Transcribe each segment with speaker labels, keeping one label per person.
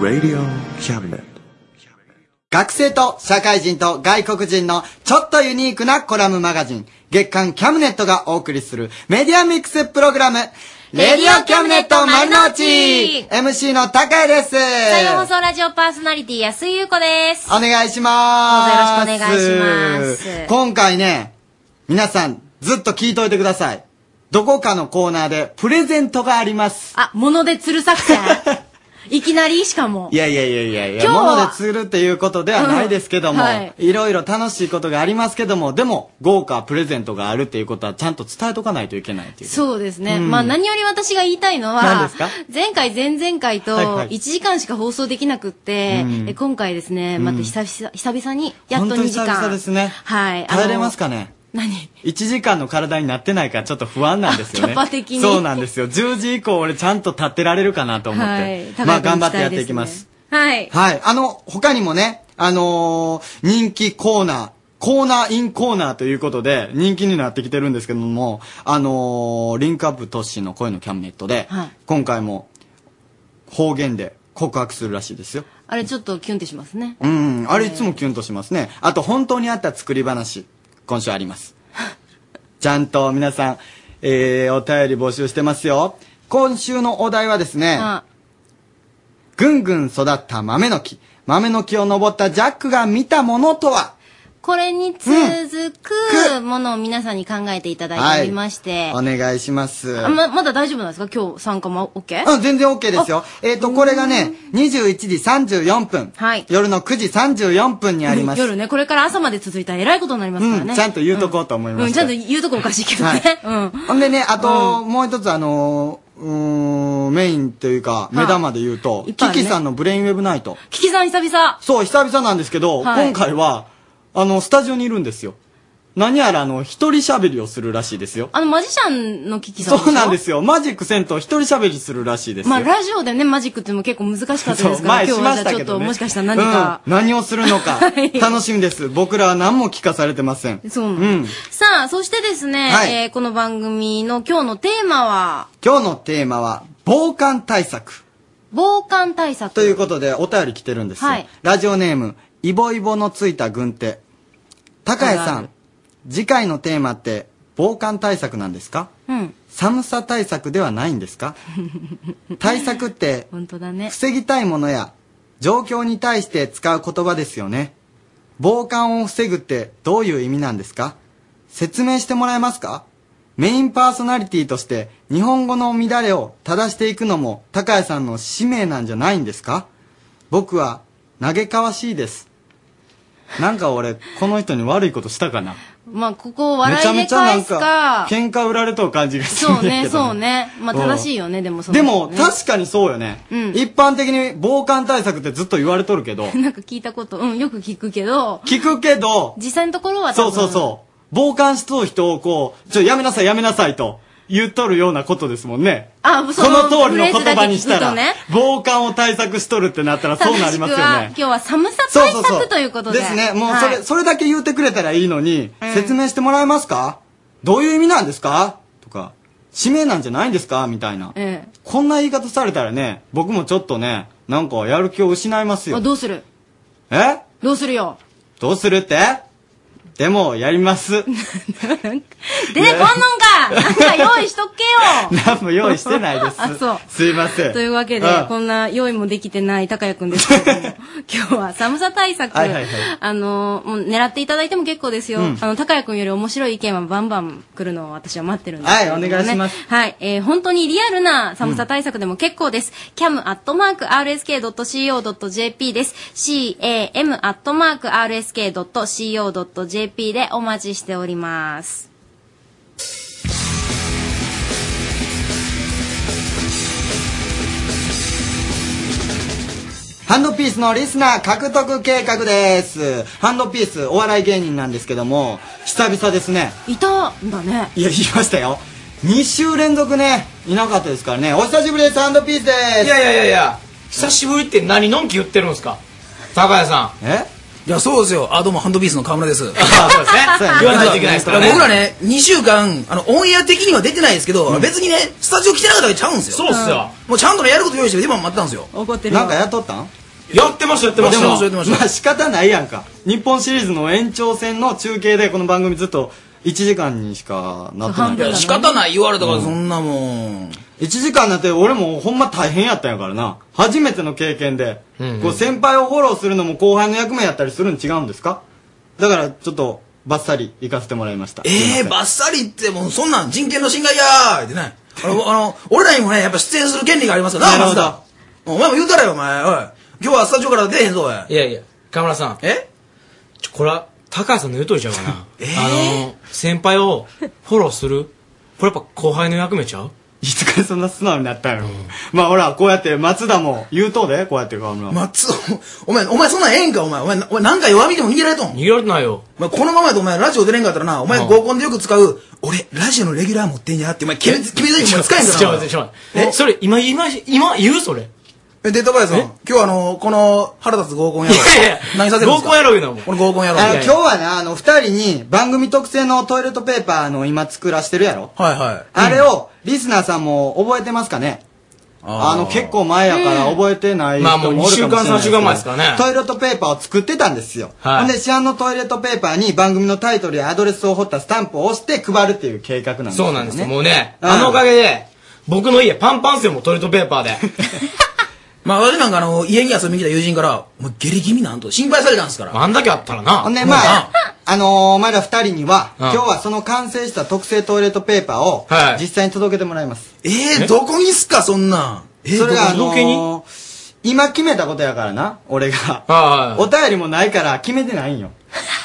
Speaker 1: Radio Cabinet.
Speaker 2: 学生と社会人と外国人のちょっとユニークなコラムマガジン、月刊キャムネットがお送りするメディアミックスプログラム、レディオキャムネット丸の内 !MC の高谷です
Speaker 3: 採用放送ラジオパーソナリティ安井優子です。
Speaker 2: お願いしま
Speaker 3: ど
Speaker 2: す。
Speaker 3: うぞよろしくお願いします
Speaker 2: 今回ね、皆さんずっと聞いといてください。どこかのコーナーでプレゼントがあります。
Speaker 3: あ、物で釣る作 戦。いきなりしかも
Speaker 2: い。やいやいやいやいや、
Speaker 3: 今日は
Speaker 2: 物で釣るっていうことではないですけども、
Speaker 3: うん
Speaker 2: い
Speaker 3: はい
Speaker 2: ろいろ楽しいことがありますけども、でも豪華プレゼントがあるっていうことはちゃんと伝えとかないといけないっていう。
Speaker 3: そうですね。
Speaker 2: うん
Speaker 3: まあ何より私が言いたいの
Speaker 2: 何
Speaker 3: は
Speaker 2: ですか、
Speaker 3: 前回前々回と
Speaker 2: はいはい
Speaker 3: 1時間しか放送できなくって、
Speaker 2: うん
Speaker 3: で今回ですね、
Speaker 2: うん
Speaker 3: また久々、久々に、やっ
Speaker 2: 本
Speaker 3: と
Speaker 2: 当
Speaker 3: 2
Speaker 2: に
Speaker 3: 時
Speaker 2: 久
Speaker 3: 間。
Speaker 2: 々ですね。
Speaker 3: はい。あの
Speaker 2: 耐えれますかね
Speaker 3: 何
Speaker 2: ?1 時間の体になってないからちょっと不安なんですよね。
Speaker 3: キャパ的に
Speaker 2: そうなんですよ。10時以降俺ちゃんと立ってられるかなと思って。
Speaker 3: はい
Speaker 2: まあ頑張ってやっていきます。
Speaker 3: はい。
Speaker 2: はい。あの、他にもね、あのー人気コーナー、コーナーインコーナーということで、人気になってきてるんですけども、あのーリンクアップ都市の声のキャンネットで、
Speaker 3: はい
Speaker 2: 今回も方言で告白するらしいですよ。
Speaker 3: あれちょっとキュンってしますね。
Speaker 2: うん、あれいつもキュンとしますね。あと、本当にあった作り話、今週あ ります。ちゃんと皆さん、えー、お便り募集してますよ。今週のお題はですね、
Speaker 3: あ
Speaker 2: ぐんぐん育った豆の木。豆の木を登ったジャックが見たものとは
Speaker 3: これに続くものを皆さんに考えていただいておりまして。
Speaker 2: お願いします。
Speaker 3: あままだ大丈夫なんですか今日参加も OK?
Speaker 2: うん、全然 OK ですよ。えっ、と、これがね、21時34分。
Speaker 3: はい
Speaker 2: 夜の9時34分にあります。
Speaker 3: 夜ね、これから朝まで続いたら偉いことになりますか
Speaker 2: う
Speaker 3: ら
Speaker 2: ん、
Speaker 3: ね。
Speaker 2: ちゃんと言うとこうと思いま
Speaker 3: うん、
Speaker 2: し
Speaker 3: ちゃ
Speaker 2: た。
Speaker 3: んと言うとこおかしいけどね。うん。
Speaker 2: ほんでね、あと、もう一つあのー、うーん、メインというか、目玉で言うと、
Speaker 3: いっぱいあ
Speaker 2: キ
Speaker 3: るね
Speaker 2: キさんのブレインウェブナイト。
Speaker 3: キキさん久々。
Speaker 2: そう、久々なんですけど、
Speaker 3: はい
Speaker 2: 今回は、あの、スタジオにいるんですよ。何やら、あの、一人喋りをするらしいですよ。
Speaker 3: あの、マジシャンのキキさん。。
Speaker 2: そうなんですすよ。マジックせんと一人喋りするらしいですよ。
Speaker 3: まあ、ラジオでね、マジックっても結構難しかったですから、
Speaker 2: そう前
Speaker 3: 今
Speaker 2: し
Speaker 3: 日はじ
Speaker 2: まし
Speaker 3: ゃあ
Speaker 2: た
Speaker 3: ちょ
Speaker 2: け
Speaker 3: っと、
Speaker 2: どね
Speaker 3: もしかしたら何か。
Speaker 2: うん何をするの か、楽しみです。僕らは何も聞かされてません。
Speaker 3: そうなの
Speaker 2: うん
Speaker 3: さあ、そしてですね、
Speaker 2: はい
Speaker 3: えーこの番組の今日のテーマは、
Speaker 2: 今日のテーマは、防寒対策。
Speaker 3: 防寒対策。
Speaker 2: ということで、お便り来てるんですよ。
Speaker 3: はい
Speaker 2: ラジオネーム、イボイボのついた軍手。高谷さ
Speaker 3: あるあ
Speaker 2: ん、次回のテーマって、防寒対策なんですか
Speaker 3: うん。
Speaker 2: 寒さ対策ではないんですか対策って、
Speaker 3: 本当だね。
Speaker 2: 防ぎたいものや、状況に対して使う言葉ですよね。防寒を防ぐってどういう意味なんですか説明してもらえますかメインパーソナリティとして日本語の乱れを正していくのも高谷さんの使命なんじゃないんですか僕は嘆かわしいです。なんか俺、この人に悪いことしたかな
Speaker 3: まあ、ここを
Speaker 2: めち
Speaker 3: 笑
Speaker 2: ゃ
Speaker 3: い
Speaker 2: め
Speaker 3: で
Speaker 2: ちゃな
Speaker 3: 返
Speaker 2: ん
Speaker 3: すか
Speaker 2: か、、喧嘩売られとう感じがするん
Speaker 3: そう
Speaker 2: やけ
Speaker 3: ね、そ
Speaker 2: ど、
Speaker 3: う ね。まあ、正しいよね、でもその、
Speaker 2: でも、
Speaker 3: ね
Speaker 2: 確かにそうよね、
Speaker 3: うん
Speaker 2: 一般的に防寒対策ってずっと言われとるけど、
Speaker 3: なんか聞いたこと、うん、よく聞くけど、
Speaker 2: 聞く けど、
Speaker 3: 実際のところは
Speaker 2: そうそうそう。防寒しとう人をこう、ちょ、やめなさいやめなさいと言っとるよううなことですもんね。
Speaker 3: あ
Speaker 2: その通りの言葉にしたら、
Speaker 3: フレーズだけ聞くとね
Speaker 2: 防寒を対策しとるってなったらそうなりますよ
Speaker 3: 正しくは
Speaker 2: ね
Speaker 3: 今。日は寒さ
Speaker 2: そう
Speaker 3: 対
Speaker 2: そうそう。
Speaker 3: 策ということで。
Speaker 2: ですね。もうそれ、
Speaker 3: はい
Speaker 2: それだけ言ってくれたらいいのに、
Speaker 3: うん
Speaker 2: 説明してもらえますかどういう意味なんですかとか、使命なんじゃないんですかみたいな。
Speaker 3: え
Speaker 2: こんな言い方されたらね、僕もちょっとね、なんかやる気を失います
Speaker 3: えあ、
Speaker 2: よ。
Speaker 3: どうする
Speaker 2: え
Speaker 3: どうするよ。
Speaker 2: どうするってでも、やります。
Speaker 3: 出てこんのんかなんか用意しとけよ
Speaker 2: 何も用意してないです。
Speaker 3: あそう
Speaker 2: すいません。
Speaker 3: というわけで
Speaker 2: あ、
Speaker 3: こんな用意もできてない高谷くんですけ ども、今日は寒さ対策、
Speaker 2: はいはいはい
Speaker 3: あの、もう狙っていただいても結構ですよ。
Speaker 2: うん
Speaker 3: あの、高谷くんより面白い意見はバンバン来るのを私は待ってるんですけれども、ね。
Speaker 2: はいお願いします。
Speaker 3: はい、えー本当にリアルな寒さ対策でも結構です。cam.rsk.co.jp です。cam.rsk.co.jp でお待ちしております。
Speaker 2: ハンドピースのリスナー獲得計画です。ハンドピース、お笑い芸人なんですけども、久々ですね。
Speaker 3: いたんだね。
Speaker 2: いや、言いましたよ。2週連続ね、いなかったですからね。お久しぶりです、ハンドピースです。
Speaker 4: いやいやいやいや久しぶりって何のんき言ってるんですか高谷さん
Speaker 2: え
Speaker 5: いや、そうですよ。あ、どうも、ハンドピースの河村です。そうです
Speaker 6: ねそうやね言わないといけないですからね
Speaker 5: 僕らね、2週間、あの、オンエア的には出てないですけど、別にね、スタジオ来てなかったわけちゃうんですよ。
Speaker 6: そうっすよ
Speaker 5: んもうちゃんとね、やること用意して、今も待ってたんですよ。
Speaker 3: 怒ってる
Speaker 2: なんかやっとったん
Speaker 6: やってましたやってました
Speaker 2: でも
Speaker 5: やってました
Speaker 2: まあ仕方ないやんか日本シリーズの延長戦の中継でこの番組ずっと1時間にしかなってない
Speaker 3: 半
Speaker 5: い
Speaker 3: 分
Speaker 5: や、仕方ない言われたから、そんなもん。
Speaker 2: 1時間なって俺もほんま大変やったんやからな初めての経験で、こう先輩をフォローするのも後輩の役目やったりするん違うんですかだからちょっとバッサリ行かせてもらいました
Speaker 5: ええー、
Speaker 2: ッ
Speaker 5: バッサリって、もうそんなん人権の侵害やーってね。あの、あの俺らにもね、やっぱ出演する権利がありますからな、
Speaker 2: なる
Speaker 5: 松
Speaker 2: ほど
Speaker 5: 田。お前も言うたらよ、お前。おい。今日はスタジオから出えへんぞ、おい。
Speaker 6: いやいや河村さん
Speaker 5: え
Speaker 6: ちょこれは高橋さんの言うとりちゃうかな、
Speaker 5: えー
Speaker 6: あの先輩をフォローするこれやっぱ後輩の役目ちゃう
Speaker 2: いつからそんな素直になったんやろ、まあほらこうやって松田も言うとうでこうやって川村、
Speaker 5: 松尾、お前、お前そんなんええんか、お前。お前、お前なんか弱みでも逃げられとん。
Speaker 6: 逃げられてないよ
Speaker 5: お前このままやとお前ラジオ出れんかったらな、お前
Speaker 6: うん
Speaker 5: 合コンでよく使う、俺ラジオのレギュラー持ってんやって、お前決め、決め台詞も使えんか
Speaker 6: ちょ
Speaker 5: ら
Speaker 6: っ
Speaker 5: な
Speaker 6: と待ってちょっと待
Speaker 5: え
Speaker 6: ってそれ今今今言うそれ
Speaker 5: え、データバイさん、
Speaker 6: え
Speaker 5: 今日はあの、この腹立つ合コンやろ
Speaker 6: いやいや。
Speaker 5: 何させるんですか
Speaker 6: 合コンやろう言うなもん
Speaker 5: この合コンやろう。
Speaker 2: あの
Speaker 5: はい
Speaker 2: 今日はねあの二人に番組特製のトイレットペーパーの今作らしてるやろ
Speaker 5: はい。
Speaker 2: あれをリスナーさんも覚えてますかねあの結構前やから覚えてない人
Speaker 6: まあ
Speaker 2: もおる
Speaker 6: もう
Speaker 2: かもしれない
Speaker 6: 二週間三週間前ですかね
Speaker 2: トイレットペーパーを作ってたんですよ、
Speaker 6: はい
Speaker 2: ほんで市販のトイレットペーパーに番組のタイトルやアドレスを彫ったスタンプを押して配るっていう計画なんですよ、ね、
Speaker 6: そうなんですよもうね
Speaker 2: うん
Speaker 6: あのおかげで僕の家パンパンっすよもうトイレットペーパーで
Speaker 5: まあ私なんかあの、家に遊びに来た友人から、お前下痢気味なんと心配されたんですから。
Speaker 6: あんだけあったらな
Speaker 2: ほんでまあ、あのー、まだ二人には、
Speaker 6: うん
Speaker 2: 今日はその完成した特製トイレットペーパーを、
Speaker 6: はい
Speaker 2: 実際に届けてもらいます。
Speaker 5: ええどこにっすか、そんなん。えー
Speaker 2: それが、あ
Speaker 6: ど
Speaker 2: の
Speaker 6: こに
Speaker 2: ー今決めたことやからな、俺が。
Speaker 6: はい
Speaker 2: お便りもないから決めてないんよ。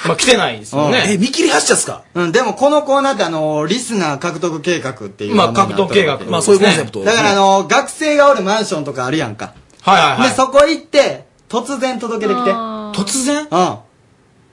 Speaker 6: まあ来てないですよ
Speaker 5: えー
Speaker 6: ね
Speaker 5: 見切り発車っすか。
Speaker 2: うん、でもこのコーナーってあのーリスナー獲得計画っていう
Speaker 6: まあ
Speaker 2: 名前になってるわけ
Speaker 6: 獲得計画
Speaker 5: まあそういうコンセプト。
Speaker 2: だからあのー学生がおるマンションとかあるやんか。
Speaker 6: はいはいはい
Speaker 2: で、そこ行って、突然届けてきて。うん。
Speaker 6: 突然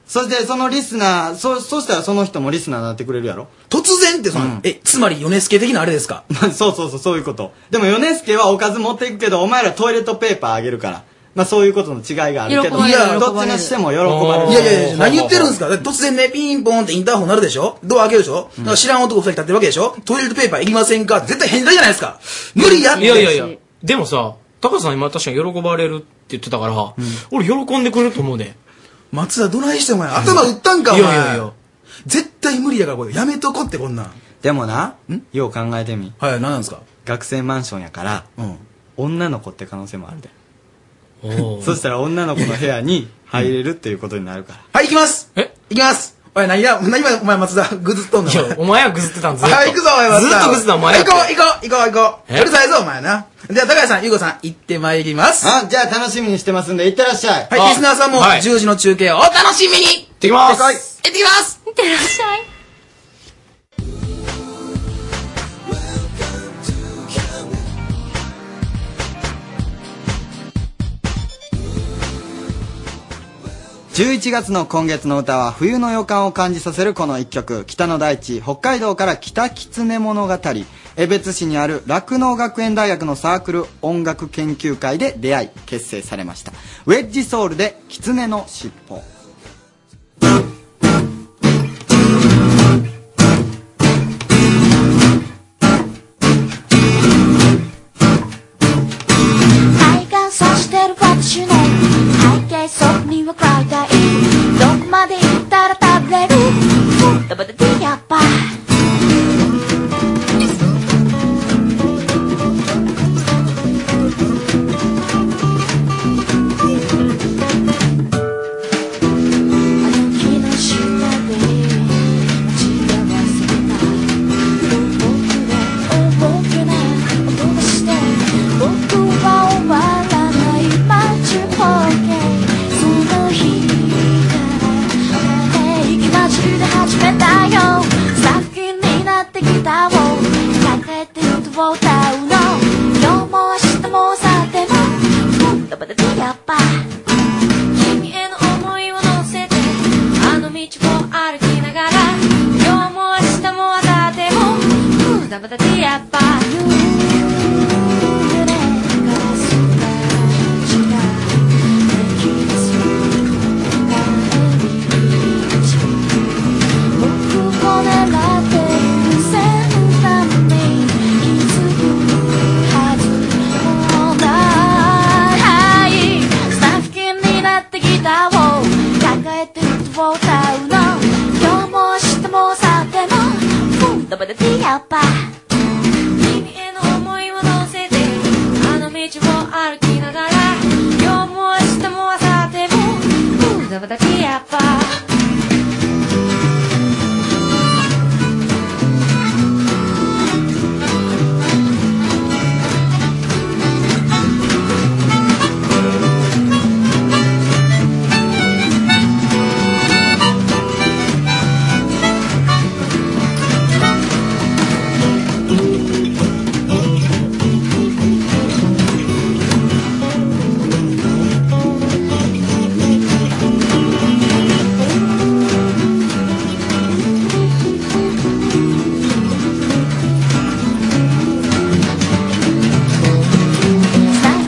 Speaker 2: そしてそのリスナー、そ、そしたらその人もリスナーになってくれるやろ。
Speaker 5: 突然ってその、え、つまり米助的なあれですか。
Speaker 2: まあ そうそうそう、そういうこと。でも、米助はおかず持っていくけど、お前らトイレットペーパーあげるから。まあそういうことの違いがあるけど、
Speaker 3: 喜ばれる
Speaker 2: い
Speaker 3: 喜ば
Speaker 2: や、
Speaker 3: れる
Speaker 2: どっちにしても喜ばれ
Speaker 6: お
Speaker 2: る。
Speaker 6: ー
Speaker 5: いやいやいや、
Speaker 6: おー
Speaker 5: 何言ってるんですかだって突然ね、ピンポンってインターホンなるでしょドア開けるでしょ、だから知らん男二人立ってるわけでしょトイレットペーパーいりませんか絶対変態じゃないですか無理やって。
Speaker 6: いやいやいやでもさ高橋さん今確かに喜ばれるって言ってたから、俺喜んでくれると思うで
Speaker 5: 松田どないしてお前、頭打ったんかお
Speaker 6: い
Speaker 5: 前。
Speaker 6: やいやいや
Speaker 5: 絶対無理やからこれ、やめとこってこんなん。
Speaker 2: でもな、よう考えてみ。
Speaker 5: はい、何なんですか
Speaker 2: 学生マンションやから、
Speaker 5: うん。
Speaker 2: 女の子って可能性もあるで。
Speaker 6: おー
Speaker 2: そしたら女の子の部屋に入れるっていうことになるから。
Speaker 5: はい、行きます
Speaker 6: え
Speaker 5: 行きますおい、何や、何今、お前松田、ぐずっとんの
Speaker 6: いや、お前はぐずってたんずっと。
Speaker 5: はい、行くぞ、お前松
Speaker 6: ず
Speaker 5: 田。
Speaker 6: っとぐずってた、お前
Speaker 5: 行こう、行こう、行こう、行こう。
Speaker 6: え
Speaker 5: うるさいぞ、お前な。じゃあ、高橋さん、ゆうこさん、行ってまいります。は
Speaker 2: あ、じゃあ楽しみにしてますんで、いってらっしゃい。
Speaker 5: い、
Speaker 6: あ
Speaker 5: リスナーさんも、
Speaker 6: はい
Speaker 5: 10時の中継をお楽しみに行
Speaker 6: ってきます。
Speaker 5: ってきます
Speaker 3: いってらっしゃい
Speaker 2: 11月の今月の歌は冬の予感を感じさせるこの一曲北の大地北海道から北狐物語江別市にある酪農学園大学のサークル音楽研究会で出会い結成されましたウェッジソウルで狐の尻尾
Speaker 7: 愛が察してるかもしれない背景そこには暗いたいどこまで行ったら食べれるダバダディやっぱ木の下で待ち合わせた重くな重くな音がして僕は終わらないマッチポケその日から生き混じりで始めたよ作品になってきたを抱えて歌を歌うの今日も明日もさてもダバダディやっぱ君への思いを乗せてあの道を歩きながら今日も明日も明後日もうんダバダディやっぱ夕暮れが空に散らできそうかダバダピやっぱ君への思いを乗せてあの道を歩きながら今日も明日も明後日もダバダピやっぱ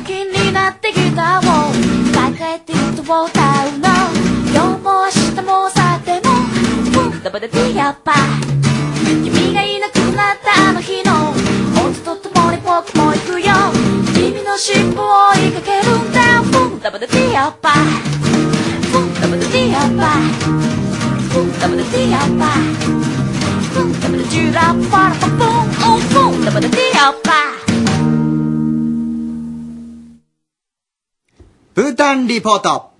Speaker 7: 先になってギターを抱えてると歌うの今日も明日もさてもダバダディやっぱ君がいなくなったあの日の音と共に僕も行くよ君の尻尾を追いかけるんだダバダディやっぱダバダディやっぱダバダディやっぱダバダジュラッパラパポンオンダバダディやっぱ
Speaker 2: ブータンリポート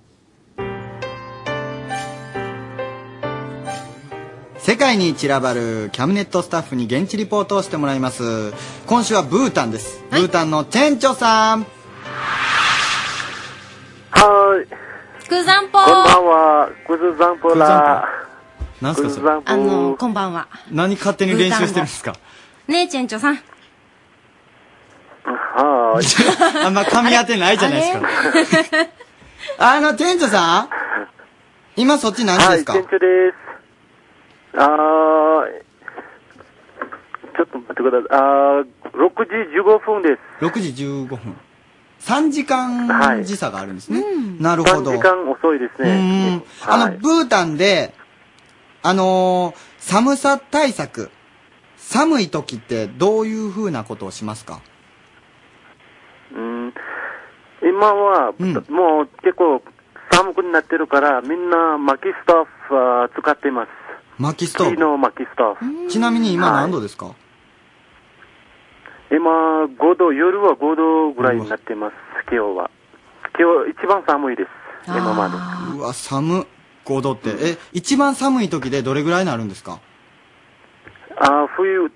Speaker 2: 世界に散らばるキャムネットスタッフに現地リポートをしてもらいます今週はブータンです、ブータンのチェンチョさん
Speaker 8: はーい。
Speaker 3: クザンポ
Speaker 8: こんばんは。クズザンポラ。
Speaker 2: 何す
Speaker 8: ク
Speaker 2: か
Speaker 8: ズ
Speaker 2: それ
Speaker 8: ザンポ。
Speaker 3: あの、こんばんは。
Speaker 2: 何勝手に練習してるんですか
Speaker 3: ねえ、チェンチョさん。
Speaker 8: はーい。
Speaker 2: あんま噛み合ってないじゃないですかあのチェンチョさん今そっち何時
Speaker 8: は
Speaker 2: で
Speaker 8: い、
Speaker 2: すか、
Speaker 8: 店長です。あー、ちょっと待ってください。あー、6時15分です。
Speaker 2: 6時15分3時間時差があるんですね、なるほ
Speaker 8: 3
Speaker 2: ど
Speaker 8: 時間遅いです
Speaker 2: うん
Speaker 8: ね。は
Speaker 2: あの、
Speaker 8: い。
Speaker 2: ブータンで、あのー寒さ対策、寒い時ってどういう風なことをしますか
Speaker 8: うん今は、
Speaker 2: うん
Speaker 8: もう結構寒くなってるから、みんな薪ストーブあー使ってます。
Speaker 2: 薪スト
Speaker 8: 木
Speaker 2: ーブ。
Speaker 8: の薪ストーブ。
Speaker 2: ちなみに今
Speaker 8: はい
Speaker 2: 何度ですか、
Speaker 8: 今、5度、夜は5度ぐらいになってます、今日は。今日、一番寒いです、今まで。
Speaker 3: あ
Speaker 2: うわ、寒5度って。え、一番寒い時でどれぐらいになるんですか
Speaker 8: あー冬、12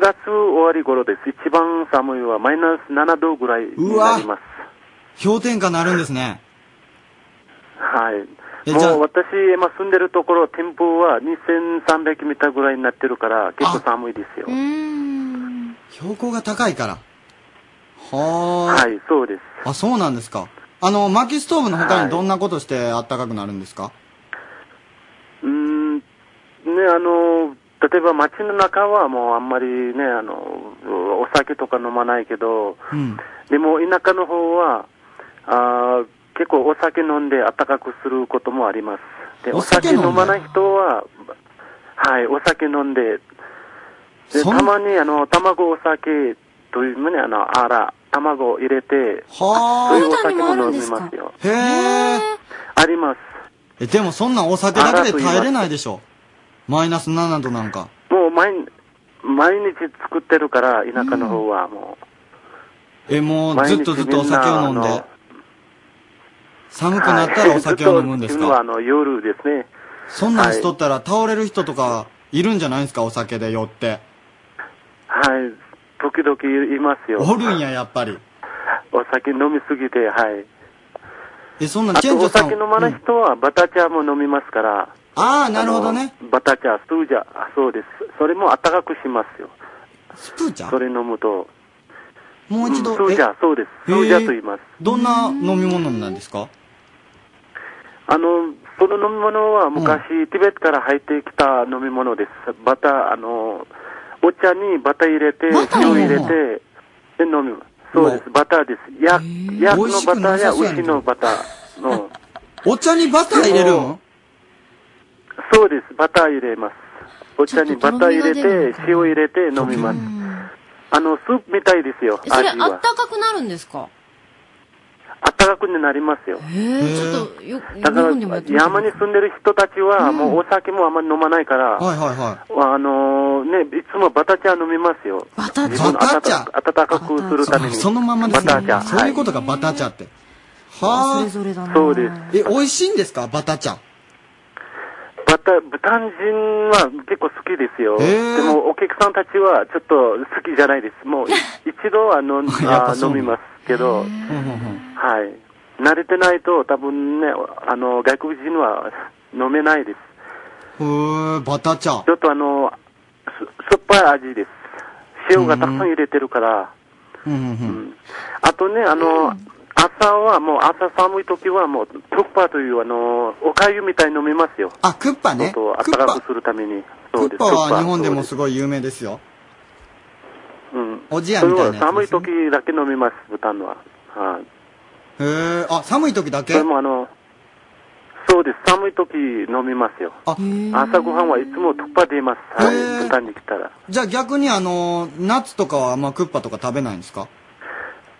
Speaker 8: 月終わり頃です。一番寒いはマイナス7度ぐらいになります。
Speaker 2: 氷点下になるんですね。
Speaker 8: はい。
Speaker 2: えじゃあ
Speaker 8: もう私、今住んでるところ、天風は2300メーターぐらいになってるから、結構寒いですよ
Speaker 3: ーう。ーん。
Speaker 2: 標高が高いから。はあ、
Speaker 8: はい、そうです。
Speaker 2: あ、そうなんですか。あの、薪ストーブの他
Speaker 8: は
Speaker 2: に
Speaker 8: い
Speaker 2: どんなことして暖かくなるんですか、
Speaker 8: うーん、ね、あの、例えば街の中はもうあんまりね、あの、お酒とか飲まないけど、
Speaker 2: うん。
Speaker 8: でも田舎の方は、あー結構お酒飲んで暖かくすることもあります。で
Speaker 2: お
Speaker 8: お
Speaker 2: 酒
Speaker 8: 酒
Speaker 2: 飲んで
Speaker 8: 飲まない人は、はい、お酒飲んで、で
Speaker 2: そん
Speaker 8: たまにあの卵お酒というのね、あの、あら、卵を入れて、
Speaker 2: は
Speaker 8: そう
Speaker 2: あ
Speaker 8: いうお
Speaker 3: あなたに
Speaker 8: 酒
Speaker 3: もあるん
Speaker 8: も飲
Speaker 3: で
Speaker 8: み
Speaker 3: すか
Speaker 8: ますよ。
Speaker 2: へえ。
Speaker 8: あります。
Speaker 2: え、でもそんなんお酒だけで耐えれないでしょ。マイナス7度なんか。
Speaker 8: もう毎日毎日作ってるから、田舎の方はも
Speaker 2: え、も
Speaker 8: う、
Speaker 2: う
Speaker 8: 毎
Speaker 2: ず
Speaker 8: 日
Speaker 2: っとずっとお酒を飲ん
Speaker 8: みなあ
Speaker 2: で
Speaker 8: の、
Speaker 2: 寒くなったらお酒を飲むんです
Speaker 8: はいずっと自分はあ
Speaker 2: か
Speaker 8: の夜ですね。
Speaker 2: そんなんしとったら倒れる人とかいるんじゃないですかお酒で酔って。
Speaker 8: はい。時々いますよ。
Speaker 2: おるんや、やっぱり。
Speaker 8: お酒飲みすぎて、はい。
Speaker 2: え、そんなん
Speaker 8: あ
Speaker 2: チェ
Speaker 8: と
Speaker 2: ンジョ
Speaker 8: お
Speaker 2: さん。
Speaker 8: 酒飲まな
Speaker 2: う
Speaker 8: い
Speaker 2: ん
Speaker 8: 人はバタチャも飲みますから。
Speaker 2: ああ、なるほどね。
Speaker 8: あの。バタチャ、スプージャ、あそうです。それも暖かくしますよ。
Speaker 2: スプーチャ
Speaker 8: それ飲むと。
Speaker 2: もう一
Speaker 8: ん
Speaker 2: 度。
Speaker 8: スプージャ、そうです。スプージャと言います。
Speaker 2: す。どんな飲み物なんですか
Speaker 8: あの、その飲み物は昔、ティベットから入ってきた飲み物です。バタ、あの、お茶にバタ入れて、
Speaker 2: バタ
Speaker 8: 塩
Speaker 2: 入れ
Speaker 8: 入れ
Speaker 2: ん
Speaker 8: て
Speaker 2: の、
Speaker 8: で飲む。そうです、バターです。や、や
Speaker 2: 美味
Speaker 8: の
Speaker 2: しく
Speaker 8: バタ
Speaker 2: な
Speaker 8: ーや
Speaker 2: さそうやん
Speaker 8: 牛のバターの。
Speaker 2: お茶にバター入れるん
Speaker 8: そうです、バター入れます。お茶にバター入れ
Speaker 3: ちょっととろみが出るの
Speaker 8: て
Speaker 3: か、
Speaker 8: 塩入れて飲みます。あの、スープみたいですよ、
Speaker 3: えそれ、あ
Speaker 8: 味
Speaker 3: っ
Speaker 8: は。
Speaker 3: たかくなるんですか
Speaker 8: あったかくなりますよ。
Speaker 3: えー、ちょっと、よ、日
Speaker 8: だから、
Speaker 3: 本でもやってみて
Speaker 8: 山に住んでる人たちは、もうお酒もあんまり飲まないから、
Speaker 2: はいはいは
Speaker 8: あののね、いつもバター茶飲みますよ。バ
Speaker 3: タ
Speaker 2: 茶バタ茶
Speaker 8: 温かくするために。
Speaker 2: そのままです
Speaker 8: バター
Speaker 2: ね
Speaker 8: 茶。。
Speaker 2: そういうこととがバター茶って。はあ。
Speaker 3: それぞれだな。
Speaker 8: そうです。
Speaker 2: え、美味しいんですかバター茶。
Speaker 8: バタ、単人は結構好きです
Speaker 2: へ
Speaker 8: よ。
Speaker 2: ー
Speaker 8: でも、お客さんたちはちょっと好きじゃないです。 もう、い一度は飲ん
Speaker 2: やっ
Speaker 8: あ
Speaker 2: ぱそう
Speaker 8: 飲みますけ
Speaker 2: うんう
Speaker 8: ど、
Speaker 2: んうん
Speaker 8: はい。慣れてないと、多分ね、あの、外国人は飲めないです。
Speaker 2: ふー、バター茶
Speaker 8: ち。ょっとあの、す酸っぱい味です。塩がたくさん入れてるから。
Speaker 2: うんうんうん
Speaker 8: あとね、あの、朝はもう朝寒い時はもう、トッパーというあの、おかゆみたいに飲みますよ。
Speaker 2: あ、クッパね。
Speaker 8: ちょっ
Speaker 2: ク
Speaker 8: と
Speaker 2: ッ
Speaker 8: 暖
Speaker 2: パ
Speaker 8: か。くするために。
Speaker 2: クッパは日本でも
Speaker 8: そ
Speaker 2: すごい有名ですよ。
Speaker 8: うですうん。
Speaker 2: おじやみたいなやつですね
Speaker 8: それは寒い時だけ飲みます、豚のは。はい。
Speaker 2: へー、あ、寒い時だ
Speaker 8: そ
Speaker 2: け
Speaker 8: れもあの、そうです、寒い時飲みますよ。
Speaker 2: あ、
Speaker 8: 朝ごはんはいつもトッパー出ます。は
Speaker 2: へー
Speaker 8: い。豚に来たら。
Speaker 2: じゃあ逆にあの、夏とかはあんまクッパとか食べないんですか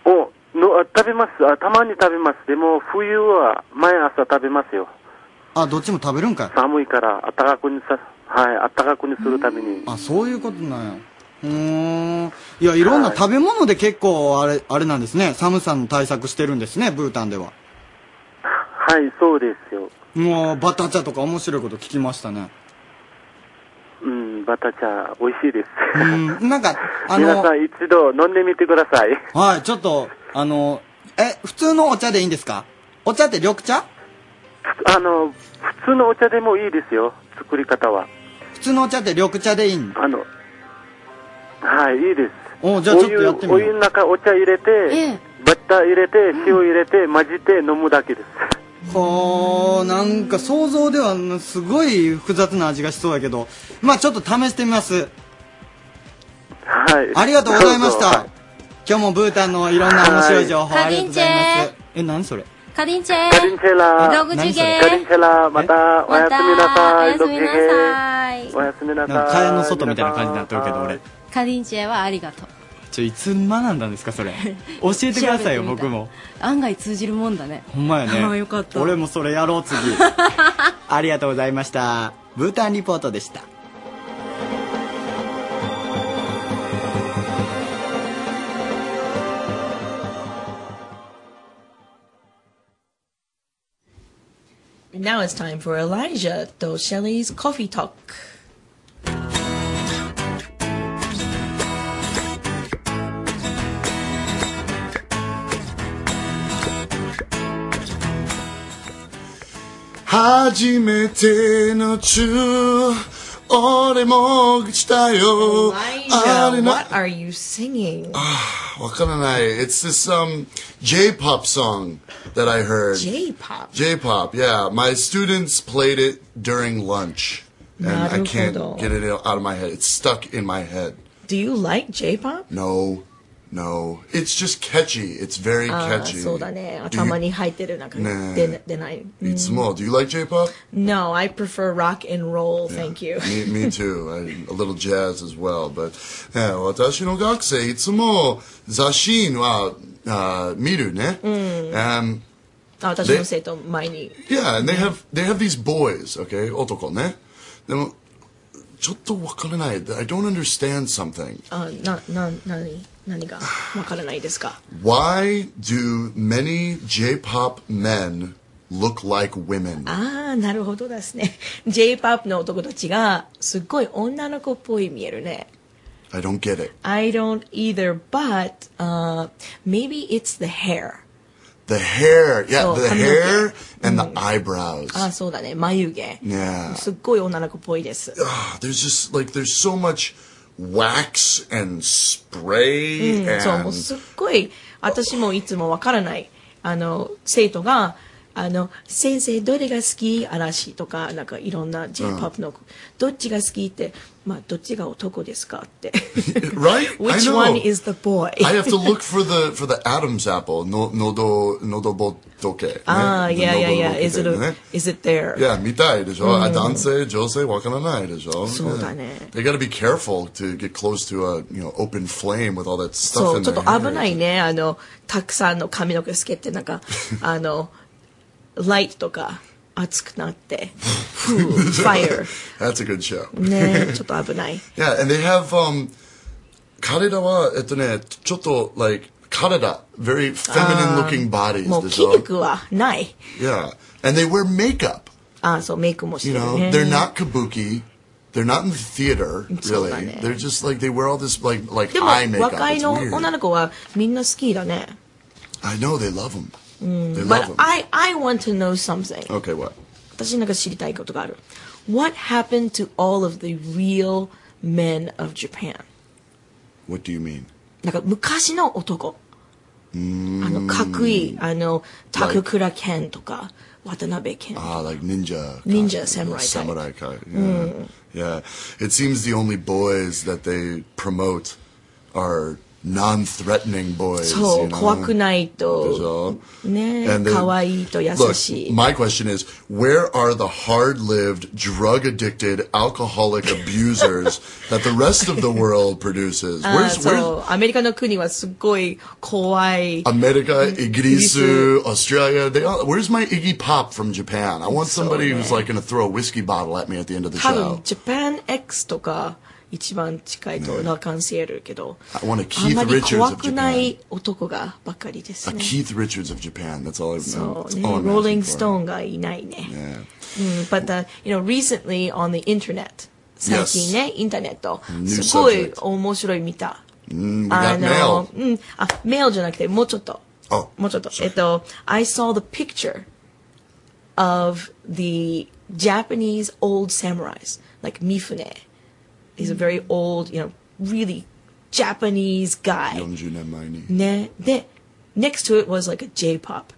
Speaker 8: おのあ食べますあ。たまに食べます。でも、冬は毎朝食べますよ。
Speaker 2: あ、どっちも食べるんかい。
Speaker 8: 寒いから、暖かくにさ、はい、暖かくにするために。
Speaker 2: あ、そういうことなんや。うーん。いや、いろんな食べ物で結構あれ、あれなんですね。寒さの対策してるんですね、ブータンでは。
Speaker 8: はい、そうですよ。
Speaker 2: もう、バター茶とか面白いこと聞きましたね。
Speaker 8: うん、バター茶、美味しいです。
Speaker 2: うん。なんか、あ
Speaker 8: 皆
Speaker 2: の
Speaker 8: さ、ん一度飲んでみてください。
Speaker 2: はい、ちょっと、あの、え、普通のお茶でいいんですかお茶って緑茶
Speaker 8: あの、普通のお茶でもいいですよ、作り方は。
Speaker 2: 普通のお茶って緑茶でいいん
Speaker 8: あの、はい、いいです。
Speaker 2: おじゃあちょっとやってみよう
Speaker 8: お湯お湯の中お茶入れて、
Speaker 3: ええ
Speaker 8: バター入れて、塩入れて、混じって飲むだけです。
Speaker 2: はあ、なんか想像ではすごい複雑な味がしそうやけど、まあちょっと試してみます。
Speaker 8: はい。
Speaker 2: ありがとうございまし
Speaker 8: どうぞ
Speaker 2: た。今日もブータンのいろんな面白い情報
Speaker 3: はい
Speaker 2: ありがとうございます。え、何それ
Speaker 3: カリンチェ
Speaker 8: カリンチェラ
Speaker 3: 道具
Speaker 2: 何
Speaker 3: 中
Speaker 2: それ
Speaker 3: 継
Speaker 8: カリンチェラまたおやすみなさい。
Speaker 3: またおやすみなさい
Speaker 8: おやすみな
Speaker 2: なん
Speaker 8: さ
Speaker 2: か
Speaker 8: い。
Speaker 2: 蚊帳の外みたいな感じになってるけど、俺。
Speaker 3: カリンチェはありがとう。
Speaker 2: ちょ、いつ学んだんですか、それ。教えてくだ さいよ、
Speaker 3: 調べてみ
Speaker 2: 僕
Speaker 3: た
Speaker 2: も。
Speaker 3: 案外通じるもんだね。
Speaker 2: ほんまや
Speaker 3: あー
Speaker 2: ね。
Speaker 3: よかった
Speaker 2: 俺もそれやろう、 次。ありがとうございました。ブータンリポートでした。
Speaker 9: And now it's time for Elijah to Shelley's Coffee Talk.
Speaker 10: 初めての中俺も口だよあ
Speaker 9: Elijah,
Speaker 10: れな
Speaker 9: what are you singing?
Speaker 10: Ah. わからない It's this um J-pop song that I heard
Speaker 9: J-pop.
Speaker 10: J-pop yeah my students played it during lunch and I can't
Speaker 9: なるほど。
Speaker 10: get it out of my head it's stuck in my head
Speaker 9: Do you like J-pop?
Speaker 10: no no it's just catchy it's very
Speaker 9: ああ
Speaker 10: catchy
Speaker 9: そうだ
Speaker 10: Do
Speaker 9: ね
Speaker 10: you-
Speaker 9: 頭に入ってる中
Speaker 10: ね
Speaker 9: に出な出ない、うん
Speaker 10: いつも Do you like J-pop?
Speaker 9: No I prefer rock and roll thank you
Speaker 10: me, me too. I, a little jazz as well. But yeah, 私の学生いつも雑誌は、uh, 見るね。Um,
Speaker 9: あ私の生徒前に
Speaker 10: yeah, and they have they have these boys, okay, 男ね。でもちょっとわからない。I don't understand something.
Speaker 9: あなな何何がわからないですか
Speaker 10: Why do many J-pop men look like women?
Speaker 9: ああなるほどですね Ah, J-pop の男たちがすっごい女の子っぽい見えるね
Speaker 10: I don't get it.
Speaker 9: I don't either but、uh, maybe it's the hair
Speaker 10: The hair, yeah,
Speaker 9: そう、
Speaker 10: the
Speaker 9: 髪の毛。
Speaker 10: hair and the
Speaker 9: Mm.
Speaker 10: eyebrows.
Speaker 9: あそうだね眉毛
Speaker 10: Yeah.
Speaker 9: すっごい女の子っぽいです
Speaker 10: Ah, there's just like there's so much wax and spray
Speaker 9: そう、もう
Speaker 10: and
Speaker 9: すっごい、私もいつもわからない、あの、生徒が、あの、先生、どれが好き嵐とか、なんかいろんな J-POP の、どっちが好きって、まあ、どっちが男ですかって。
Speaker 10: right. I
Speaker 9: Which
Speaker 10: know.
Speaker 9: one is the boy?
Speaker 10: I have to look for the for the Adam's apple. No, nodo nodobotoke.
Speaker 9: ああ、いやいやいや、is it, a- Mm.
Speaker 10: ね。
Speaker 9: is it there?
Speaker 10: Yeah, 見たいでしょ。あ、男性、女性、わからないでしょ。
Speaker 9: そうだね。
Speaker 10: oh, Yeah. They gotta be careful to get close to a you know open flame with all that stuff
Speaker 9: そう、
Speaker 10: in
Speaker 9: ちょっ
Speaker 10: their
Speaker 9: と
Speaker 10: hair.
Speaker 9: 危な いね。あの、たくさんの髪の毛つけて、なんか、あの、ライトとか、熱くなって、フー、ファイア
Speaker 10: That's a good show.
Speaker 9: ねちょっと危ない。
Speaker 10: Yeah, and they have um, Karada wa chotto like Karada, very feminine looking bodies.
Speaker 9: もう
Speaker 10: this
Speaker 9: 筋
Speaker 10: all.
Speaker 9: 肉はない。
Speaker 10: Yeah, and they wear makeup.
Speaker 9: あそう、メイクもし
Speaker 10: You
Speaker 9: て
Speaker 10: know,
Speaker 9: る
Speaker 10: they're
Speaker 9: ね。
Speaker 10: not kabuki. They're not in the theater, really.
Speaker 9: そうだね。
Speaker 10: They're just like they wear all this like like
Speaker 9: でも
Speaker 10: eye、makeup.
Speaker 9: 若い
Speaker 10: It's
Speaker 9: の
Speaker 10: weird.
Speaker 9: 女の子はみんな好きだね。
Speaker 10: I know they love them. They love
Speaker 9: But
Speaker 10: them.
Speaker 9: I, I want to know something.
Speaker 10: Okay, what?
Speaker 9: 私なんか知りたいことがある。What happened to all of the real men of Japan?
Speaker 10: What do you mean?
Speaker 9: なんか昔の男。あの、かっこいい。あの、高倉健とか、渡辺健。
Speaker 10: Ah, like ninja.
Speaker 9: Ninja
Speaker 10: kaiju,
Speaker 9: samurai type. Hmm.
Speaker 10: Samurai kai. Yeah. yeah. It seems the only boys that they promote are non-threatening boys.
Speaker 9: そ
Speaker 10: you
Speaker 9: う、
Speaker 10: know?
Speaker 9: 怖くない
Speaker 10: That's
Speaker 9: と、
Speaker 10: all.
Speaker 9: ね
Speaker 10: And、then-
Speaker 9: 可愛いと優
Speaker 10: Look,
Speaker 9: しい。
Speaker 10: my question is, where are the hard-lived, drug-addicted, alcoholic abusers that the rest of the world produces?
Speaker 9: あ
Speaker 10: Where's,
Speaker 9: そ
Speaker 10: where's
Speaker 9: う、アメリカの国はすっごい怖い。
Speaker 10: America,
Speaker 9: Igrisu.
Speaker 10: Igrisu, Australia? They all, where's my Iggy Pop from Japan? I want somebody who's like going to throw a whiskey bottle at me at the end of the
Speaker 9: 多分
Speaker 10: show.、
Speaker 9: Japan X とか、一番近いとラカンシエルけど、
Speaker 10: I want a
Speaker 9: あん
Speaker 10: Keith
Speaker 9: まり
Speaker 10: Richards
Speaker 9: 怖
Speaker 10: of
Speaker 9: くな
Speaker 10: Japan.
Speaker 9: い男がばっかりです
Speaker 10: A
Speaker 9: ね。
Speaker 10: Keith Richards of Japan. That's all I know.
Speaker 9: So,
Speaker 10: That's
Speaker 9: yeah,
Speaker 10: all I'm
Speaker 9: Rolling
Speaker 10: asking for.
Speaker 9: Stone がいないね。
Speaker 10: Yeah.
Speaker 9: うん、but the, you know, recently on the internet, 最近ね、インターネット、
Speaker 10: New
Speaker 9: すごい
Speaker 10: subject.
Speaker 9: 面白い見た。
Speaker 10: Mm, we
Speaker 9: あ
Speaker 10: got
Speaker 9: の
Speaker 10: mail.、
Speaker 9: うん、あ、メールじゃなくて、もうちょっと。
Speaker 10: Oh,
Speaker 9: もうちょっと。えっと、I saw the picture of the Japanese old samurais, like Mifune. He's a very old, you know, really Japanese guy.
Speaker 10: Yonjun and Miney.
Speaker 9: ね。で、next to it was like a J-pop.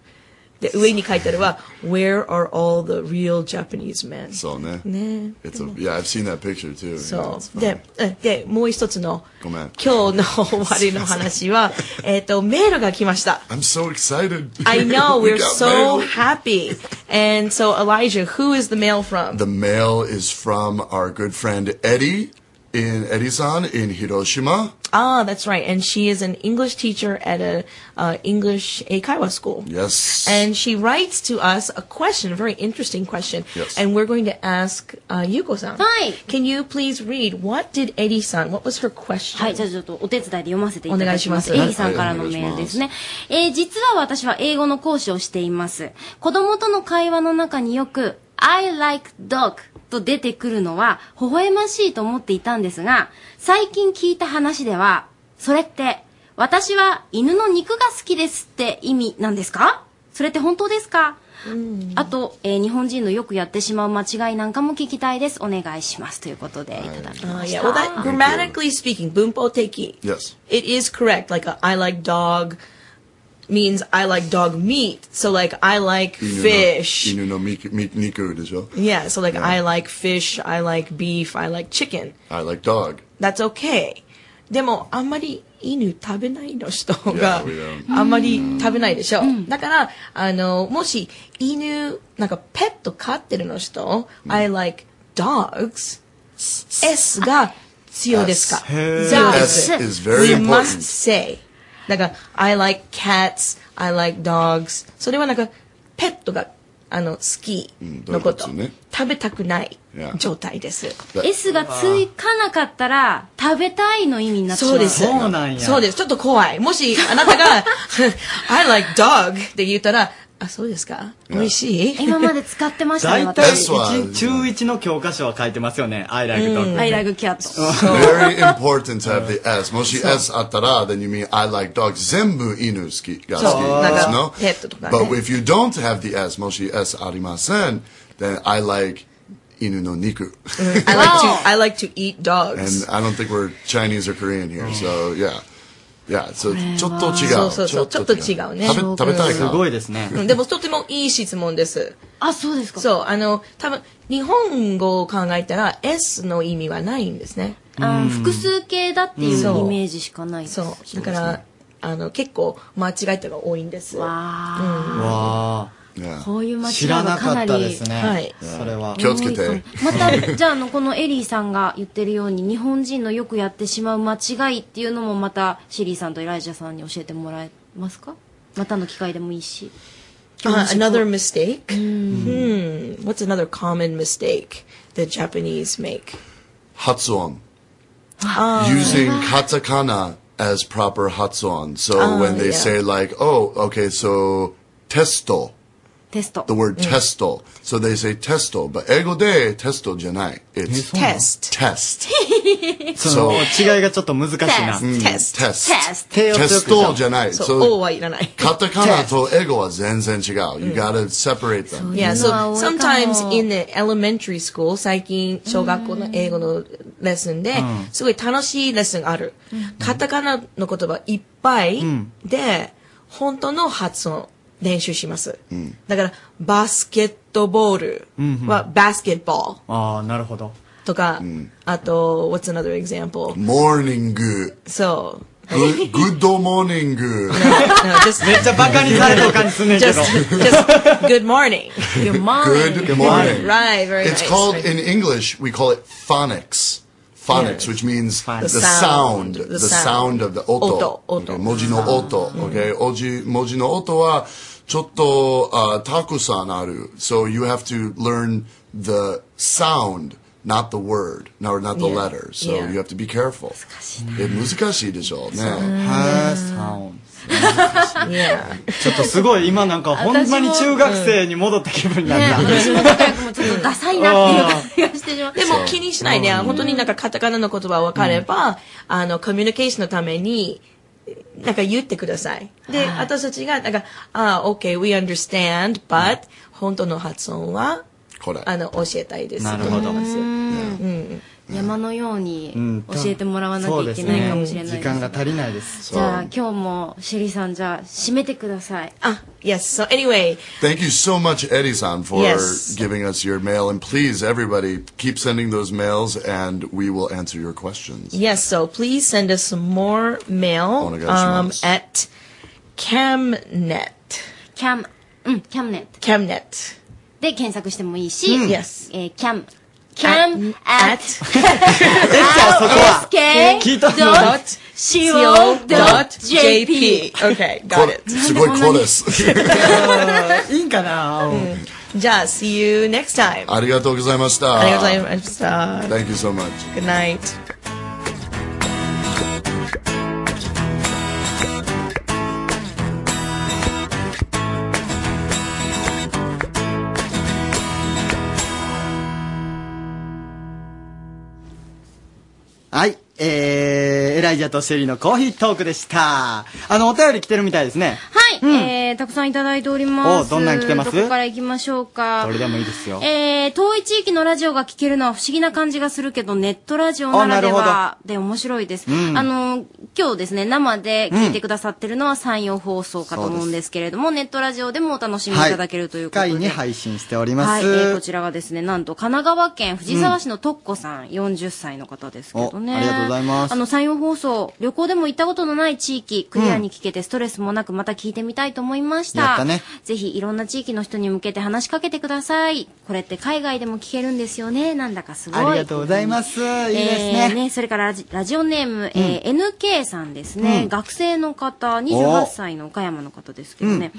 Speaker 9: で、上に書いてあるは、Where are all the real Japanese men?
Speaker 10: So, ne?
Speaker 9: ね。
Speaker 10: It's a, yeah, I've seen that picture too. Yeah,
Speaker 9: そ
Speaker 10: it's Oh,
Speaker 9: う。
Speaker 10: funny.
Speaker 9: で、うんで、eh, もう一つの、
Speaker 10: ごめん
Speaker 9: 今日の終わりの話は、えっと、メールが来 ました。
Speaker 10: I'm so excited.
Speaker 9: I know,
Speaker 10: We
Speaker 9: we're
Speaker 10: got
Speaker 9: so
Speaker 10: mail.
Speaker 9: happy. And so, Elijah, who is the mail from?
Speaker 10: The mail is from our good friend Eddie in Eddie-san in Hiroshima.
Speaker 9: ah, that's right. And she is an English teacher at a uh, English Eikaiwa school.
Speaker 10: Yes.
Speaker 9: And she writes to us a question, a very interesting question.
Speaker 10: Yes.
Speaker 9: And we're going to ask uh, Yuko-san.
Speaker 3: Hi.
Speaker 9: Can you please read, what did Eddie-san, what was her question?
Speaker 3: はい、じゃあちょっとお手伝いで読ませていただきます。
Speaker 9: お
Speaker 3: エ
Speaker 9: 願い
Speaker 3: リ
Speaker 9: し
Speaker 3: さんからのメールですね。えー、実は私は英語の講師をしています。子供との会話の中によく、I like dog と出てくるのは、微笑ましいと思っていたんですが、最近聞いた話では、それって、私は犬の肉が好きですって意味なんですかそれって本当ですか、あと、えー日本人のよくやってしまう間違いなんかも聞きたいです。お願いします。ということで、いただき
Speaker 9: Uh,
Speaker 3: まし
Speaker 9: yeah,
Speaker 3: た。
Speaker 9: well, that grammatically speaking, bunpo teki.
Speaker 10: Yes.
Speaker 9: It is correct. Like, a, I like dog means I like dog meat. So, like, I like
Speaker 10: Inu no-
Speaker 9: fish.
Speaker 10: Inu no miku- mi- niku desu.
Speaker 9: Yeah, so, like, I like fish, I like beef, I like chicken.
Speaker 10: I like dog.
Speaker 9: That's okay. でも、あんまり犬食べないの人
Speaker 10: Yeah,
Speaker 9: が
Speaker 10: we um, don't.、
Speaker 9: あんまり食べないでしょ。だから、あの、もし、犬、なんか、ペット飼ってるの人、I like dogs, S が強いですか
Speaker 10: S へー S
Speaker 9: ?dogs
Speaker 10: is very
Speaker 9: we
Speaker 10: important.
Speaker 9: must say. だから、I like cats, I like dogs. それはなんか、ペットが、あの、好きのこ
Speaker 10: う
Speaker 9: と
Speaker 10: ん動物ね。
Speaker 9: 食べたくない状態です。
Speaker 3: S が追加なかったら、食べたいの意味になってしま。
Speaker 9: そううです。
Speaker 2: そうなんや
Speaker 9: そうです。ちょっと怖い。もし、あな たが、I like dog って言ったら、あ、そうですか美味しい
Speaker 3: 今まで使ってましたね、
Speaker 2: 大体
Speaker 3: 私。
Speaker 10: That's why.
Speaker 2: 一中1の教科書は書いてますよね。I like dog.
Speaker 3: I
Speaker 9: Mm.
Speaker 3: like cat.
Speaker 10: Very important to have the S. Moshi S atara, then you mean I like dogs. Zenbu inu ski, ga
Speaker 9: そう。
Speaker 10: ski,
Speaker 9: なんか、
Speaker 10: no?
Speaker 9: ペットとかね。
Speaker 10: But if you don't have the S, moshi S arimasen, then I like inu no niku.
Speaker 9: I like to, I like to eat dogs.
Speaker 10: and I don't think we're Chinese or Korean here, so yeah. Yeah, so
Speaker 9: そうそうそう、ちょっと違うね。
Speaker 2: す
Speaker 10: ちょっと違う。食べ、食べたいか。
Speaker 2: ごいです ね。
Speaker 9: うん
Speaker 10: Mm-hmm.
Speaker 9: でも、とてもいい質問です。
Speaker 3: あ、そうですか。
Speaker 9: そう、あの、多分、日本語を考えたら、S の意味はないんですね。
Speaker 3: あー複数形だっていう
Speaker 9: そう
Speaker 3: イメージしかないです。
Speaker 9: そう。だから、あの、結構、間違えたが多いんです。は
Speaker 3: わー
Speaker 2: わ
Speaker 3: こういう
Speaker 2: あ。
Speaker 3: 間違
Speaker 2: 知
Speaker 3: い
Speaker 2: らな
Speaker 3: がか
Speaker 2: か
Speaker 3: な
Speaker 2: ったです
Speaker 3: り。
Speaker 2: ね。
Speaker 9: はい
Speaker 2: それは。
Speaker 10: 気をつけて。
Speaker 3: また、じゃあ、あの、このエリーさんが言ってるように、日本人のよくやってしまう間違いっていうのも、また、シェリーさんとエライジャさんに教えてもらえますかまたの機会でもいいし。
Speaker 9: Uh, another mistake. Hmm. What's another common mistake that Japanese make?
Speaker 10: 発音 using katakana as proper 発音 so when they
Speaker 9: yeah.
Speaker 10: say like oh okay so testo
Speaker 3: テスト
Speaker 10: the。word
Speaker 9: Mm.
Speaker 10: testo so they say testo but 英語で testo じゃない it's
Speaker 9: Test.
Speaker 10: test Mm,
Speaker 2: そ の違いがちょっと難しいな。
Speaker 9: Test.
Speaker 10: test
Speaker 3: Test
Speaker 2: 手を強くしろ
Speaker 10: testo じゃない so
Speaker 9: So, oh, wait, no, no.
Speaker 10: カタカナと英語は全然違う。You gotta separate them.
Speaker 9: Yeah, so
Speaker 3: そういうのは多いかも。
Speaker 9: sometimes in the elementary school, 最近、小学校の英語のレッスンで、すごい楽しいレッスンがある。カタカナの言葉いっぱいで、本当の発音練習します。だから、バスケットボールはバスケットボール
Speaker 2: ああ、なるほど。
Speaker 9: とか、
Speaker 10: Mm.
Speaker 9: あと、what's another example?
Speaker 10: モーニング、
Speaker 9: So,
Speaker 10: グ ッドモーニング、
Speaker 9: no, just,
Speaker 2: めっちゃバカにされた感じすんねんけ
Speaker 9: just,
Speaker 2: ど。
Speaker 9: just, good morning.
Speaker 3: Good morning.
Speaker 10: good morning.
Speaker 9: Right, very
Speaker 10: It's
Speaker 9: nice.
Speaker 10: called
Speaker 9: Right.
Speaker 10: in English we call it phonics. Phonics, which means the,
Speaker 2: The
Speaker 10: sound,
Speaker 9: sound.
Speaker 10: the
Speaker 9: The sound.
Speaker 10: sound of the oto.
Speaker 9: Oto, oto.
Speaker 10: Okay,
Speaker 9: Ah. Mm.
Speaker 10: 文字の音 Okay, 文字文字の音はちょっとあたくさんある。So you have to learn the sound, not the word, nor not the
Speaker 9: Yeah.
Speaker 10: letter. So
Speaker 9: Yeah.
Speaker 10: you have to be careful. Eh, え難しいでしょうね。
Speaker 2: はーさん。
Speaker 9: Yeah.
Speaker 2: ちょっとすごい、今なんかほんまに中学生に戻った気分になっ
Speaker 3: ね
Speaker 2: た。
Speaker 3: 私も仲良くもちょっとダサいなっていう感じがしてしまう。
Speaker 9: でも気にしないで、本当になんかカタカナの言葉を分かれば、あの、コミュニケーションのために、なんか言ってください。で、私たちが、なんか、ああ、OK, we understand, but、本当の発音は、
Speaker 10: これ。
Speaker 9: あの、教えたいです。
Speaker 2: なるほど
Speaker 9: と思います
Speaker 3: 山のように教えてもらわなき
Speaker 2: そ
Speaker 3: ゃ
Speaker 2: う
Speaker 3: い
Speaker 2: です
Speaker 3: け
Speaker 2: ね
Speaker 3: ないかもしれない
Speaker 2: 時
Speaker 3: です
Speaker 2: 間が足りないです。
Speaker 3: じゃあ今日もシェリーさんじゃあ締めてください。
Speaker 9: あ、yes, so anyway,
Speaker 10: Thank you so much, Eddie-san, for
Speaker 9: Yes.
Speaker 10: giving us your mail. And please, everybody, keep sending those mails, and we will answer your questions.
Speaker 9: Yes, so please send us some more mail
Speaker 10: お願いし
Speaker 9: um,
Speaker 10: ます。
Speaker 9: at camnet.
Speaker 3: キャム、うん、キャムネット
Speaker 9: camnet.
Speaker 3: で検索してもいいし、え
Speaker 9: Yes.
Speaker 3: ーキャム、キャム at sk.co.jp。
Speaker 9: co.jp. Okay,
Speaker 10: こ
Speaker 9: got
Speaker 10: れ
Speaker 9: it.
Speaker 10: すごいこう です。
Speaker 2: いいんかな
Speaker 9: じゃあ、see you next time.
Speaker 10: ありがとうございました。
Speaker 9: ありがとうございました。
Speaker 10: Thank you so much.
Speaker 9: Good night.
Speaker 2: はい。えー、エライジャとシェリーのコーヒートークでした。あの、お便り来てるみたいですね。
Speaker 3: はい、えー、たくさんいただいております。
Speaker 2: おどんなん来てます
Speaker 3: どこから行きましょうか。
Speaker 2: どれでもいいですよ
Speaker 3: えー、遠い地域のラジオが聞けるのは不思議な感じがするけど、ネットラジオならで
Speaker 2: あな
Speaker 3: はで面白いです。あの、今日ですね、生で聞いてくださってるのは山陽放送かと思うんですけれども、ネットラジオでもお楽しみいただけるということで。
Speaker 2: 回に配信しておりま
Speaker 3: はい、え
Speaker 2: す。
Speaker 3: ーこちらはですね、なんと神奈川県藤沢市のとっこさん、40歳の方ですけどね。
Speaker 2: おありがとうございます
Speaker 3: あの、山陽放送、旅行でも行ったことのない地域、クリアに聞けてストレスもなくまた聞いてみたいと思いました。
Speaker 2: やったね
Speaker 3: ぜひいろんな地域の人に向けて話しかけてください。これって海外でも聞けるんですよね。なんだかすごい。
Speaker 2: ありがとうございます。いいです
Speaker 3: えー
Speaker 2: ね。
Speaker 3: それからラジラジオネーム、えー NK さんですね、学生の方、28歳の岡山の方ですけどね。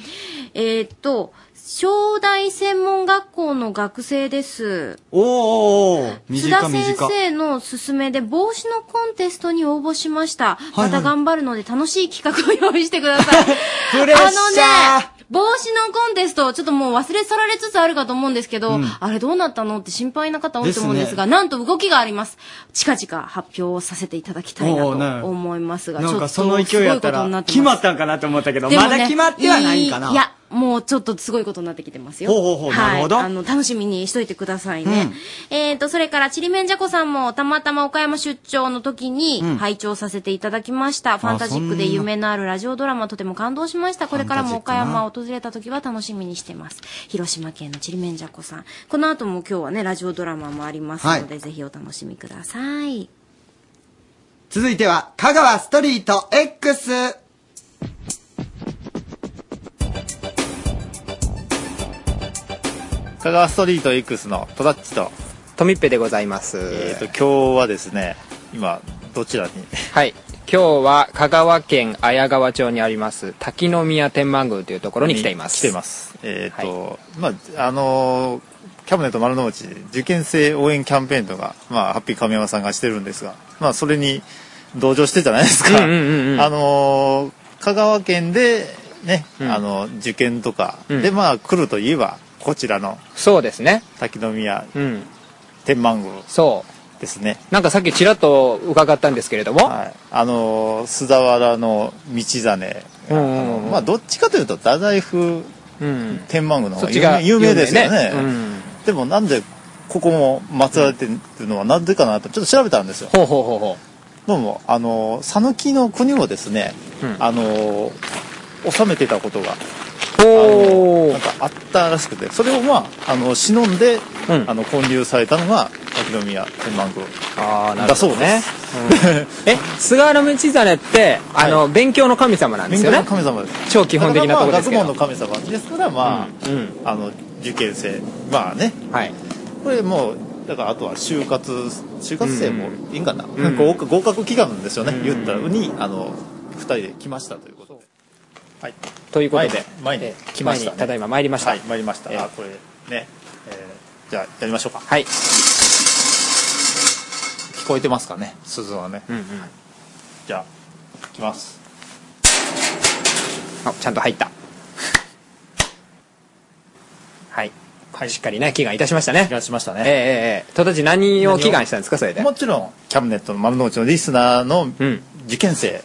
Speaker 3: えーっと、小大専門学校の学生です。
Speaker 2: おーおーおー
Speaker 3: 津田
Speaker 2: 短
Speaker 3: 先
Speaker 2: 短。
Speaker 3: 生の勧めで帽子のコンテストに応募しました。
Speaker 2: いは
Speaker 3: ま
Speaker 2: い
Speaker 3: た頑張るので楽しい企画を用意してくだ さい。
Speaker 2: プレッシャー
Speaker 3: あのね、帽子のコンテスト、ちょっともう忘れ去られつつあるかと思うんですけど、あれどうなったのって心配な方多いと思うんですが、
Speaker 2: で
Speaker 3: なんと動きがあります。近々発表をさせていただきたいな
Speaker 2: おーな
Speaker 3: と思いますが、ちょ
Speaker 2: な
Speaker 3: っ
Speaker 2: ん
Speaker 3: と
Speaker 2: か
Speaker 3: す
Speaker 2: そ
Speaker 3: ご
Speaker 2: の
Speaker 3: い
Speaker 2: 勢いやっ
Speaker 3: こ
Speaker 2: た
Speaker 3: とにな
Speaker 2: ら
Speaker 3: って
Speaker 2: 決ま
Speaker 3: ます
Speaker 2: っ。たんかなと思ったけど、
Speaker 3: でも
Speaker 2: ま
Speaker 3: ね
Speaker 2: だ決まってはないんかない
Speaker 3: や、もうちょっとすごいことになってきてますよ。
Speaker 2: ほうほうほ
Speaker 3: は
Speaker 2: う
Speaker 3: い
Speaker 2: なるほど
Speaker 3: あの、楽しみにしといてくださいね。えっ、と、それから、ちりめんじゃこさんも、たまたま岡山出張の時に、拝聴させていただきました。ファンタジックで夢のあるラジオドラマ、とても感動しました。これからも岡山を訪れた時は楽しみにしてます。広島県のちりめんじゃこさん。この後も今日はね、ラジオドラマもありますので、
Speaker 2: は
Speaker 3: ぜひお楽しみください。
Speaker 2: 続いては、香川ストリート X。
Speaker 6: 香川ストリート X のトラッチと、
Speaker 11: トミッペでございます。
Speaker 6: えっ、と、今日はですね、今、どちらに
Speaker 11: はい。
Speaker 12: 今日は香川県綾川町にあります滝宮天満宮というところに来ています
Speaker 11: 来ていますえっ、と、まああのーキャブネット丸の内受験生応援キャンペーンとか、まあ、ハッピー亀山さんがしてるんですが、まあ、それに同情してじゃないですか、
Speaker 12: うんうんうんうん
Speaker 11: あのー香川県でね、
Speaker 12: うん
Speaker 11: あの受験とか、
Speaker 12: うん
Speaker 11: でまあ来るといえばこちらの
Speaker 12: そうですね
Speaker 11: 滝宮
Speaker 12: うん
Speaker 11: 天満宮
Speaker 12: そう
Speaker 11: ですね
Speaker 12: なんかさっきちらっと伺ったんですけれども、
Speaker 11: あのー須田原の道真、
Speaker 12: うんうん
Speaker 11: あのまあどっちかというと太宰府
Speaker 12: うん
Speaker 11: 天満宮の方
Speaker 12: そっ
Speaker 11: が
Speaker 12: ち
Speaker 11: 有
Speaker 12: が
Speaker 11: 名有名ですよね
Speaker 12: 有名ねうん
Speaker 11: でもなんでここも祀られてるのはなんでかなとちょっと調べたんですよ、
Speaker 12: ほうほうほうほ
Speaker 11: どうもあの讃岐の国もですね、
Speaker 12: うん
Speaker 11: あの治めてたことが
Speaker 12: あの
Speaker 11: なんかあったらしくてそれをまああの忍んで、あの建立されたのが滝宮天満宮
Speaker 12: あなる
Speaker 11: だ
Speaker 12: ほ
Speaker 11: そ
Speaker 12: ど
Speaker 11: う
Speaker 12: ね
Speaker 11: です、
Speaker 12: え菅原道真ってあの、勉強の神様なんですよね
Speaker 11: 勉強の神様です
Speaker 12: 超基本的なところですけど
Speaker 11: だからまあ学問の神様ですからまあ、あの受験生まあね、これもうだからあとは就活就活生もいいんかな、
Speaker 12: うん
Speaker 11: 合格合格祈願ですよね、
Speaker 12: うん
Speaker 11: 言ったらにあの2人で来ましたということではい
Speaker 12: ということで
Speaker 11: 前に
Speaker 12: え
Speaker 11: 前に来ま
Speaker 12: 前
Speaker 11: した、ね、
Speaker 12: にただいま参りました
Speaker 11: はい参りました、あこれね、えーじゃあやりましょうか
Speaker 12: はい
Speaker 11: 聞こえてますかね鈴はね、じゃあ来ます
Speaker 12: あちゃんと入ったはい、しっかりね祈願いたしましたね祈
Speaker 11: 願しましたね
Speaker 12: ええええええ戸田地何を祈願したんですかそれで
Speaker 11: もちろんキャビネットの丸の内のリスナーの受験生、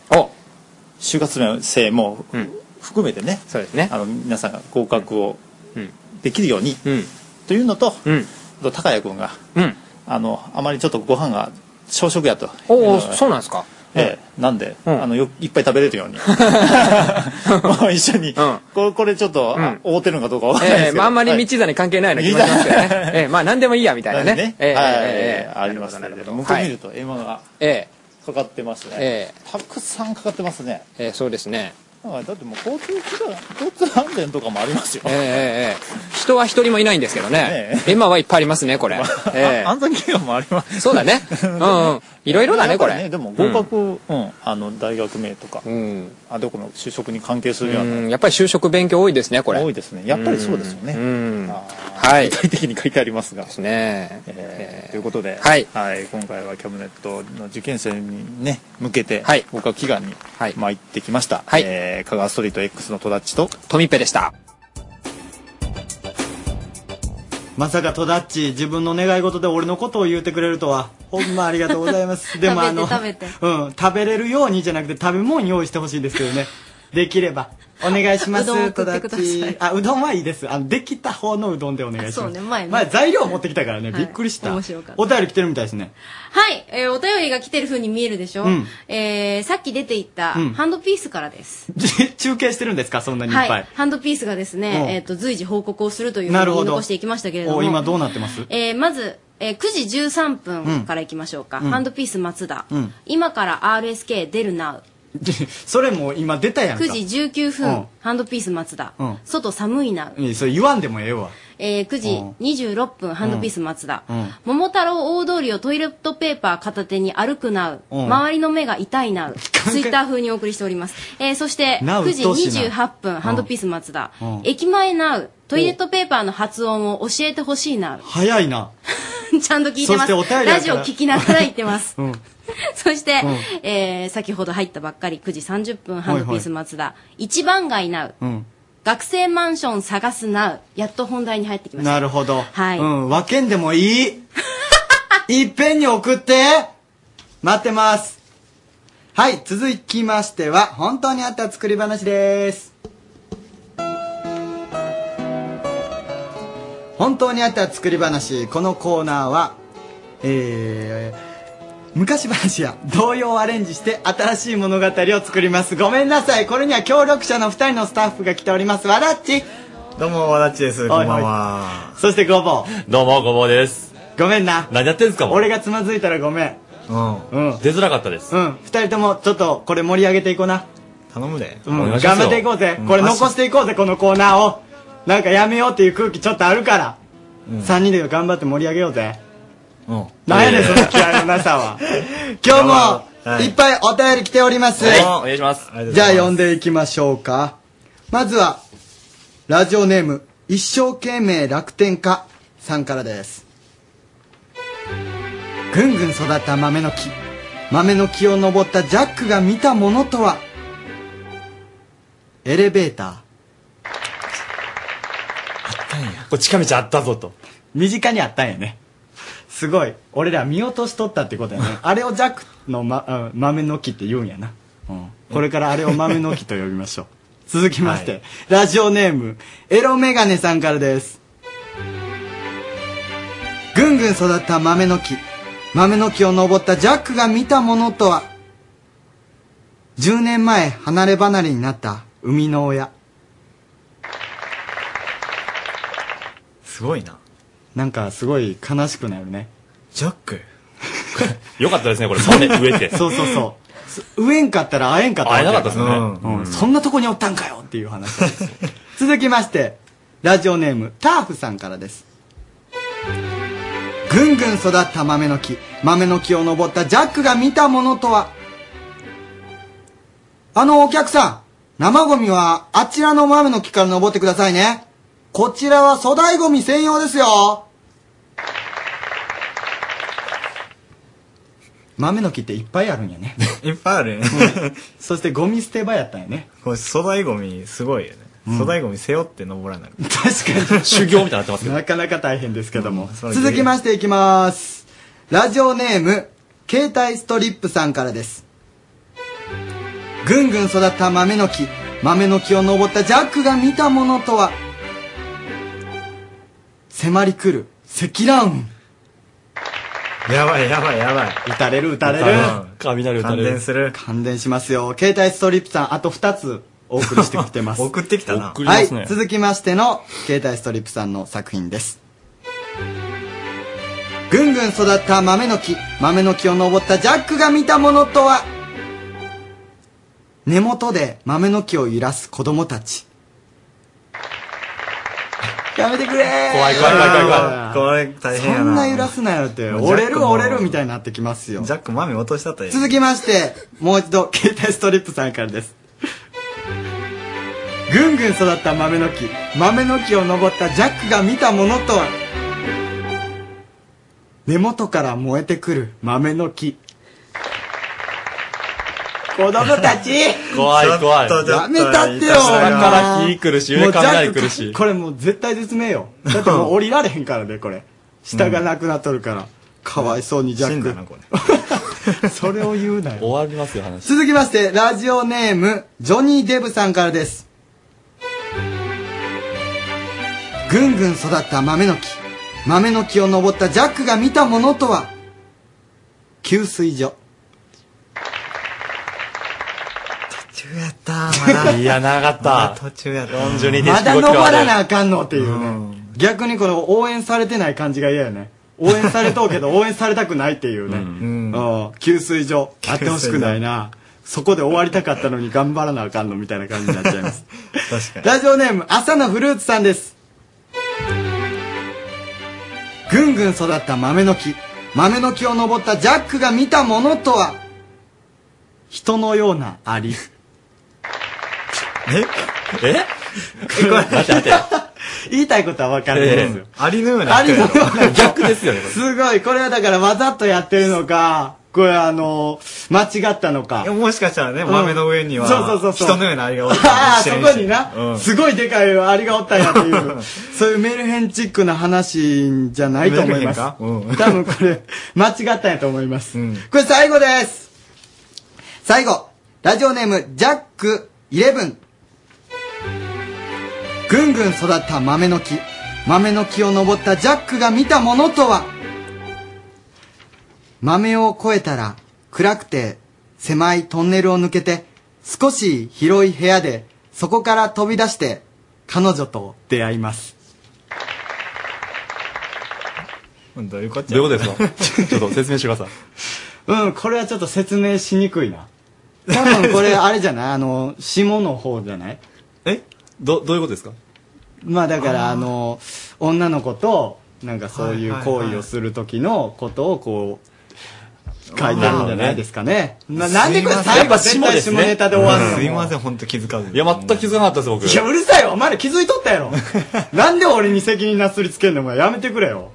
Speaker 11: 就活生も含めてね,、あの皆さんが合格をできるように、というのと、あと高谷君が、
Speaker 12: うん
Speaker 11: あのあまりちょっとご飯が小食やと
Speaker 12: おおそうなんですか
Speaker 11: ええ、なんで、あのよいっぱい食べれるよ うにもう一緒に、これこれちょっと、あ合うてるのかどうかわからないです
Speaker 12: ええ
Speaker 11: けど、
Speaker 12: まああんまり
Speaker 11: はい
Speaker 12: 道真に関係ないような気がしますけど ね、ええまあ何でもいいやみたいなね
Speaker 11: ね
Speaker 12: ええええ
Speaker 11: はい
Speaker 12: ええ
Speaker 11: ありますね向こう見ると絵馬が
Speaker 12: え
Speaker 11: かかってますね、
Speaker 12: え
Speaker 11: たくさんかかってますね
Speaker 12: ええそうですね
Speaker 11: あだってもう交通機関交通安全とかもありますよ、
Speaker 12: ええええええ人は一人もいないんですけどね今はいっぱいありますねこれ、ええ
Speaker 11: あ安全機関もあります
Speaker 12: そう だねうんうんいろいろだねこれ
Speaker 11: でも合格、うんあの大学名とか、あどこの就職に関係するような、
Speaker 12: うんやっぱり就職勉強多いですねこれ
Speaker 11: 多いですねやっぱりそうですよね、
Speaker 12: うん
Speaker 11: はい、具体的に書いてありますが。です
Speaker 12: ね、
Speaker 11: えーということで、
Speaker 12: はい
Speaker 11: 今回はキャブネットの受験生に、ね、向けて、
Speaker 12: はい
Speaker 11: 合格祈願に参ってきました、
Speaker 12: はい
Speaker 11: えー香川ストリート X の戸田っちと
Speaker 12: トミッペでした
Speaker 2: まさかトダッチ自分の願い事で俺のことを言うてくれるとはほんまありがとうございま す でもあの
Speaker 3: 食べて食べて
Speaker 2: うん、食べれるようにじゃなくて食べ物用意してほしいですけどねできればお願いし ま
Speaker 3: うどん
Speaker 2: す
Speaker 3: 送
Speaker 2: 戸
Speaker 3: って
Speaker 2: 田
Speaker 3: く
Speaker 2: っ
Speaker 3: ださい
Speaker 2: ちあうどんはいいですあのできた方のうどんでお願いします
Speaker 3: そうね前ね
Speaker 2: まあ材料持ってきたからね、
Speaker 3: はい
Speaker 2: びっくりした
Speaker 3: 面白かった
Speaker 2: お便り来てるみたいですね
Speaker 3: はい、えーお便りが来てる風に見えるでしょ、
Speaker 2: うん
Speaker 3: えーさっき出ていった
Speaker 2: うん
Speaker 3: ハンドピースからです。
Speaker 2: 中継してるんですかそんなにいっぱ、
Speaker 3: はいい、ハンドピースがです
Speaker 2: うん
Speaker 3: ね、えー、と随時報告をするというふう
Speaker 2: な
Speaker 3: に
Speaker 2: る
Speaker 3: 言
Speaker 2: ほ
Speaker 3: い
Speaker 2: ど
Speaker 3: 残していきましたけれども
Speaker 2: お今どうなってます
Speaker 3: えーまず、えー9時13
Speaker 2: うん
Speaker 3: 分からいきましょうか、
Speaker 2: うん
Speaker 3: ハンドピース松田、
Speaker 2: うん
Speaker 3: 今から RSK 出るなう
Speaker 2: それもう今出たやんか
Speaker 3: 9時19分、
Speaker 2: うん
Speaker 3: ハンドピース松田、
Speaker 2: うん
Speaker 3: 外寒いなう、
Speaker 2: いいそれ言わんでもええわ
Speaker 3: えー9時26分ハンドピース松田、
Speaker 2: うん
Speaker 3: 桃太郎大通りをトイレットペーパー片手に歩くなう、
Speaker 2: うん
Speaker 3: 周りの目が痛いなうツイッター風にお送りしております、えーそして
Speaker 13: なう
Speaker 3: 9時
Speaker 13: うっとうしいな
Speaker 3: 28分
Speaker 13: うん
Speaker 3: ハンドピース松田、
Speaker 2: うん
Speaker 3: 駅前なうトイレットペーパーの発音を教えてほしい なう
Speaker 2: 早いな
Speaker 3: ちゃんと聞いてます
Speaker 2: そしてお便りだから
Speaker 3: ラジオ聞きながら言ってます
Speaker 2: うん
Speaker 3: そして、
Speaker 2: う
Speaker 3: えー先ほど入ったばっかり9時30分ハンドピース松田、一番街なう
Speaker 2: うん
Speaker 3: 学生マンション探すなうやっと本題に入ってきました
Speaker 2: なるほど。
Speaker 3: はい
Speaker 2: うん、分けんでもい い。いっぺんに送って。待ってます。はい、続きましては、本当にあった作り話です。本当にあった作り話、このコーナーは、えー、昔話や童謡をアレンジして新しい物語を作ります。ごめんなさい。これには協力者の二人のスタッフが来ております。わだっち。
Speaker 1: どうも、わだっちです。こんばんは。
Speaker 2: そしてごぼう。
Speaker 1: どうも、ごぼうです。
Speaker 2: ごめんな。
Speaker 1: 何やってんすか、もう。
Speaker 2: 俺がつまずいたらごめん。
Speaker 1: うん。出づらかったです。
Speaker 2: うん、二人ともちょっとこれ盛り上げていこうな。
Speaker 1: 頼むで。
Speaker 2: うん
Speaker 1: お願
Speaker 2: 頑
Speaker 1: いします
Speaker 2: 張
Speaker 1: よ
Speaker 2: っていこうぜ
Speaker 1: う。ん
Speaker 2: これ残していこうぜ、このコーナーを。なんかやめようっていう空気ちょっとあるから。三人で頑張って盛り上げようぜ。
Speaker 1: うん。
Speaker 2: なんやねん、その気合のなさは。今日も、いっぱいお便り来ております。
Speaker 14: はいお願いします
Speaker 2: じゃあ読んでいきましょうか。まずは、ラジオネーム、一生懸命楽天家さんからです。ぐんぐん育った豆の木。豆の木を登ったジャックが見たものとは、エレベーター。あったんや。
Speaker 14: これ近道あったぞと。
Speaker 2: 身近にあったんやね。すごい。俺ら見落としとったってことやね。あれをジャックの、ま、あ豆の木って言うんやな。うん。これからあれを豆の木と呼びましょう。続きまして、
Speaker 14: はい
Speaker 2: ラジオネーム、エロメガネさんからです。ぐんぐん育った豆の木。豆の木を登ったジャックが見たものとは、10年前離れ離れになった生みの親。
Speaker 14: すごいな。
Speaker 2: なんかすごい悲しくなるね。
Speaker 14: ジャックよかったですね、これ。豆植 え て。
Speaker 2: そうそうそうす。植えんかったら会えんかった
Speaker 14: 会えなか
Speaker 2: わ
Speaker 14: っ
Speaker 2: け
Speaker 14: た
Speaker 2: や
Speaker 14: です
Speaker 2: ら
Speaker 14: ね。
Speaker 2: うんそんなとこにおったんかよっていう話なんですよ続きまして、ラジオネーム、ターフさんからです。ぐんぐん育った豆の木。豆の木を登ったジャックが見たものとはあのお客さん、生ゴミはあちらの豆の木から登ってくださいね。こちらは粗大ゴミ専用ですよ。豆の木っていっぱいあるんやね。
Speaker 14: いっぱいあるね。
Speaker 2: そしてゴミ捨て場やったんやね。
Speaker 14: これ粗大ゴミすごいよね、
Speaker 2: うん
Speaker 14: 粗大ゴミ背負って登らない
Speaker 2: 確かに
Speaker 14: 修行みたいになってますけど
Speaker 2: なかなか大変ですけども、
Speaker 14: れ
Speaker 2: 続きましていきますラジオネーム携帯ストリップさんからですぐんぐん育った豆の木豆の木を登ったジャックが見たものとは迫り来る積乱雲
Speaker 14: やばいやばいやばい
Speaker 2: 打たれる打たれる
Speaker 14: 雷打たれる感電する
Speaker 2: 感電しますよ携帯ストリップさんあと2つお送りしてきてます
Speaker 14: 送ってきたな送りま
Speaker 2: はい
Speaker 14: すね
Speaker 2: 続きましての携帯ストリップさんの作品ですぐんぐん育った豆の木豆の木を登ったジャックが見たものとは根元で豆の木を揺らす子供たちやめてくれー
Speaker 14: 怖い怖い怖い怖い怖いこれ大変やな
Speaker 2: そんな揺らすなよって
Speaker 14: もうジャックも
Speaker 2: 折れる折れるみたいになってきますよ
Speaker 14: ジャック豆落としたったらいい
Speaker 2: 続きまして、もう一度、携帯ストリップさんからです。ぐんぐん育った豆の木。豆の木を登ったジャックが見たものとは根元から燃えてくる豆の木。子供たち
Speaker 14: 怖い怖い
Speaker 2: ちょっとやめたってよ
Speaker 14: 下から火来るし上から雷来るし
Speaker 2: もうジャックこれもう絶対絶命よ。だってもう降りられへんからね、これ。下がなくなっとるから。かわいそうにジャック。
Speaker 14: 死んだなこ
Speaker 2: それを言うなよ。
Speaker 14: 終わりますよ話
Speaker 2: 続きまして、ラジオネーム、ジョニー・デブさんからです。ぐんぐん育った豆の木。豆の木を登ったジャックが見たものとは、給水所。
Speaker 14: 途中やった
Speaker 2: まだ
Speaker 14: いや長かった
Speaker 2: 途中やった
Speaker 14: 42.5
Speaker 2: まだ
Speaker 14: キロ
Speaker 2: 登
Speaker 14: ある
Speaker 2: らなあかんのっていうね。逆にこの応援されてない感じが嫌や ね。応援されとうけど応援されたくないっていうね。うん給水所、あってほしくないな。そこで終わりたかったのに頑張らなあかんのみたいな感じになっちゃいます。
Speaker 14: 確かに
Speaker 2: ラジオネーム、朝のフルーツさんです。ぐんぐん育った豆の木。豆の木を登ったジャックが見たものとは、人のようなアリ。
Speaker 14: ええ
Speaker 2: えこれ
Speaker 14: 待って待って
Speaker 2: 言いたいことは分かるんですよ。
Speaker 14: ありのような
Speaker 2: ありのような
Speaker 14: 逆ですよねこ
Speaker 2: すごい、これはだからわざとやってるのか、これあの、間違ったのか
Speaker 14: れ。もしかしたらね豆の上には
Speaker 2: そうそうそうそう
Speaker 14: 人のようなありが落ちてる
Speaker 2: ああ、
Speaker 14: 知
Speaker 2: そ
Speaker 14: らん
Speaker 2: こ
Speaker 14: し
Speaker 2: に
Speaker 14: う
Speaker 2: な、
Speaker 14: ん
Speaker 2: すごいでかいアリがおったんやっていう、 そういうメルヘンチックな話じゃないと思います。
Speaker 14: メルヘンかうん
Speaker 2: 多分これ、間違ったんやと思います。これ最後です最後、ラジオネーム、ジャック11。ぐんぐん育った豆の木。豆の木を登ったジャックが見たものとは豆を越えたら暗くて狭いトンネルを抜けて少し広い部屋でそこから飛び出して彼女と出会います。
Speaker 14: どういうことどういうことですかちょっと説明してください
Speaker 2: うん、これはちょっと説明しにくいな。多分これあれじゃないあの、下の方じゃない
Speaker 14: えどどういうことですか
Speaker 2: まあだからあの、女の子となんかそういう
Speaker 14: はいはい
Speaker 2: 行
Speaker 14: はい
Speaker 2: 為をする時のことをこう、書いてあるんじゃないですかね。ななんでこれ
Speaker 14: や
Speaker 2: 最
Speaker 14: っ
Speaker 2: 後
Speaker 14: ぱ
Speaker 2: 絶対下ネタで終わるの、
Speaker 14: すいません、本当気づかず。いや、全く気づかなかったです、僕。
Speaker 2: いや、うるさいよお前ら気づいとったや ろなんで俺に責任なすりつけんのお前やめてくれよ。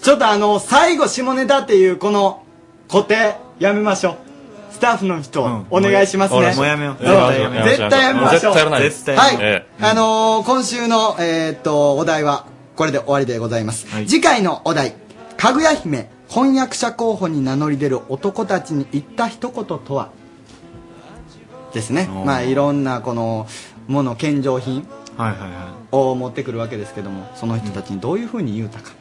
Speaker 2: ちょっとあの、最後下ネタっていうこの固定、やめましょう。スタッフの人、お願いします
Speaker 14: もう
Speaker 2: ね。
Speaker 14: 俺もうやめようんやめよう
Speaker 2: 絶対やめましょう。
Speaker 14: 絶対やらないです
Speaker 2: はい。
Speaker 14: ええ
Speaker 2: あのー今週の、えーっと、お題は、これで終わりでございます。次回のお題、かぐや姫、婚約者候補に名乗り出る男たちに言った一言とはですね。まあ、いろんなこの、もの、献上品。
Speaker 14: はいはいは。
Speaker 2: を持ってくるわけですけどもその人たちにどういうふうに言うたか、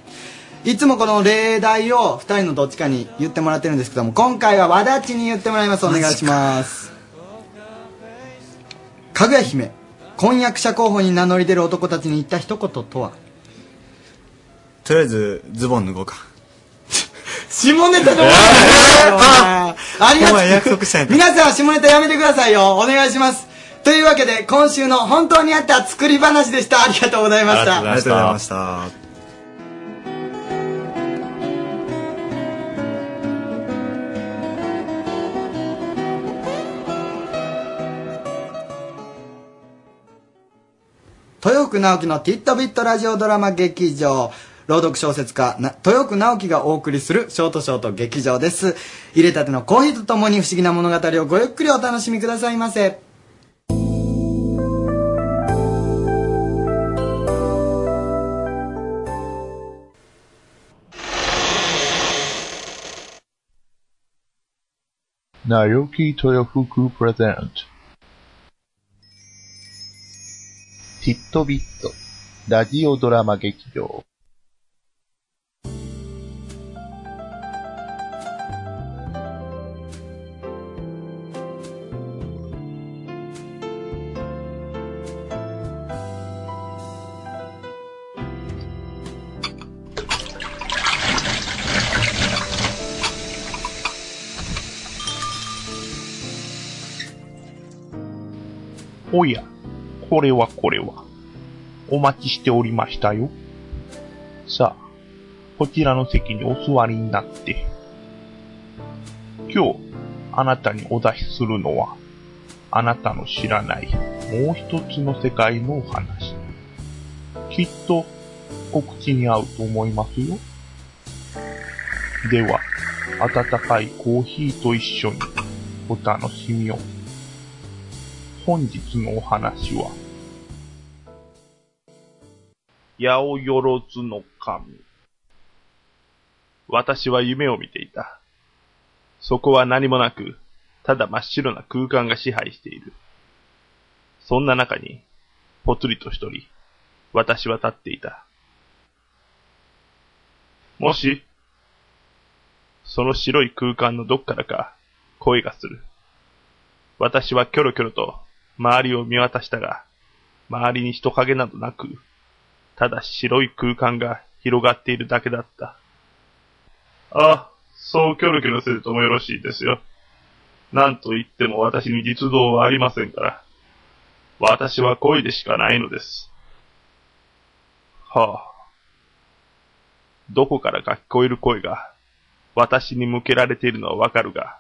Speaker 2: いつもこの例題を2人のどっちかに言ってもらってるんですけども今回は和田っちに言ってもらいますお願いしますかぐや姫婚約者候補に名乗り出る男たちに言った一言とはい
Speaker 14: とりあえず、ズボン脱ごうか。
Speaker 2: 下ネタで終わる あありがとう
Speaker 14: お前約束したんやった
Speaker 2: 皆さん下ネタやめてくださいよお願いしますというわけで今週の本当にあった作り話でしたありがとうございました
Speaker 14: ありがとうございました。
Speaker 2: 豊福直樹のティットビットラジオドラマ劇場朗読小説家な豊福直樹がお送りするショートショート劇場です入れたてのコーヒーとともに不思議な物語をごゆっくりお楽しみくださいませ
Speaker 15: なよき豊福プレゼント。ティットビット、ラジオドラマ劇場。おや、これはこれは。お待ちしておりましたよ。さあ、こちらの席にお座りになって。今日、あなたにお出しするのは、あなたの知らないもう一つの世界のお話。きっと、お口に合うと思いますよ。では、温かいコーヒーと一緒にお楽しみを。本日のお話は、八百万の神。
Speaker 16: 私は夢を見ていた。そこは何もなく、ただ真っ白な空間が支配している。そんな中に、ぽつりと一人、私は立っていた。もし、その白い空間のどっからか、声がする。私はキョロキョロと周りを見渡したが、周りに人影などなく、ただ白い空間が広がっているだけだった。あ、そうキョロキョロするともよろしいですよ。なんと言っても私に実動はありませんから。私は恋でしかないのです。はあ。どこからか聞こえる声が、私に向けられているのはわかるが、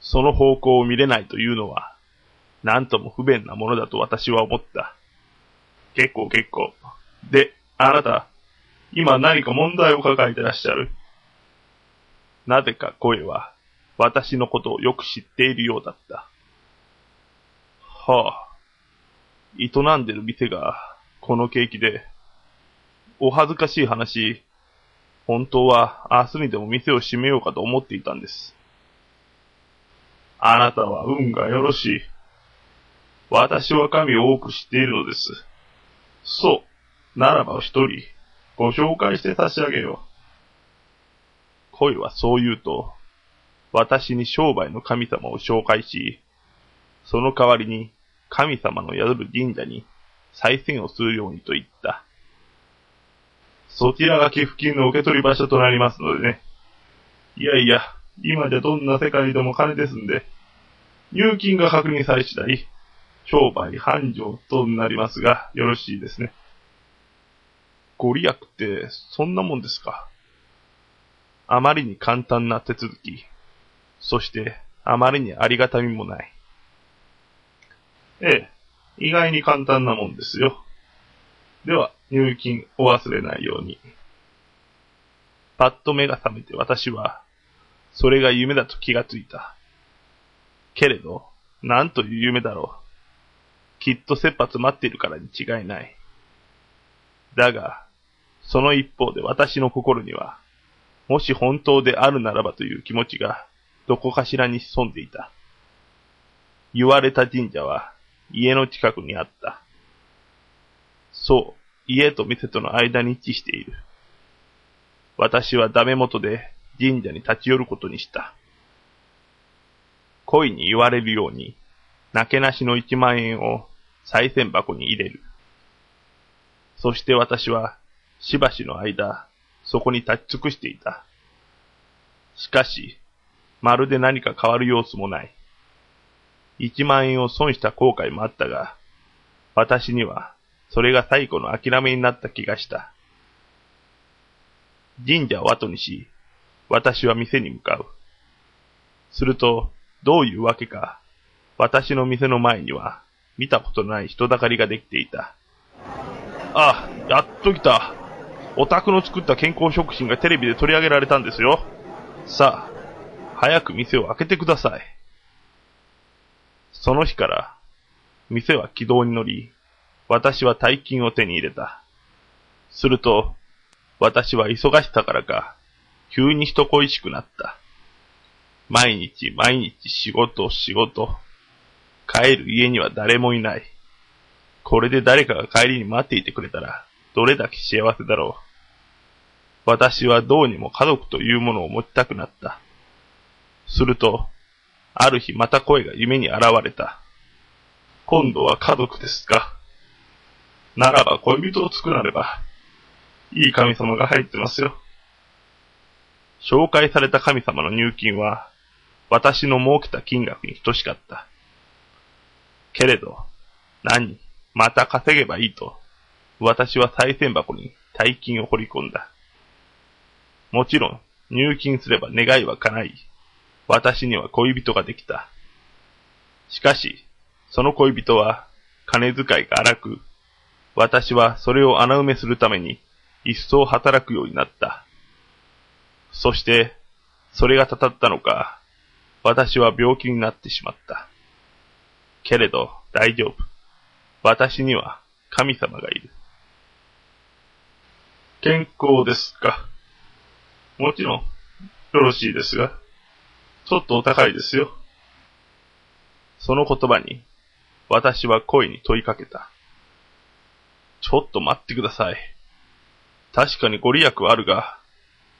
Speaker 16: その方向を見れないというのは、なんとも不便なものだと私は思った。結構結構。で、あなた、今何か問題を抱えてらっしゃる。なぜか声は、私のことをよく知っているようだった。はあ。営んでる店が、このケーキで、お恥ずかしい話、本当は明日にでも店を閉めようかと思っていたんです。あなたは運がよろしい。私は神を多く知っているのです。そう。ならばお一人、ご紹介して差し上げよう。恋はそう言うと、私に商売の神様を紹介し、その代わりに神様の宿る神社に再選をするようにと言った。そちらが寄付金の受け取り場所となりますのでね。いやいや、今じゃどんな世界でも金ですんで、入金が確認され次第、商売繁盛となりますが、よろしいですね。ご利益って、そんなもんですか。あまりに簡単な手続き。そして、あまりにありがたみもない。ええ、意外に簡単なもんですよ。では、入金お忘れないように。パッと目が覚めて私は、それが夢だと気がついた。けれど、なんという夢だろう。きっと切羽詰まっているからに違いない。だが、その一方で私の心には、もし本当であるならばという気持ちが、どこかしらに潜んでいた。言われた神社は、家の近くにあった。そう、家と店との間に位置している。私はダメ元で神社に立ち寄ることにした。恋に言われるように、なけなしの一万円を再銭箱に入れる。そして私は、しばしの間、そこに立ち尽くしていた。しかし、まるで何か変わる様子もない。一万円を損した後悔もあったが、私には、それが最後の諦めになった気がした。神社を後にし、私は店に向かう。すると、どういうわけか、私の店の前には、見たことない人だかりができていた。あ、やっと来た。オタクの作った健康食品がテレビで取り上げられたんですよ。さあ、早く店を開けてください。その日から、店は軌道に乗り、私は大金を手に入れた。すると、私は忙しさからか、急に人恋しくなった。毎日毎日仕事仕事。帰る家には誰もいない。これで誰かが帰りに待っていてくれたら、どれだけ幸せだろう。私はどうにも家族というものを持ちたくなった。すると、ある日また声が夢に現れた。今度は家族ですか。ならば恋人を作らねば。いい神様が入ってますよ。紹介された神様の入金は、私の儲けた金額に等しかった。けれど、何、また稼げばいいと、私は再銭箱に大金を掘り込んだ。もちろん、入金すれば願いは叶い、私には恋人ができた。しかし、その恋人は、金遣いが荒く、私はそれを穴埋めするために、一層働くようになった。そして、それがたたったのか、私は病気になってしまった。けれど、大丈夫。私には神様がいる。健康ですかもちろん、よろしいですが、ちょっとお高いですよ。その言葉に、私は声に問いかけた。ちょっと待ってください。確かにご利益はあるが、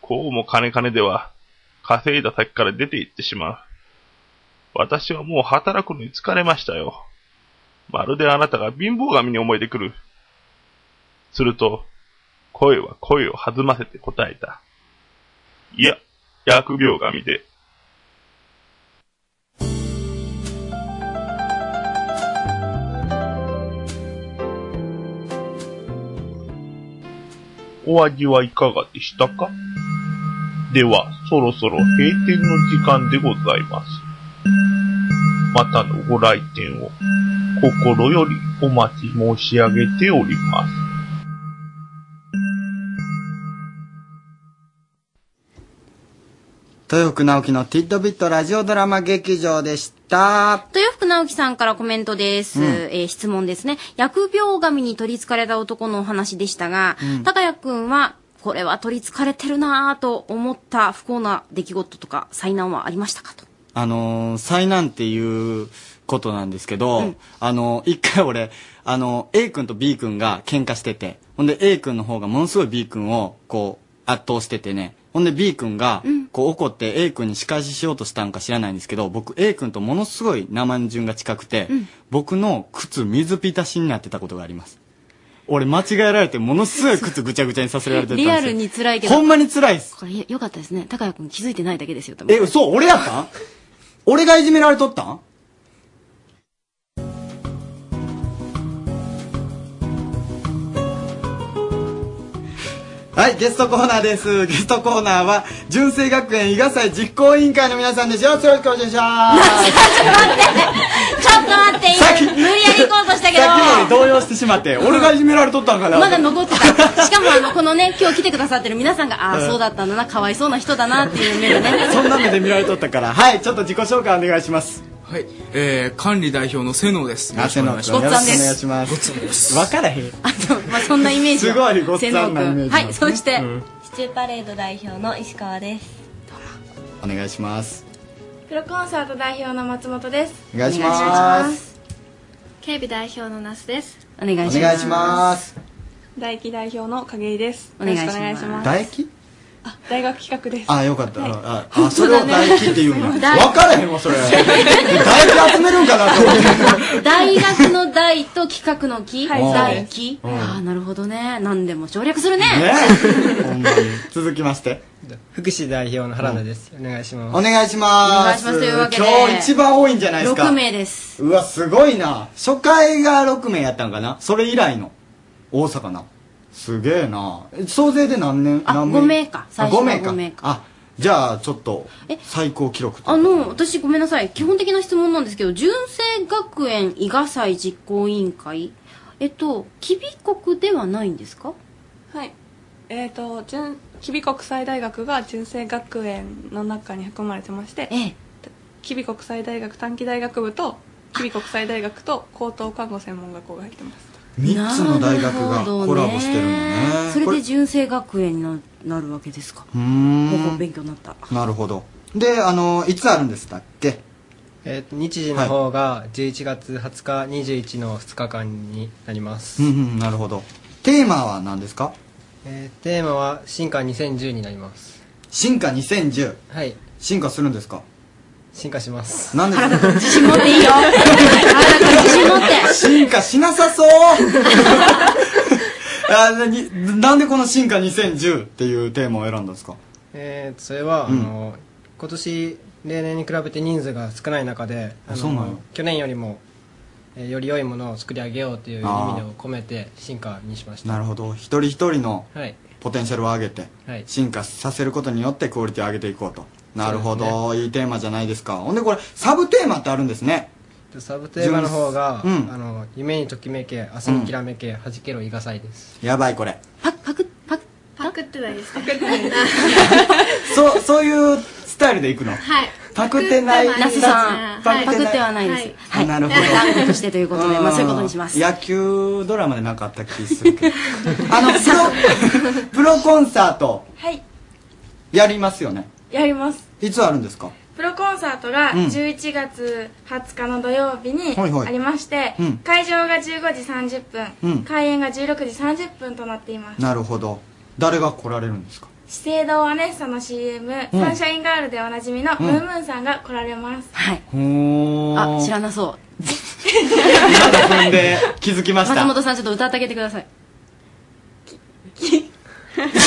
Speaker 16: こうも金金では、稼いだ先から出て行ってしまう。私はもう働くのに疲れましたよ。まるであなたが貧乏神に思えてくる。すると、声は声を弾ませて答えた。いや、疫病神で。お味はいかがでしたかでは、そろそろ閉店の時間でございます。またのご来店を心よりお待ち申し上げております。
Speaker 2: 豊福直樹のティットビットラジオドラマ劇場でした。
Speaker 3: 豊福直樹さんからコメントです。
Speaker 2: うん
Speaker 3: えー質問ですね。薬病神に取り憑かれた男のお話でしたが、
Speaker 7: うん
Speaker 3: 高谷くんは、これは取り憑かれてるなぁと思った不幸な出来事とか災難はありましたかと。
Speaker 2: あのー災難っていうことなんですけど、あのー一回俺、あのー A 君と B 君が喧嘩してて、ほんで A 君の方がものすごい B 君を、こう、圧倒しててね、ほんで B 君が、こう怒って A 君に仕返ししようとしたんか知らないんですけど、僕 A 君とものすごい生順が近くて、僕の靴水浸しになってたことがあります。俺間違えられてものすごい靴ぐちゃぐちゃにさせられてたんです
Speaker 3: リ
Speaker 2: よ。
Speaker 3: アルに辛いけど。
Speaker 2: ほんまに辛いっす。
Speaker 3: これよかったですね。高谷くん気づいてないだけですよ、多分
Speaker 2: え、嘘俺やったん俺がいじめられとったんはい、ゲストコーナーです。ゲストコーナーは、純正学園伊賀祭実行委員会の皆さんです。よろしくお願いします。
Speaker 3: ちょっと待って、今、無理やり行こうとしたけど、
Speaker 2: さっきまで動揺してしま って、俺がいじめられとったんかな。
Speaker 3: まだ残ってた。しかも、あの、このね、今日来てくださってる皆さんが、ああ、そうだったんだな、かわいそうな人だな、っていう目で ね。
Speaker 2: そんな目で見られとったから。はい、ちょっと自己紹介お願いします。
Speaker 17: はい、えー、管理代表の瀬能です。よろしくお願いします。
Speaker 2: よろしくお願いします。わからへん。
Speaker 3: まあ、そんなイメージ。
Speaker 2: すごいごっつぁんなイメージ
Speaker 3: はい、そして、
Speaker 18: シチューパレード代表の石川です
Speaker 2: お願いします。
Speaker 18: プロコンサート代表の松本です
Speaker 2: お願いします。
Speaker 18: 警備代表の那須です
Speaker 3: お願い
Speaker 2: お
Speaker 3: し
Speaker 2: 願
Speaker 3: ま
Speaker 2: いし
Speaker 3: す。
Speaker 2: ます。
Speaker 18: 大輝代表の景井です
Speaker 3: お願いします
Speaker 18: よろく
Speaker 2: 唾液
Speaker 18: 大学企画で
Speaker 2: あ、よかった。あ、
Speaker 18: 本当だね
Speaker 2: あそれを唾液って言うんだ。
Speaker 3: 唾液
Speaker 2: わからへんわ、それ。唾液集めるんかなと思って。
Speaker 3: 大学の大と企画の木、
Speaker 2: はい
Speaker 3: 大木。
Speaker 2: うん
Speaker 3: ああ、なるほどね。何でも省略するね。
Speaker 2: ねほんまに続きまして
Speaker 12: 福祉代表の原田です、お願いします
Speaker 2: お願いします
Speaker 12: お願いしますというわけで
Speaker 2: 今日一番多いんじゃないですか
Speaker 12: 六名
Speaker 3: です
Speaker 2: うわすごいな初回が6名やったんかなそれ以来の大阪なすげえなえ総勢で何年
Speaker 3: あ、
Speaker 2: 何
Speaker 3: 5名か。最初は
Speaker 2: 5名か
Speaker 3: 5名か。
Speaker 2: あじゃあちょっと最高記録と
Speaker 3: あの、私ごめんなさい。基本的な質問なんですけど、純正学園伊賀祭実行委員会。えっと、吉備国ではないんですか
Speaker 19: はいえっ、と純吉備国際大学が純正学園の中に含まれてまして、吉備国際大学短期大学部と吉備国際大学と高等看護専門学校が入ってます
Speaker 2: 3つの大学がコラボしてるのね
Speaker 3: それ
Speaker 2: こ
Speaker 3: で純正学園にななるわけですか。
Speaker 2: うーん
Speaker 3: 高校勉強になった。
Speaker 2: なるほどであのいつあるんでしたっけ
Speaker 12: えーと日時の方が11月20日21の2日間になります、
Speaker 2: うんうんなるほどテーマは何ですか
Speaker 12: えーテーマは「進化2010」になります
Speaker 2: 進化2010
Speaker 12: はい
Speaker 2: 進化するんですか
Speaker 12: 進化します
Speaker 2: なんで原田
Speaker 3: 自信持っていいよ原
Speaker 12: 田
Speaker 3: 自信持って
Speaker 2: 進化しなさそう あなになんでこの「進化2010」っていうテーマを選んだんですか
Speaker 12: えーとそれは、
Speaker 2: うん
Speaker 12: あの今年例年に比べて人数が少ない中で
Speaker 2: あ
Speaker 12: あの
Speaker 2: そうなんや
Speaker 12: 去年よりも、えーより良いものを作り上げようという意味
Speaker 2: あー
Speaker 12: を込めて進化にしました
Speaker 2: なるほど一人一人の
Speaker 12: はい
Speaker 2: ポテンシャルを上げて
Speaker 12: はい
Speaker 2: 進化させることによってクオリティを上げていこうとなるほ
Speaker 12: そ
Speaker 2: ど、いいテーマじゃないですかほんでこれサブテーマってあるんですね
Speaker 12: でサブテーマの方が、
Speaker 2: うん
Speaker 12: あの夢にときめけ明日にきらめけ、弾けろいがさいです
Speaker 2: やばいこれ
Speaker 18: パクってないですパクって
Speaker 19: ないです
Speaker 2: そうそういうスタイルでいくの
Speaker 18: はい
Speaker 2: パクってない
Speaker 3: 那須さん、パクってはないです。
Speaker 2: あなるほど
Speaker 3: ダメだとしてということで、まあそういうことにします。
Speaker 2: 野球ドラマでなかった気するけど あの プロプロコンサート
Speaker 18: はい
Speaker 2: やりますよね
Speaker 18: やります
Speaker 2: いつあるんですか
Speaker 18: プロコンサートが
Speaker 2: うん
Speaker 18: 11月20日の土曜日に
Speaker 2: はいはい
Speaker 18: ありまして、
Speaker 2: うん
Speaker 18: 会場が15時30分、
Speaker 2: うん
Speaker 18: 開演が16時30分となっています
Speaker 2: なるほど誰が来られるんですか
Speaker 18: 資生堂アネッサの CM、
Speaker 2: うん
Speaker 18: サンシャインガールでおなじみの
Speaker 2: うん
Speaker 18: ムームーンさんが来られます、
Speaker 2: ほー
Speaker 3: あ、知らなそう。
Speaker 2: 踏んで気づきまし
Speaker 3: 松
Speaker 2: た
Speaker 3: 本さん、ちょっと歌ってあげてください。
Speaker 2: 何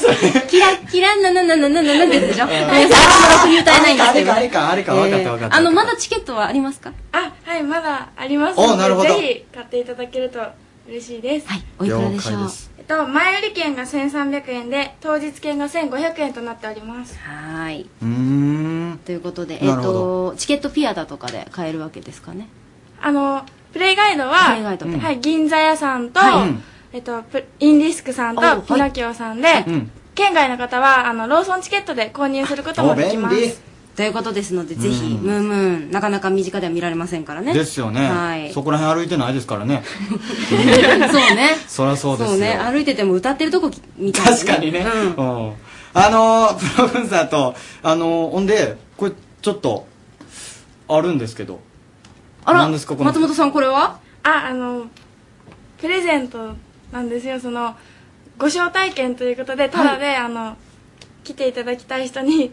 Speaker 2: それ
Speaker 3: キラキラなななななななってやつでしょ。
Speaker 2: ー
Speaker 3: 皆さん、に歌えないんですけど。
Speaker 2: あれかあれかあれか分かった分かった
Speaker 3: あの、まだチケットはありますか
Speaker 18: あはいまだありますの
Speaker 2: おなるほ
Speaker 18: で
Speaker 2: ど
Speaker 18: ぜひ買っていただけると嬉しいですはい
Speaker 3: おいくらでしょ
Speaker 2: 了解
Speaker 3: う
Speaker 2: で。す
Speaker 18: えっと前売り券が1300円で当日券が1500円となっております
Speaker 3: はーい。
Speaker 2: うーん
Speaker 3: ということで、えっ
Speaker 18: なるほ
Speaker 3: と、チケットピアだとかで買えるわけですかね。
Speaker 18: あのプレイガイドは
Speaker 3: プレイガイドって
Speaker 18: はい、銀座屋さんと、えっと、プインディスクさん
Speaker 3: おは
Speaker 18: と
Speaker 3: い
Speaker 18: ピノキオさんで、
Speaker 2: うん
Speaker 18: 県外の方はあのローソンチケットで購入することもできます
Speaker 3: ということですので、ぜひ、ムームーン、なかなか身近では見られませんからね。
Speaker 2: ですよね、
Speaker 3: はい。
Speaker 2: そこら辺歩いてないですからね
Speaker 3: そうね。
Speaker 2: そりゃそうです
Speaker 3: そ
Speaker 2: よ
Speaker 3: うね。歩いてても歌ってるとこみたいな、
Speaker 2: 確かにね、うんあのープロコンサートあのーほんでこれちょっとあるんですけど
Speaker 18: あら
Speaker 2: 何ですかこの
Speaker 18: 松本
Speaker 3: さんこれは
Speaker 18: ああのプレゼントなんですよそのご招待券ということでただで、あの来ていただきたい人に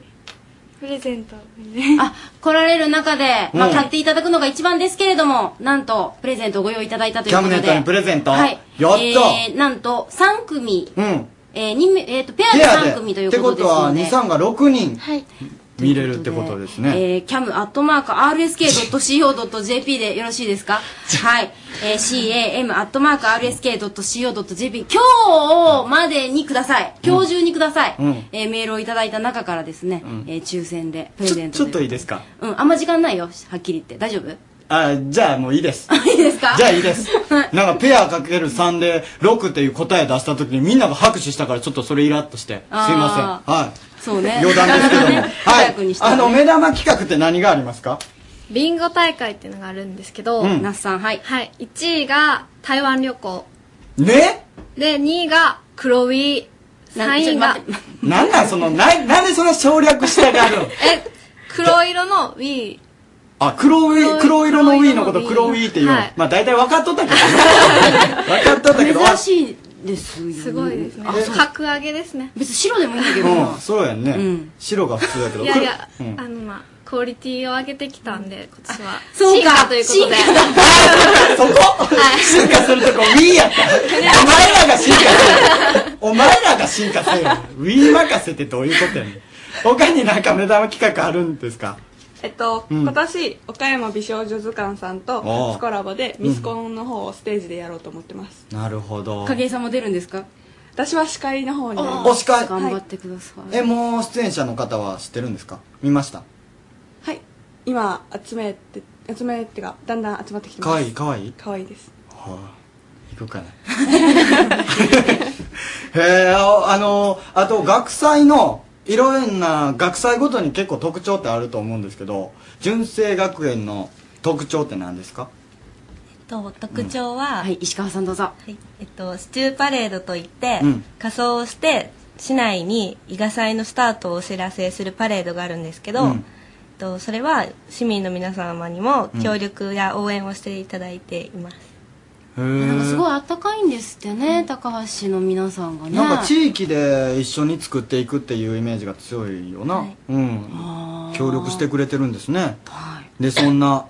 Speaker 18: プレゼントをね
Speaker 3: あ来られる中で、まあ、
Speaker 2: うん
Speaker 3: 買っていただくのが一番ですけれども、なんと、プレゼントをご用意いただいたとい
Speaker 2: キ
Speaker 3: う
Speaker 2: ャ
Speaker 3: こと
Speaker 2: ム
Speaker 3: で。
Speaker 2: ネットにプレゼント、
Speaker 3: はい。
Speaker 2: やった、
Speaker 3: えー、なんと、3組、
Speaker 2: うん
Speaker 3: えー、二名えっ、と、ペア
Speaker 2: ペ
Speaker 3: で
Speaker 2: ア
Speaker 3: 3
Speaker 2: で
Speaker 3: 組とい
Speaker 2: っ
Speaker 3: う
Speaker 2: て
Speaker 3: こ
Speaker 2: ことと
Speaker 3: です
Speaker 2: は
Speaker 3: ので。
Speaker 2: 23が6人
Speaker 18: はい
Speaker 3: という
Speaker 2: 見れるってことですね
Speaker 3: えー、cam.rsk.co.jp でよろしいですかはい。えー、cam.rsk.co.jp 今日までにください。今日中にください。
Speaker 2: うん
Speaker 3: えーメールをいただいた中からですね、
Speaker 2: うん
Speaker 3: えー抽選でプレゼント
Speaker 2: ちょっ
Speaker 3: で
Speaker 2: といいですか
Speaker 3: うん、あんま時間ないよ、はっきり言って。大丈夫い
Speaker 2: あじゃあもういい です
Speaker 3: いですか
Speaker 2: じゃあいい ですなんかペアかける3で6っていう答え出した時にみんなが拍手したからちょっとそれイラッとしてすいま
Speaker 3: あ
Speaker 2: せんはい
Speaker 3: そうね。
Speaker 2: 余談ですけども、
Speaker 3: なかなかね
Speaker 2: はい
Speaker 3: 早くにした
Speaker 2: あ
Speaker 3: らね
Speaker 2: の目玉企画って何がありますか
Speaker 13: ビンゴ大会っていうのがあるんですけど、
Speaker 2: うん
Speaker 3: 那須さんはい、
Speaker 13: はい、1位が台湾旅行
Speaker 2: ね
Speaker 13: で2位が黒ロイ3位が
Speaker 2: なんなんそのななんでその省略したがるの
Speaker 13: 黒色の Wii
Speaker 2: あ黒い黒色の Wii のこと黒 Wii っていうの、
Speaker 13: はい
Speaker 2: まあ大体分かっとったけど分かっとったけど
Speaker 3: 珍
Speaker 2: あ
Speaker 3: しいですよ、ね。
Speaker 13: すごいですね
Speaker 3: あそう
Speaker 13: 格上げですね
Speaker 3: 別に白でもいいんだけどな。
Speaker 2: うんそうやんね、白が普通だけど
Speaker 13: いやいや、
Speaker 2: 黒うん
Speaker 13: あのまあクオリティを上げてきたんで今年は
Speaker 3: そうか
Speaker 13: 進化ということで
Speaker 3: 進
Speaker 2: 進化するとこ Wii やったお前らが進化せよお前らが進化せよ Wii 任せってどういうことやねん他になんか目玉企画あるんですか
Speaker 19: えっと、
Speaker 2: うん
Speaker 19: 今年岡山美少女図鑑さんと
Speaker 2: おー
Speaker 19: 初コラボでミスコンの方をステージでやろうと思ってます、
Speaker 2: なるほど
Speaker 3: 景井さんも出るんですか
Speaker 19: 私は司会の方に
Speaker 2: あお司会
Speaker 19: はい
Speaker 3: 頑張ってください。
Speaker 2: えもう出演者の方は知ってるんですか見ました
Speaker 19: 今集めて集めってかだんだん集まってきてま
Speaker 2: かわ
Speaker 19: す
Speaker 2: いいかわいい
Speaker 19: 可愛いです
Speaker 2: はあ、行くかな へえああのあと学祭のいろんな学祭ごとに結構特徴ってあると思うんですけど純正学園の特徴って何ですか
Speaker 20: と特徴は、
Speaker 3: はい、石川さんどうぞ。
Speaker 20: はい、えっとシチューパレードといって、
Speaker 2: うん
Speaker 20: 仮装をして市内に伊賀祭のスタートをお知らせするパレードがあるんですけど、
Speaker 2: う
Speaker 20: えっ
Speaker 2: ん
Speaker 20: とそれは市民の皆様にも
Speaker 2: うん
Speaker 20: 協力や応援をしていただいています、
Speaker 2: へ
Speaker 3: なんかすごい
Speaker 2: え
Speaker 3: あったかいんですってね、高橋の皆さんがね。
Speaker 2: なんか地域で一緒に作っていくっていうイメージが強いよな、うん協力してくれてるんですね、でそんな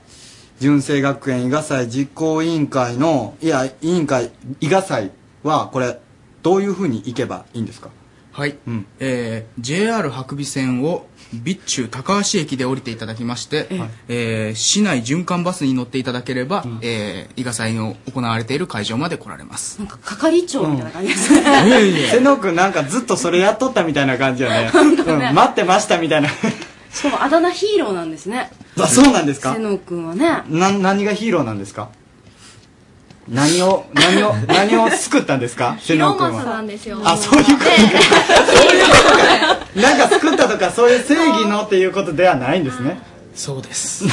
Speaker 2: 純正学園伊賀祭実行委員会のいや委員会伊賀祭はこれどういうふうに行けばいいんですか
Speaker 17: はい、えー JR 白尾線を備中高橋駅で降りていただきまして、えー市内循環バスに乗っていただければ、えー伊賀祭の行われている会場まで来られます
Speaker 3: なんか係長みたいな感じです
Speaker 17: いやいや
Speaker 2: 瀬野君なんかずっとそれやっとったみたいな感じよね
Speaker 3: 本当ね
Speaker 2: うん待ってましたみたいな
Speaker 3: しかもあだ名ヒーローなんですね。
Speaker 2: あそうなんですか
Speaker 3: 瀬野くんはね。
Speaker 2: な何がヒーローなんですか何を何を何を救ったんですか瀬野
Speaker 13: ロ
Speaker 2: 君
Speaker 13: マス
Speaker 2: は
Speaker 13: なんですよ
Speaker 2: あそういうことなんか作ったとかそういう正義のっていうことではないんですね
Speaker 17: そうです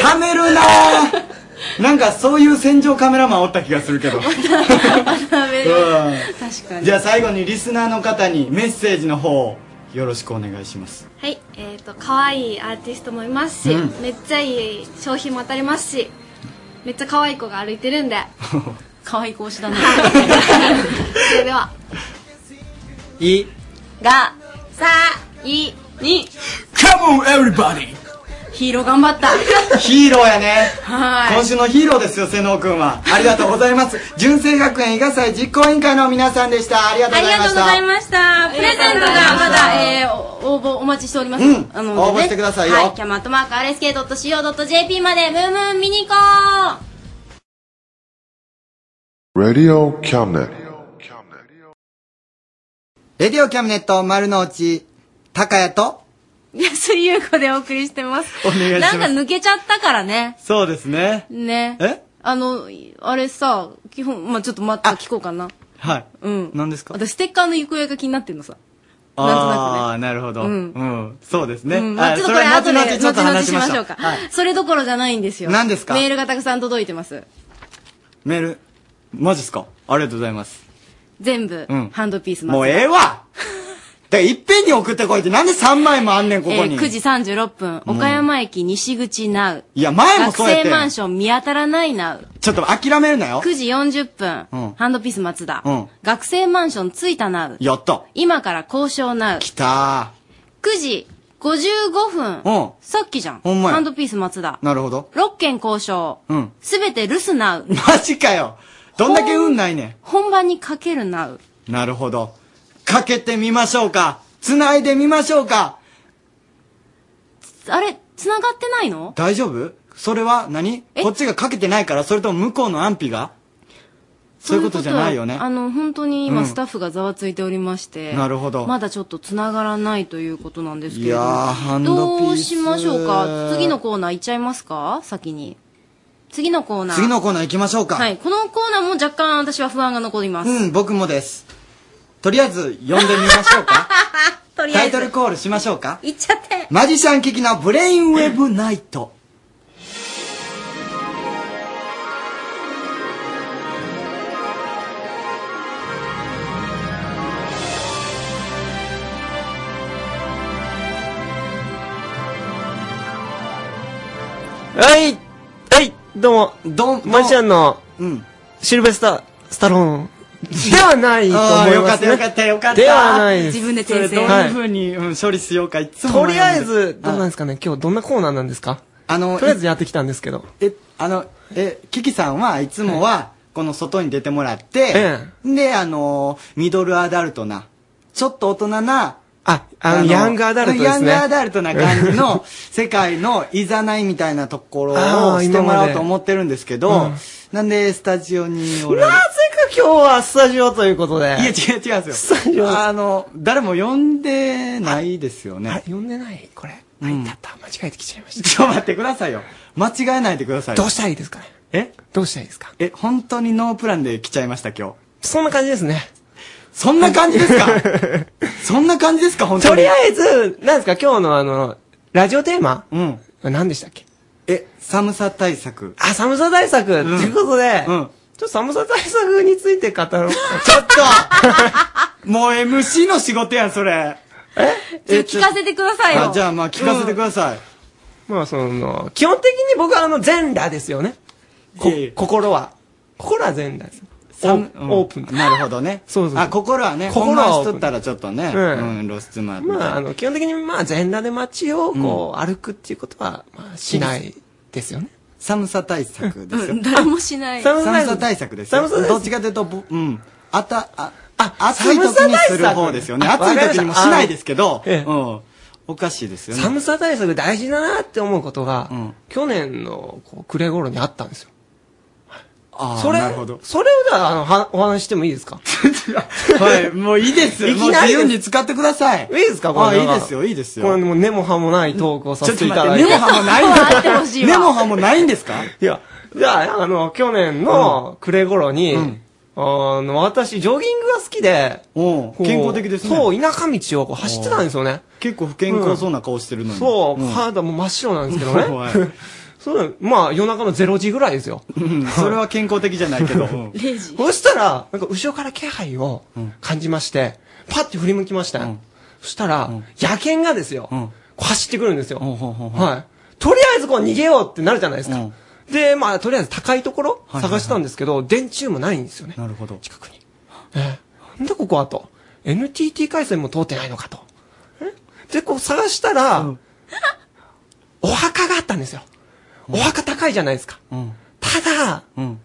Speaker 2: ためるなぁなんかそういう戦場カメラマンおった気がするけど
Speaker 3: ダメだ確かに。
Speaker 2: じゃあ最後にリスナーの方にメッセージの方をよろしくお願いします
Speaker 13: はいえっ、と可愛いアーティストもいますし、
Speaker 2: うん
Speaker 13: めっちゃいい商品も当たりますしめっちゃ可愛い子が歩いてるん で
Speaker 3: 可愛い子推しだね
Speaker 13: それではい
Speaker 2: い
Speaker 3: が、さ、い、に。
Speaker 2: Come on everybody
Speaker 3: ヒーロー頑張った。
Speaker 2: ヒーローやね
Speaker 3: はい。
Speaker 2: 今週のヒーローですよ瀬能君はありがとうございます純正学園伊賀祭実行委員会の皆さんでしたありがとう
Speaker 3: あ
Speaker 2: ご
Speaker 3: り
Speaker 2: ざい
Speaker 3: がとう
Speaker 2: まし
Speaker 3: ご
Speaker 2: た
Speaker 3: ざいました。プレゼントがまだ、えー、お応募お待ちしております。
Speaker 2: うん
Speaker 3: あのでね
Speaker 2: 応募してくださいよ
Speaker 3: はい、キャマットマーク RSK.CO.JP まで、ムームーン見に行こう
Speaker 21: Radio Cabinet.
Speaker 2: レディオキャムネット丸の内高谷と
Speaker 3: 安井優子でお送りしてます。
Speaker 2: お願いしま
Speaker 3: な
Speaker 2: す
Speaker 3: んか抜けちゃったからね。
Speaker 2: そうですね
Speaker 3: ね。
Speaker 2: え
Speaker 3: あの、あれさ、基本、まあ、ちょっとまた聞こうかな。
Speaker 2: はい
Speaker 3: うん。
Speaker 2: 何ですか
Speaker 3: 私、ステッカーの行方が気になってるのさ。
Speaker 2: ああーなるほど
Speaker 3: う
Speaker 2: うんんそうですね
Speaker 3: うんまあ
Speaker 2: あ
Speaker 3: ちょっと
Speaker 2: それ
Speaker 3: これ
Speaker 2: は
Speaker 3: 後で、
Speaker 2: 後々
Speaker 3: 後
Speaker 2: ちょっと
Speaker 3: 々
Speaker 2: 話し
Speaker 3: し
Speaker 2: ま
Speaker 3: ま
Speaker 2: し
Speaker 3: しょ
Speaker 2: ょう
Speaker 3: うか
Speaker 2: はい。
Speaker 3: それどころじゃないんですよ。
Speaker 2: 何ですか
Speaker 3: メールがたくさん届いてます。
Speaker 2: メールマジっすかありがとうございます
Speaker 3: 全部
Speaker 2: うん、
Speaker 3: ハンドピース
Speaker 2: もうええわだからいっぺんに送ってこいってなんで3枚もあんねんここ
Speaker 3: えー
Speaker 2: に
Speaker 3: 9時36分、
Speaker 2: うん
Speaker 3: 岡山駅西口ナウ。
Speaker 2: いや前もそうやっ
Speaker 3: 学生
Speaker 2: て
Speaker 3: マンション見当たらないナウ。
Speaker 2: ちょっと諦めるなよ
Speaker 3: 9時40分、
Speaker 2: うん
Speaker 3: ハンドピース松田。
Speaker 2: うん
Speaker 3: 学生マンション着いたナウ。
Speaker 2: やった
Speaker 3: 今から交渉ナウ。
Speaker 2: きた
Speaker 3: 9時55分。
Speaker 2: うん
Speaker 3: さっきじゃん。
Speaker 2: ほんまや
Speaker 3: ハンドピース松田。
Speaker 2: なるほど
Speaker 3: 6件交渉。
Speaker 2: うん
Speaker 3: すべて留守ナウ。
Speaker 2: マジかよどんだけ運ないね
Speaker 3: 本番にかけるナウ。
Speaker 2: んなるほどかけてみましょうかつないでみましょうか
Speaker 3: あれ、繋がってないの
Speaker 2: 大丈夫それは何こっちがかけてないからそれとも向こうの安否がそういうことじゃないよね
Speaker 3: あの、本当に
Speaker 2: う
Speaker 3: 今
Speaker 2: ん
Speaker 3: スタッフがざわついておりまして。
Speaker 2: なるほど
Speaker 3: まだちょっと繋がらないということなんですけ
Speaker 2: い
Speaker 3: れ
Speaker 2: や
Speaker 3: ども。
Speaker 2: ーハンドピ
Speaker 3: ど
Speaker 2: ース
Speaker 3: うしましょうか次のコーナー行っちゃいますか先に。次のコーナー。
Speaker 2: 次のコーナー行きましょうか
Speaker 3: はい。このコーナーも若干私は不安が残ります。
Speaker 2: うん僕もですとりあえず呼んでみましょうか
Speaker 3: とりあ
Speaker 2: タ
Speaker 3: え
Speaker 2: イト
Speaker 3: ず。
Speaker 2: ルコールしましょうか
Speaker 3: 行っちゃって。
Speaker 2: マジシャン的なブレインウェブナイト
Speaker 22: はい、はい、どうも、どうも、マジシャンの、シルベスター、スタローン、ではないと
Speaker 2: あ
Speaker 22: 思
Speaker 2: ー
Speaker 22: い
Speaker 2: よか
Speaker 22: ま
Speaker 2: っ
Speaker 22: す
Speaker 2: た
Speaker 22: ね。
Speaker 2: よかったよかった
Speaker 22: ではないです。
Speaker 2: それどういうふうにうん処理しようかいつも
Speaker 22: とりあ
Speaker 2: 悩ん
Speaker 22: え
Speaker 2: で
Speaker 22: ず、どうなんですかね、今日どんなコーナーなんですか
Speaker 2: あの、
Speaker 22: とりあえずやってきたんですけど。
Speaker 2: え、あの、え、キキさんはいつもは、この外に出てもらって、で、あの、ミドルアダルトな、ちょっと大人な、
Speaker 22: あ、あの、ヤングアダルトですね。
Speaker 2: ヤングアダルトな感じの、 世界のいざないみたいなところ
Speaker 22: あ
Speaker 2: を
Speaker 22: ー
Speaker 2: しても
Speaker 22: 今
Speaker 2: らおう
Speaker 22: まで
Speaker 2: と思ってるんですけど、
Speaker 22: うん
Speaker 2: なんで、スタジオにお
Speaker 22: なぜ
Speaker 2: られる
Speaker 22: か今日はスタジオということで。
Speaker 2: いや、違う違うんですよ。あの、誰も呼んでないですよね。
Speaker 22: あ、呼んでないこれ。
Speaker 2: う
Speaker 22: あ
Speaker 2: ん
Speaker 22: いたった。間違えてきちゃいました。
Speaker 2: ちょっと待ってくださいよ。間違えないでくださいよ。
Speaker 22: どうしたらいいですかね
Speaker 2: え
Speaker 22: どうしたらいいですか
Speaker 2: え、本当にノープランで来ちゃいました、今日。
Speaker 22: そんな感じですね。
Speaker 2: そんな感 じですかそんな感じですか本当に。
Speaker 22: とりあえず、なんですか、今日のあの、ラジオテーマ
Speaker 2: うん。
Speaker 22: 何でしたっけ
Speaker 2: え、寒さ対策。
Speaker 22: あ、寒さ対策ということで、ちょっと寒さ対策について語ろう。ち
Speaker 2: ょっともう MC の仕事やん、それ。
Speaker 3: ちょっと聞かせてくださいよ。
Speaker 22: あじゃあまあ聞かせて
Speaker 2: ください。
Speaker 22: まあ、その、基本的に僕はあの、全裸ですよね。こ心は。心は全裸です。
Speaker 2: 寒
Speaker 22: オーオープン。
Speaker 2: なるほどね。
Speaker 22: そうそうそう
Speaker 2: あ、心はね、
Speaker 22: 心
Speaker 2: 心
Speaker 22: は
Speaker 2: は
Speaker 22: オープン
Speaker 2: しとったらちょっとね、
Speaker 22: うん
Speaker 2: うん、露出もあって。
Speaker 22: まあ、あの、基本的に、まあ、全裸で街を、こう、歩くっていうことは、まあ、しないですよね。
Speaker 2: 寒さ対策ですよ。
Speaker 3: 誰もしない。
Speaker 2: 寒さ対策ですよ。
Speaker 22: 寒さ対策
Speaker 2: どっちかというと、ぼうん。あた、あ、暑い
Speaker 22: 寒さ
Speaker 2: 時
Speaker 22: 対策
Speaker 2: にする方ですよね。
Speaker 22: あ
Speaker 2: 暑い時にもしないですけど
Speaker 22: わ、かりました
Speaker 2: うん。おかしいですよね。
Speaker 22: 寒さ対策大事だなって思うことが、去年のこう暮れ頃にあったんですよ。
Speaker 2: あー
Speaker 22: それ
Speaker 2: なるほど、
Speaker 22: それをじゃあ、あの、はお話ししてもいいですか
Speaker 2: はい、もういいです
Speaker 22: い
Speaker 2: もう
Speaker 22: きな
Speaker 2: 自
Speaker 22: り
Speaker 2: 由に使ってください。いい
Speaker 22: ですかこれ
Speaker 2: いいですよ、いいですよ。
Speaker 22: これもう根も葉もないトークをさせていただい
Speaker 2: ち
Speaker 22: て。
Speaker 2: ょっと待って根も葉もないんだ根も葉ってほしいわ根も葉もないんですか
Speaker 22: いや、じゃあ、あの、去年の暮れ頃に、あの、私、ジョギングが好きで、
Speaker 2: 健康的ですね
Speaker 22: そう、田舎道をこう走ってたんですよね。
Speaker 2: 結構不健康そうな顔してるのに。
Speaker 22: そう、
Speaker 2: ん
Speaker 22: 肌も真っ白なんですけど
Speaker 2: はい
Speaker 22: ね。そう、まあ、夜中の0時ぐらいですよ。
Speaker 2: それは健康的じゃないけど。
Speaker 22: そしたら、なんか後ろから気配を感じまして、パッて振り向きましたよ。そしたら、野犬がですよ、こう走ってくるんですよ。はい。とりあえずこう逃げようってなるじゃないですか。で、まあ、とりあえず高いところ
Speaker 2: はいはいはい
Speaker 22: 探したんですけど、電柱もないんですよね。
Speaker 2: なるほど。
Speaker 22: 近くに。えーなんだここはと。NTT 回線も通ってないのかと。えで、こう探したら、お墓があったんですよ。お墓高いじゃないですか。ただ、
Speaker 2: うん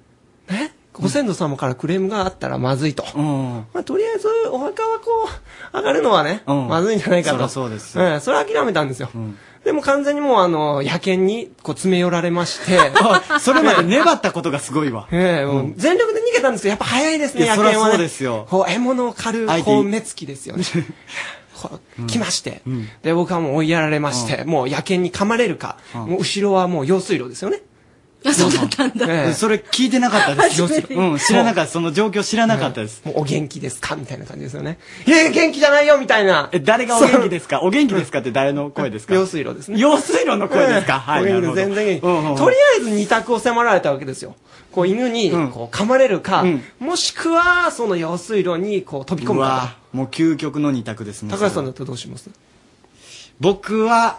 Speaker 22: ね、ご先祖様からクレームがあったらまずいと。 まあ、とりあえず、お墓はこう、上がるのはね、
Speaker 2: うん
Speaker 22: まずいんじゃないかと。
Speaker 2: そりゃそうです。
Speaker 22: ええそれ諦めたんですよ。でも完全にもう、あの、野犬に、こう、詰め寄られまして
Speaker 2: それまで粘ったことがすごいわ。
Speaker 22: ええもう
Speaker 2: うん
Speaker 22: 全力で逃げたんですけど、やっぱ早いです
Speaker 2: い
Speaker 22: ね、
Speaker 2: や
Speaker 22: 野
Speaker 2: そりゃ
Speaker 22: 犬は、ね。
Speaker 2: そうですよ
Speaker 22: こう、獲物を狩る、
Speaker 2: 相手
Speaker 22: こう、目つきです よね。こう来まして、で、僕はもう追いやられまして、もう野犬に噛まれるか、もう後ろはもう用水路ですよね。
Speaker 2: そうだったん
Speaker 22: だ
Speaker 2: それ聞いてなかったです。
Speaker 22: 初めて
Speaker 2: うん、知らなかった。その状況知らなかったです。
Speaker 22: もうお元気ですかみたいな感じですよね。いやいや、元気じゃないよみたいな。
Speaker 2: え、誰がお元気ですかお元気ですかって誰の声ですか用
Speaker 22: 水路です
Speaker 2: ね。用水路の声ですかはい。
Speaker 22: お元気
Speaker 2: なるほど
Speaker 22: 全然元気
Speaker 2: うんうん
Speaker 22: とりあえず二択を迫られたわけですよ。こう犬にこう噛まれるか、もしくはその用水路にこう飛び込
Speaker 2: う
Speaker 22: む
Speaker 2: わ
Speaker 22: か
Speaker 2: もう究極の二択ですね。
Speaker 22: 高橋さんだったらどうします
Speaker 2: 僕は、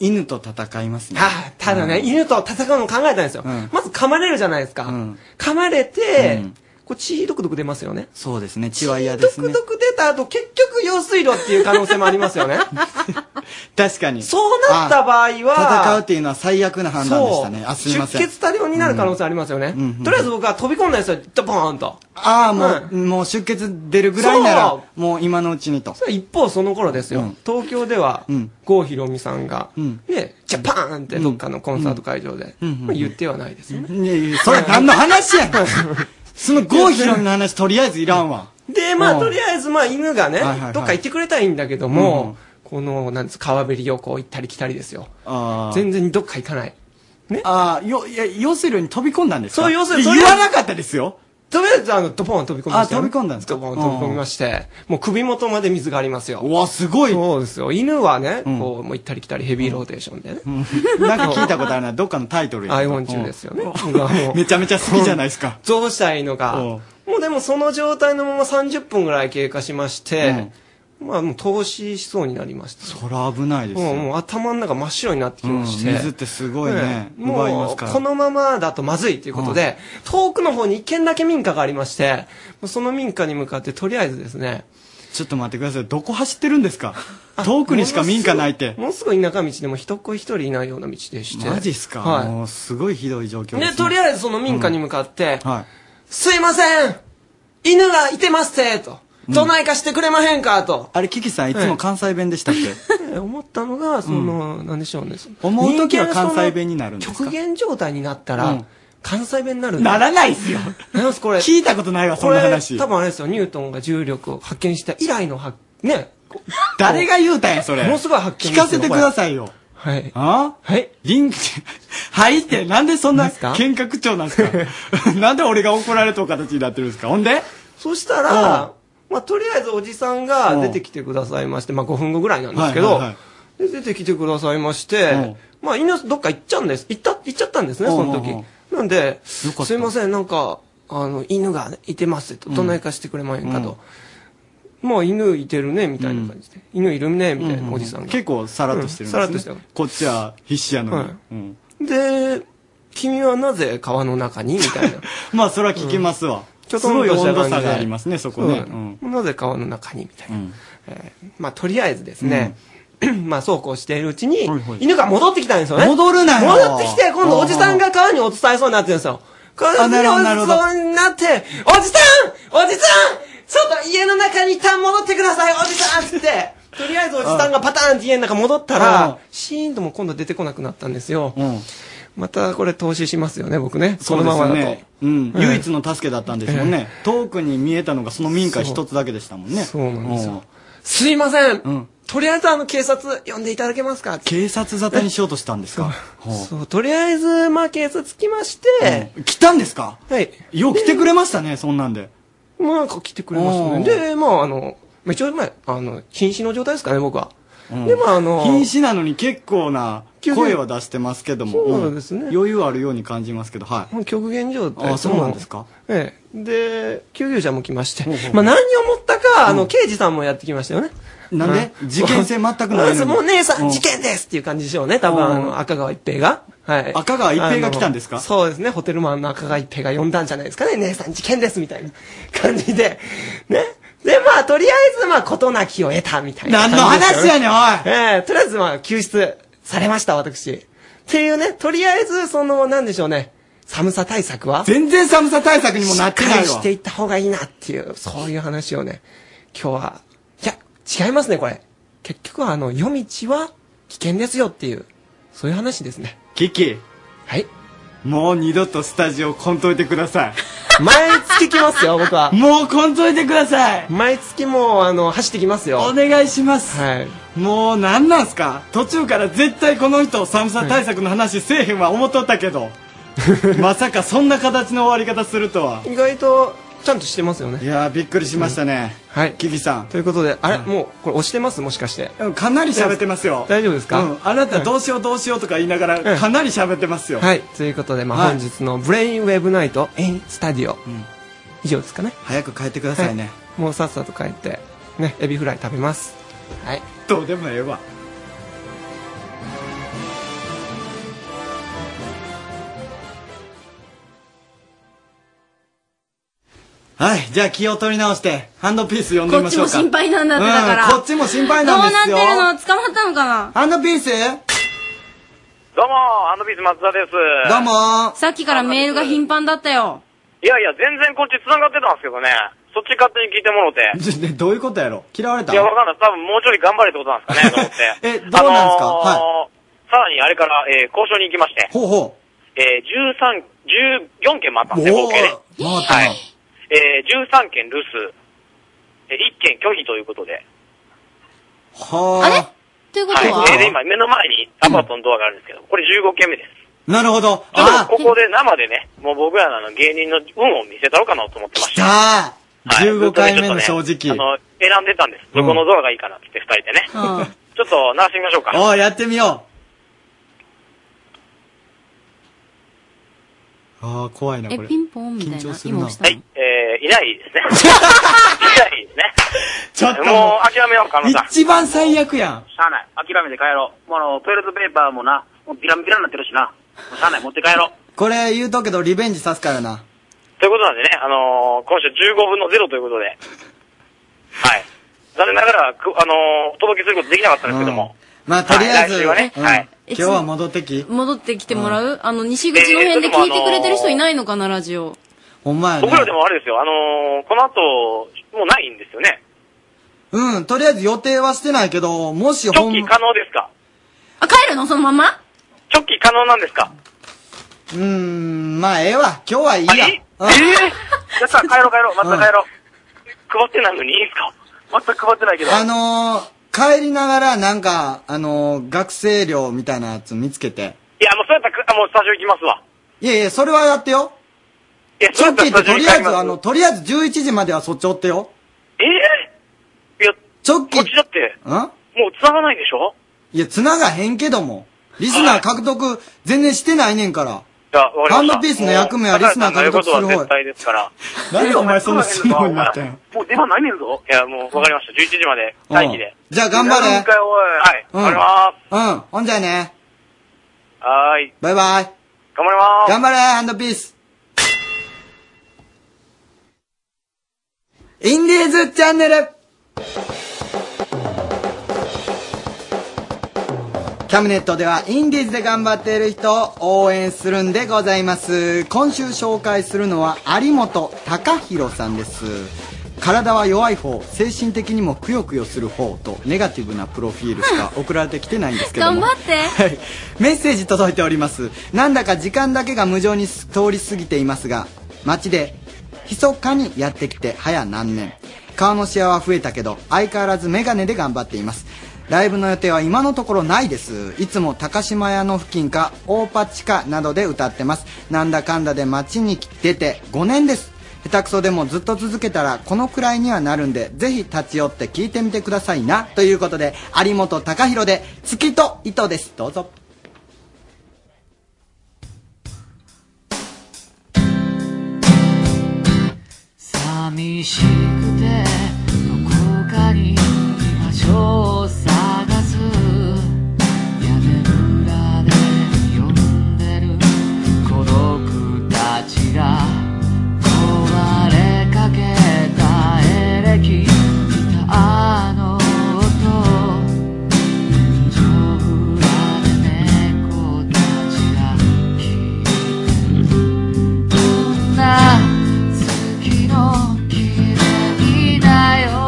Speaker 2: 犬と戦いますね。
Speaker 22: あただね、犬と戦うのを考えたんですよ。まず噛まれるじゃないですか。噛まれて、これ血ひどくどく出ますよね。
Speaker 2: そうですね、血は嫌ですね。
Speaker 22: どく出た後、結局用水路っていう可能性もありますよね。
Speaker 2: 確かに。
Speaker 22: そうなった場合は、
Speaker 2: 戦うっていうのは最悪な 判断でしたね。あ、すい
Speaker 22: 出
Speaker 2: ません。
Speaker 22: 血多量になる可能性ありますよね。とりあえず僕は飛び込んだんですよ、ドボーンと。
Speaker 2: ああ、もう、もう出血出るぐらいなら
Speaker 22: そ、
Speaker 2: もう今のうちにと。
Speaker 22: 一方その頃ですよ、
Speaker 2: うん
Speaker 22: 東京では、郷ひろみさんが、で、ジャパーンってどっかのコンサート会場で、
Speaker 2: うんうんうん
Speaker 22: まあ言ってはないですよね。
Speaker 2: いやいや、それ何の話やん その郷ひろみの話とりあえずいらんわ。
Speaker 22: で、ま
Speaker 2: う
Speaker 22: あ、
Speaker 2: ん
Speaker 22: とりあえず、まあ、犬がね、
Speaker 2: はいはいはい
Speaker 22: どっか行ってくれたらいいんだけど
Speaker 2: うん
Speaker 22: も、この、なんです川べりをこう行ったり来たりですよ。全然どっか行かない。ね。
Speaker 2: ああ、よ、いや、要するに飛び込んだんですか
Speaker 22: そう、要するに、
Speaker 2: 言わなかったですよ。
Speaker 22: とりあえず、あの、ドポン飛び込みましたよ
Speaker 2: あ飛び込んだんですか
Speaker 22: ドポン飛び込みまして、もう首元まで水がありますよ。
Speaker 2: わ、すごい。
Speaker 22: そうですよ。犬はね、こう、もう行ったり来たりヘビーローテーションでね。
Speaker 2: なん か聞いたことあるな、どっかのタイトルや
Speaker 22: アイオン中ですよね。
Speaker 2: うん
Speaker 22: 僕はもう
Speaker 2: めちゃめちゃ好きじゃないです か。
Speaker 22: どうしたらいいのか。 もうでもその状態のまま30分ぐらい経過しまして、まあもう投資しそうになりました。
Speaker 2: そら危ないですよ。
Speaker 22: もうもう頭の中真っ白になってきまして、
Speaker 2: うん水ってすごいね奪いま
Speaker 22: も
Speaker 2: す
Speaker 22: う
Speaker 2: から
Speaker 22: このままだとまずいということで、遠くの方に一軒だけ民家がありましてもうその民家に向かってとりあえずですね
Speaker 2: ちょっと待ってくださいどこ走ってるんですか遠くにしか民家ないって
Speaker 22: もうすぐ田舎道でも人っ子一人いないような道でして
Speaker 2: マジっすか、
Speaker 22: はい
Speaker 2: もうすごいひどい状況です、
Speaker 22: で
Speaker 2: ね。
Speaker 22: とりあえずその民家に向かって、
Speaker 2: はい。
Speaker 22: すいません犬がいてますてと。どないかしてくれまへんかと。
Speaker 2: あれ、キキさん、いつも関西弁でしたっけ、
Speaker 22: で思ったのが、その、なんでしょうね。
Speaker 2: 思う時は関西弁になるんですか
Speaker 22: 極限状態になったら、
Speaker 2: うん
Speaker 22: 関西弁になるんだ
Speaker 2: ならないっすよ。
Speaker 22: なんすこれ。
Speaker 2: 聞いたことないわ、そんな
Speaker 22: こ
Speaker 2: 話。
Speaker 22: れ多分あれですよ、ニュートンが重力を発見した以来の発、ね。
Speaker 2: 誰が言うたんや、それ。
Speaker 22: ものすごい発見
Speaker 2: 聞かせてくだ
Speaker 22: い。
Speaker 2: さいよ。
Speaker 22: はい。
Speaker 2: あ
Speaker 22: はい。
Speaker 2: リンク、はいって、なんでそんな喧嘩口調なんですか なんで俺が怒られた形になってるんですかほんで
Speaker 22: そしたら、まあ、とりあえずおじさんが出てきてくださいまして、まあ、5分後ぐらいなんですけど、
Speaker 2: はいはいは
Speaker 22: で出てきてくださいまして、まあ、犬どっか行っちゃうんです。行った、行っちゃったんですね、その時
Speaker 2: うんうんうん。
Speaker 22: なんで、すいません、なんか、あの、犬がねいてますと、
Speaker 2: うん
Speaker 22: どないかしてくれまへんかと。まあ、犬いてるね、みたいな感じで。犬いるね、みたいなおじさんが。
Speaker 2: 結構さらっとして
Speaker 22: うん
Speaker 2: るんです、ね
Speaker 22: さらっとして
Speaker 2: こっちは必死やのに、
Speaker 22: はい
Speaker 2: うん
Speaker 22: で、君はなぜ川の中にみたいな。
Speaker 2: まあそれは聞きますわ、
Speaker 22: ちょっと
Speaker 2: すごい
Speaker 22: とした
Speaker 2: 温度
Speaker 22: 感
Speaker 2: 差
Speaker 22: じで
Speaker 2: がありますねそこね
Speaker 22: そう
Speaker 2: うん
Speaker 22: なぜ川の中にみたいな、えーまあとりあえずですね、 まあそうこうしているうちに、犬が戻ってきたんですよね
Speaker 2: 戻るなよ
Speaker 22: 戻ってきて今度おじさんが川に落ち伝えそうになってるんですよ川に
Speaker 2: なるほど
Speaker 22: 落
Speaker 2: な
Speaker 22: ち
Speaker 2: るほど
Speaker 22: そうになって「おじさんおじさんちょっと家の中に一旦戻ってくださいおじさん!」っつってとりあえずおじさんがパターンって家の中戻ったらシーンともう今度出てこなくなったんですよ、またこれ投資しますよね僕ねこのままだ
Speaker 2: そう
Speaker 22: と
Speaker 2: ですよね、うん、
Speaker 22: うん
Speaker 2: 唯一の助けだったんですもんね、遠くに見えたのがその民家
Speaker 22: そう
Speaker 2: 一つだけでしたもんね
Speaker 22: そうなんですよ
Speaker 2: うん
Speaker 22: すいません、とりあえずあの警察呼んでいただけますか
Speaker 2: 警察沙汰にしようとしたんですか
Speaker 22: そうとりあえずまあ警察来まして、
Speaker 2: うん来たんですか
Speaker 22: はい
Speaker 2: よう来てくれましたねそんなんで
Speaker 22: まあ来てくれましたね
Speaker 2: おー
Speaker 22: でまああのまあ一応まああの瀕死の状態ですかね僕は、でまああの
Speaker 2: 瀕死なのに結構な声は出してますけども
Speaker 22: そうなんですね
Speaker 2: ん余裕あるように感じますけどはい
Speaker 22: 極限状態
Speaker 2: あそうなんですか
Speaker 22: ええで救急車も来ましてまあ何をもったかあの刑事さんもやってきましたよね
Speaker 2: なんで
Speaker 22: う
Speaker 2: 事件性全くないのに
Speaker 22: もう姉さ
Speaker 2: うんん
Speaker 22: 事件ですっていう感じでしょうね多分あの赤川一平がはい
Speaker 2: 赤川一平が来たんですか
Speaker 22: あのそうですねホテルマンの赤川一平が呼んだんじゃないですかね姉さん事件ですみたいな感じでねでまあとりあえずまあ事なきを得たみたいな
Speaker 2: 何の
Speaker 22: 感じですよ
Speaker 2: 話や
Speaker 22: ええとりあえずまあ救出されました私っていうねとりあえずそのなんでしょうね寒さ対策は
Speaker 2: 全然寒さ対策にもなってないわ
Speaker 22: しっかりしていった方がいいなっていう、そういう話をね、今日は、いや、違いますね、これ。結局は、あの、夜道は危険ですよっていう、そういう話ですね。
Speaker 2: キキ
Speaker 22: はい
Speaker 2: もう二度とスタジオこんといてください
Speaker 22: 毎月来ますよ、僕は。
Speaker 2: もうこんといてください
Speaker 22: 毎月もう、あの、走ってきますよ。
Speaker 2: お願いします
Speaker 22: はい。
Speaker 2: もうなんなんすか途中から絶対この人寒さ対策の話せえへんは思っとった けどまさかそんな形の終わり方するとは
Speaker 22: 意外と、ちゃんとしてますよね。
Speaker 2: いやーびっくりしましたね、
Speaker 22: はい。
Speaker 2: キキさん
Speaker 22: ということで、あれ、もう、これ押してますもしかして。
Speaker 2: かなり喋ってますよ
Speaker 22: 大丈夫ですか
Speaker 2: うん、あなたどうしようどうしようとか言いながらかなり喋ってますよ、
Speaker 22: はい。ということで、まあ、
Speaker 2: はい
Speaker 22: 本日のブレインウェブナイト in スタジオ。以上ですかね。
Speaker 2: 早く帰ってくださいね、
Speaker 22: もうさっさと帰って、ね、エビフライ食べます。はい。
Speaker 2: どうでもええわはい、じゃあ気を取り直して、ハンドピース呼んでみましょうか。
Speaker 3: こっちも心配なんだってだから
Speaker 2: うんこっちも心配なんですよ。
Speaker 3: どうなってるの捕まったのかな
Speaker 2: ハンドピースど
Speaker 4: どうも、アンドビーズ松田です。
Speaker 2: うも
Speaker 3: さっきからメールが頻繁だったよ。
Speaker 4: いやいや、全然こっち繋がってたんですけどね。そっち勝手に聞いてもろて。い
Speaker 2: ちょ ねどういうことやろ嫌われた
Speaker 4: や、わかんない。多分もうちょい頑張れってことなんですかね、と思って。
Speaker 2: え、どうなんですか
Speaker 4: あのーさらにあれから、えー交渉に行きまして、
Speaker 2: ほうほ
Speaker 4: えー、13、14件もあったん
Speaker 2: う。
Speaker 4: ですね、合計で。
Speaker 2: おお回っ
Speaker 4: えー、13件留守、えー1件拒否ということで。
Speaker 2: たな。はあれ
Speaker 3: という
Speaker 4: はい。えーで、今、目の前にアパートのドアがあるんですけど、これ15件目です。
Speaker 2: なるほど。
Speaker 4: ちょっとここで生でね、もう僕らのあの芸人の運を見せたろうかなと思ってました。
Speaker 2: さあ、
Speaker 4: はい
Speaker 2: 15回目の正直。
Speaker 4: あの、選んでたんです。どこのドアがいいかなって言って二人でね。ちょっと鳴らしてみましょうか。
Speaker 2: おうやってみよう。ああ、怖いな、
Speaker 4: え
Speaker 2: これ。
Speaker 4: ピ
Speaker 3: ンポンみたいな
Speaker 2: 緊張するな。
Speaker 4: はい。えー、いないですね。 いないですね。
Speaker 2: ちょっと
Speaker 4: もう諦めよう、カノさん。
Speaker 2: 一番最悪やん。
Speaker 4: しゃあない。諦めて帰ろう。もうあの、トイレットペーパーもな、もうビランビラになってるしな。もうしゃあない、持って帰ろう。
Speaker 2: これ言うとくけど、リベンジさすからな。
Speaker 4: ということなんでね、あのー、今週15分の0ということで。はい。残念ながら、くあのー、お届けすることできなかったんですけども。
Speaker 2: まあ、とりあえ
Speaker 4: はい来
Speaker 2: ず、
Speaker 4: 週はね
Speaker 2: うん
Speaker 4: はい
Speaker 2: 今日は戻ってき。
Speaker 3: 戻ってきてもらう、あの、西口の辺で聞いてくれてる人いないのかな、ラジオ。
Speaker 2: ほんまや
Speaker 4: 僕ら
Speaker 2: ね。
Speaker 4: でもあれですよ、あのー、この後、もうないんですよね。
Speaker 2: うん、とりあえず予定はしてないけど、もしほん、
Speaker 4: 可能ですか
Speaker 3: あ、帰るのそのまま
Speaker 4: チョッキ可能なんですか
Speaker 2: うーん、まあ、ええわ。今日はいいや。うん
Speaker 4: やった、帰ろう帰ろう、また帰ろう。配ってないのにいいですか全く配ってないけど。
Speaker 2: あのー、帰りながら、なんか、あのー、学生寮みたいなやつ見つけて。
Speaker 4: いや、もうそうやったらく、あもうスタジオ行きますわ。
Speaker 2: いやいや、それはやってよ。
Speaker 4: いや、
Speaker 2: チョッキーってとりあ
Speaker 4: それやったらスタジ
Speaker 2: え
Speaker 4: オ行きます
Speaker 2: ず、あの、とりあえず11時まではそっちおってよ。
Speaker 4: ええいや、
Speaker 2: チョッキ
Speaker 4: こっちだって、
Speaker 2: ん
Speaker 4: もう繋がないでしょ
Speaker 2: いや、繋がへんけども。リスナー獲得全然してないねんから。
Speaker 4: いや、わかりました
Speaker 2: ハンドピースの役目はリスナー獲得する
Speaker 4: もう高橋さん
Speaker 2: 方
Speaker 4: の言うことは絶対ですから。
Speaker 2: なんでお前そんな素直になったんや
Speaker 4: もう出番ないねんぞ。いや、もうわかりました。11時まで、待機で。
Speaker 2: じゃあ頑張れ
Speaker 4: なんかおいはい、
Speaker 2: うん
Speaker 4: 頑張りま
Speaker 2: うん。ほんじゃあね。
Speaker 4: す。はーい。
Speaker 2: バイバイ。
Speaker 4: 頑張りまーす。
Speaker 2: 頑張れ、ハンドピース。インディーズチャンネルキャムネットではインディーズで頑張っている人を応援するんでございます。今週紹介するのは有本隆弘さんです。体は弱い方、精神的にもくよくよする方とネガティブなプロフィールしか送られてきてないんですけど も。
Speaker 3: 頑張って。
Speaker 2: はい、メッセージ届いておりますなんだか時間だけが無情に通り過ぎていますが街で密かにやってきて早何年顔のシワは増えたけど相変わらずメガネで頑張っていますライブの予定は今のところないですいつも高島屋の付近か大パチかなどで歌ってますなんだかんだで街に出て5年です下手くそでもずっと続けたらこのくらいにはなるんでぜひ立ち寄って聞いてみてくださいなということで有本隆弘で「月と糸」ですどうぞ
Speaker 23: 寂しくてどこかに居場所を探す屋根裏で呼んでる孤独たちが壊れかけたエレキギターの音天井裏で猫たちが聞いてるどんな月の切れ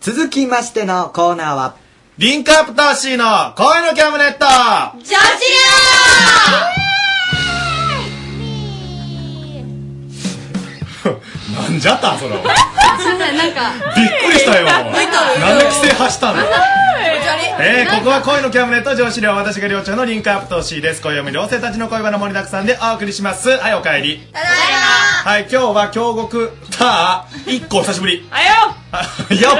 Speaker 2: 続きましてのコーナーは、
Speaker 1: リンクアップタッシーの声のキャムネット
Speaker 7: 女子よ
Speaker 1: なんじゃったんそれ。びっ
Speaker 13: すいませんなんか
Speaker 1: くりしたよ。なんで規制発したのえー、ここは
Speaker 13: 声
Speaker 1: 恋のキャムネット上司寮私が寮長のリンクアップ投資です恋読み寮生たちの恋バナ盛りだくさんでお送りしますはいおかえりただいまはい今日は京極ター一個久しぶり
Speaker 7: あよ
Speaker 1: よ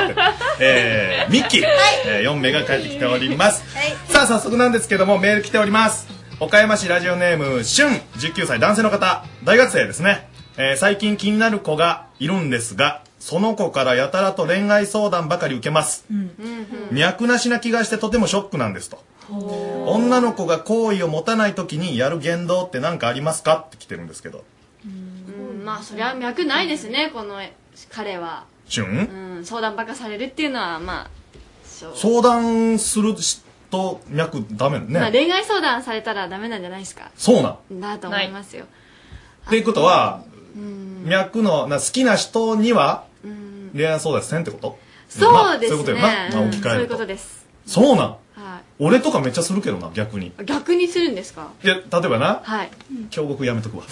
Speaker 1: えー、ミッキー、えー、4名が帰ってきております、さあ早速なんですけどもメール来ております岡山市ラジオネームしゅん19歳男性の方大学生ですね、えー最近気になる子がいるんですがその子からやたらと恋愛相談ばかり受けます脈なしな気がしてとてもショックなんですと女の子が好意を持たない時にやる言動って何かありますかって来てるんですけど
Speaker 13: うんまあそりゃ脈ないですねこの彼は
Speaker 1: しゅ
Speaker 13: うんん相談ばっかされるっていうのはまあそう
Speaker 1: 相談すると脈ダメ
Speaker 13: まあ
Speaker 1: ね
Speaker 13: 恋愛相談されたらダメなんじゃないですか
Speaker 1: そうなん
Speaker 13: だと思いますよ
Speaker 1: っていうことは脈のな好きな人には恋愛相談せんってこと
Speaker 13: そうですね
Speaker 1: まあそういうことよな、まあ、
Speaker 13: うん
Speaker 1: 置き
Speaker 13: そう
Speaker 1: 換
Speaker 13: い
Speaker 1: え
Speaker 13: う
Speaker 1: る
Speaker 13: こととです
Speaker 1: そうなん
Speaker 13: は
Speaker 1: 俺とかめっちゃするけどな逆に
Speaker 13: い逆にするんですか
Speaker 1: いや例えばな
Speaker 13: はい
Speaker 1: 京極やめと くわ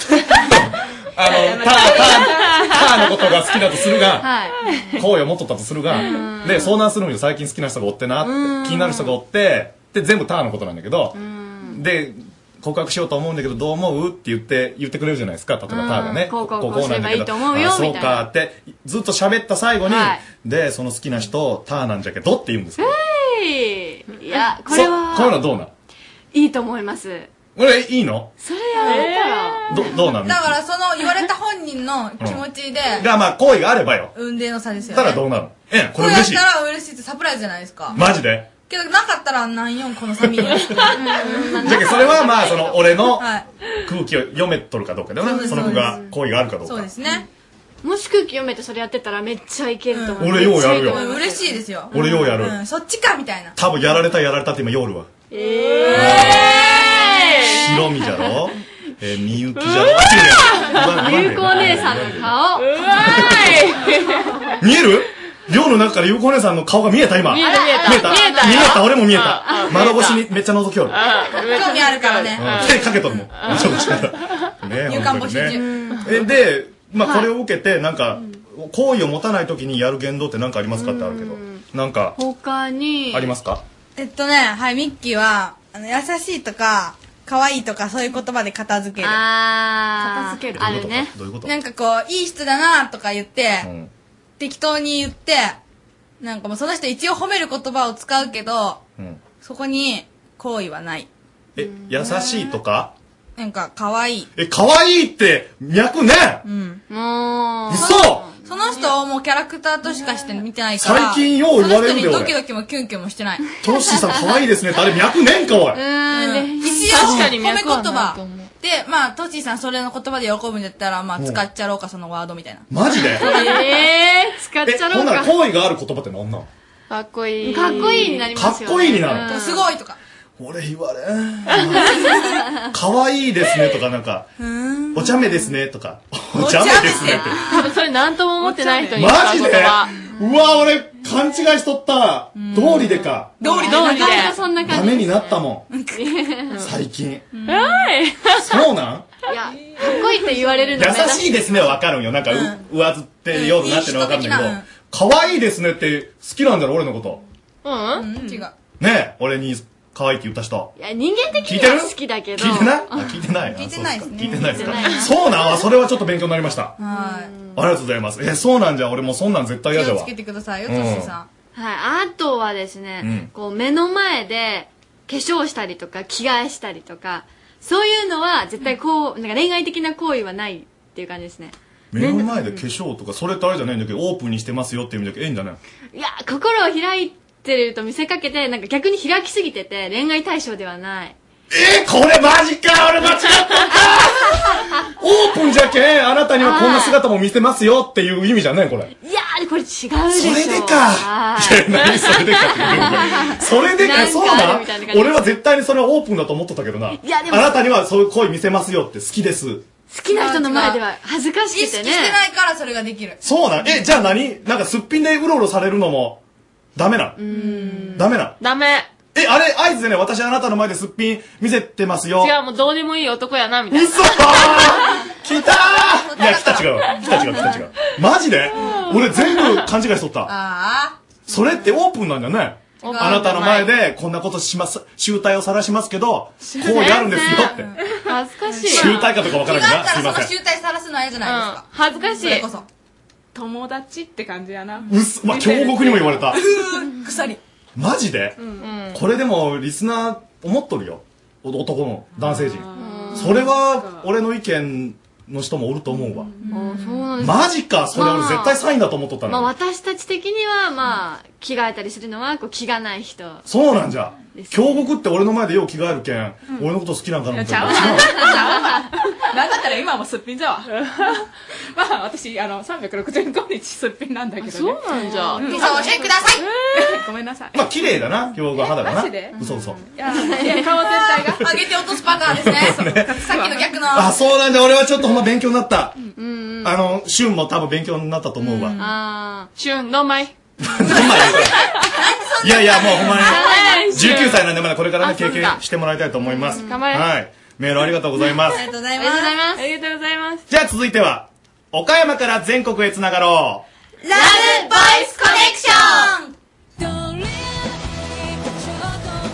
Speaker 1: あのターターのことが好きだとするが
Speaker 13: はい
Speaker 1: 好意を持っとったとするがで相談するんよ最近好きな人がおってなって気になる人がおってで全部ターのことなんだけどで告白しようと思うんだけどどう思うって言って言ってくれるじゃないですか例えばターがね
Speaker 13: うんこうこうこう
Speaker 1: な
Speaker 13: すれ
Speaker 1: んだ
Speaker 13: ば
Speaker 1: け
Speaker 13: い
Speaker 1: ど
Speaker 13: いと思うよ
Speaker 1: あそう
Speaker 13: みたいな
Speaker 1: かってずっと喋った最後に
Speaker 13: はい
Speaker 1: でその好きな人ターなんじゃけどって言うんですよ
Speaker 13: えいいやこれ
Speaker 1: そうこういうの
Speaker 13: は
Speaker 1: どうなん
Speaker 13: いいと思います
Speaker 1: これいいの
Speaker 13: それやられたら
Speaker 1: どどうな
Speaker 8: だ
Speaker 1: ん
Speaker 8: からその言われた本人の気持ちで、
Speaker 1: がまあ好意があればよ
Speaker 8: 運命の差です
Speaker 1: し
Speaker 8: よ
Speaker 1: た
Speaker 8: ね
Speaker 1: らどうなるええこ
Speaker 8: こ
Speaker 1: れ
Speaker 8: うやっ
Speaker 1: 嬉しい
Speaker 8: たら嬉しいってサプライズじゃないですか
Speaker 1: マジで
Speaker 8: けどなかったらなんよんこのサミー
Speaker 1: じゃけそれはまあその俺 の
Speaker 8: はい
Speaker 1: 空気を読めとるかどうかだよ
Speaker 13: そう
Speaker 1: な
Speaker 13: です
Speaker 1: その子が好意があるかどう
Speaker 13: そ
Speaker 1: か
Speaker 13: うです
Speaker 8: ね
Speaker 13: もし空気読めてそれやってたらめっちゃいけると思う、
Speaker 1: うん俺ようやるよ
Speaker 8: 嬉しいですよ
Speaker 1: 俺ようやる
Speaker 8: んそっちかみたいな
Speaker 1: 多分やられたやられたって今夜は
Speaker 13: え
Speaker 1: 白身じゃろえーみゆきじゃ
Speaker 13: う
Speaker 1: ろ
Speaker 13: わ
Speaker 1: 違うよ
Speaker 13: ゆうこお姉さんの顔うわー
Speaker 1: 見える寮の中からゆうこお姉さんの顔が見えた今
Speaker 8: 見えた見えた
Speaker 1: 見えた見
Speaker 8: 見えたよ
Speaker 1: えた俺も見えた
Speaker 8: うんうん
Speaker 1: 窓越しにめっちゃ覗きよる
Speaker 8: 興味あるからね
Speaker 1: うん手かけとるもんちょっとちょっとね
Speaker 8: 入
Speaker 1: 本
Speaker 8: 管
Speaker 1: 当
Speaker 8: 募
Speaker 1: に
Speaker 8: 集
Speaker 1: ね
Speaker 8: 中
Speaker 1: えでまあこれを受けてなんか好意を持たない時にやる言動って何かありますかってあるけどなんか
Speaker 8: 他に
Speaker 1: ありますか
Speaker 8: えっとねはいミッキーはあの優しいとか可愛いとかそういう言葉で片付ける
Speaker 13: あ
Speaker 8: 片付け
Speaker 13: るあるね
Speaker 1: どういうこと
Speaker 8: なんかこういい人だなとか言って、
Speaker 1: ん
Speaker 8: 適当に言ってなんかもうその人一応褒める言葉を使うけど
Speaker 1: うん
Speaker 8: そこに好意はない
Speaker 1: え優しいとか
Speaker 8: なんか可愛い
Speaker 1: え可愛いって脈ね
Speaker 8: うん
Speaker 13: も
Speaker 1: 嘘
Speaker 8: その人をもうキャラクターとしかして見てないから
Speaker 1: 最近よう言われるんだよ
Speaker 8: その人に
Speaker 1: 俺
Speaker 8: ドキドキもキュンキュンもして ない
Speaker 1: トッシーさん可愛いですねってあれ脈ねんかおい
Speaker 8: うん一応
Speaker 13: 確かに
Speaker 8: 褒め言
Speaker 13: 脈はない
Speaker 8: 葉でまあトッチーさんそれの言葉で喜ぶんだったらまあ
Speaker 1: うん
Speaker 8: 使っちゃろうかそのワードみたいな
Speaker 1: マジで
Speaker 13: えー、使っちゃ
Speaker 1: え
Speaker 13: ろ
Speaker 1: ほ
Speaker 13: うん
Speaker 1: なら
Speaker 13: か
Speaker 1: 好意がある言葉って何なん
Speaker 8: かっこい
Speaker 13: かっこいいになりますよね
Speaker 1: かっこいいになる
Speaker 8: すごいとか
Speaker 1: 俺言われん可愛いですねとかなんかお茶目ですねとかお茶目ですねって
Speaker 13: 多分それ何とも思ってない人に
Speaker 1: マジで
Speaker 13: 言葉
Speaker 1: うわ俺勘違いしとった道理でか
Speaker 13: 道理で道理でそんな
Speaker 1: ダ
Speaker 13: 感じ
Speaker 1: メになったもん
Speaker 13: は
Speaker 1: 最近
Speaker 13: い
Speaker 1: そうなん
Speaker 13: いやかっこいいって言われるのね
Speaker 1: 優しいですねは分かるんよなんかう上ずってるようになってるの分かるんだけ
Speaker 13: うんいい人
Speaker 1: ど可愛いですねって好きなんだろ俺のこと
Speaker 13: うん、違うい
Speaker 1: ねえ俺に可愛いって言った人
Speaker 13: や人間的に
Speaker 1: 聞いてる
Speaker 13: は好きだけど
Speaker 1: 聞いてないあ聞いてないあ
Speaker 13: 聞いてないですね
Speaker 1: そうですか聞いてないですか
Speaker 13: 聞いてない
Speaker 1: そうなんあそれはちょっと勉強になりましたあ
Speaker 8: は
Speaker 1: りがとうございますえそうなんじゃ俺もうそんなん絶対
Speaker 8: い
Speaker 1: 嫌
Speaker 8: 気
Speaker 1: じゃ
Speaker 8: を
Speaker 1: わ
Speaker 8: つけてくださいよ
Speaker 1: う
Speaker 8: ト
Speaker 1: ん
Speaker 8: ッチーさん
Speaker 13: はい、あとはですね、
Speaker 1: うん
Speaker 13: こう目の前で化粧したりとか着替えしたりとかそういうのは絶対こう、なんか恋愛的な行為はないっていう感じですね
Speaker 1: 目の前で化粧とかそれってあれじゃないんだけどオープンにしてますよって意味だけどええんじゃない
Speaker 13: いや心を開いてると見せかけてなんか逆に開きすぎてて恋愛対象ではない
Speaker 1: えこれマジか俺間違ったオープンじゃけんあなたにはこんな姿も見せますよっていう意味じゃないこれ
Speaker 13: いやーこれ違うでしょそ
Speaker 1: れでかいや何それでかってそれで
Speaker 13: な
Speaker 1: か
Speaker 13: ん
Speaker 1: そう
Speaker 13: かあ
Speaker 1: な
Speaker 13: るみたいな感じ
Speaker 1: 俺は絶対にそれはオープンだと思っとったけどなあ
Speaker 13: やでも
Speaker 1: なたにはそういう恋見せますよって好きです
Speaker 13: 好きな人の前では恥ずかしくてね
Speaker 8: 意識してないからそれができる
Speaker 1: そうなんえじゃあ何なんかすっぴんでうろうろされるのもダメな
Speaker 13: うーん。
Speaker 1: ダメな
Speaker 13: ダメ。
Speaker 1: え、あれ、合図でね、私あなたの前ですっぴん見せてますよ。
Speaker 13: 違う、もうどうでもいい男やな、みたいな。
Speaker 1: 嘘来たーいや、来た違う。来た違う、来た違う。マジで俺全部勘違いしとった。
Speaker 8: あ
Speaker 1: それってオープンなんだね。
Speaker 8: オープン
Speaker 1: あなたの前でこんなことします、集体を晒しますけど、こうやるんですよって。
Speaker 13: 恥ずかしい。
Speaker 1: 集大化とかわからんけどな
Speaker 8: あ。
Speaker 1: す
Speaker 8: だ
Speaker 1: いま
Speaker 8: からそ
Speaker 1: せ
Speaker 8: の
Speaker 1: ん
Speaker 8: 集大さらすのは嫌じゃないですか。
Speaker 13: 恥ずかしい。
Speaker 8: それこそ。
Speaker 19: 友達って感じや な。
Speaker 1: うっすまあ京極にも言われた
Speaker 19: うー
Speaker 8: 鎖。
Speaker 1: マジで
Speaker 19: うん
Speaker 1: これでもリスナー思っとるよお男の男性陣それは俺の意見の人もおると思うわ
Speaker 13: あそうなんです
Speaker 1: マジかそれ俺絶対サイン
Speaker 13: だ
Speaker 1: だと思っとった
Speaker 13: まあ
Speaker 1: の
Speaker 13: 私たち的には、まあ、着替えたりするのは、こう、着がない人。
Speaker 1: そうなんじゃ京極って俺の前でよう着替えるけん俺のこと好きなんかなみ
Speaker 19: ちゃう
Speaker 1: た
Speaker 19: わ。
Speaker 1: い
Speaker 19: ち
Speaker 1: な
Speaker 19: ゃうわ。 なんだったら今もすっぴんじゃわ。 まあ私、あの、365日すっぴんなんだけどね。そう
Speaker 13: なんじゃ
Speaker 8: ピザをしてください
Speaker 19: ごめんなさい。
Speaker 1: まあ綺麗だな京極は肌が
Speaker 19: マ
Speaker 1: な
Speaker 19: ジで
Speaker 1: 嘘嘘
Speaker 19: いや、いや顔全体が。
Speaker 8: 上げて落とすパターンですね。さっきの逆の。
Speaker 1: あそうなんだ俺はちょっとほんま勉強になった
Speaker 13: うん。
Speaker 1: あの旬も多分勉強になったと思うわ
Speaker 13: あー、旬、どんまい。
Speaker 1: いやいや、もうほんまに
Speaker 13: はい、
Speaker 1: 19歳なんでまだこれからね、
Speaker 13: あそ
Speaker 1: 経
Speaker 13: うか
Speaker 1: 験してもらいたいと思います。
Speaker 13: 頑張れ
Speaker 1: はい。メールありがとうございます。
Speaker 13: とうございます。ありがとうございます。
Speaker 1: じゃあ続いては、岡山から全国へつながろう。
Speaker 13: ラブボイスコネクション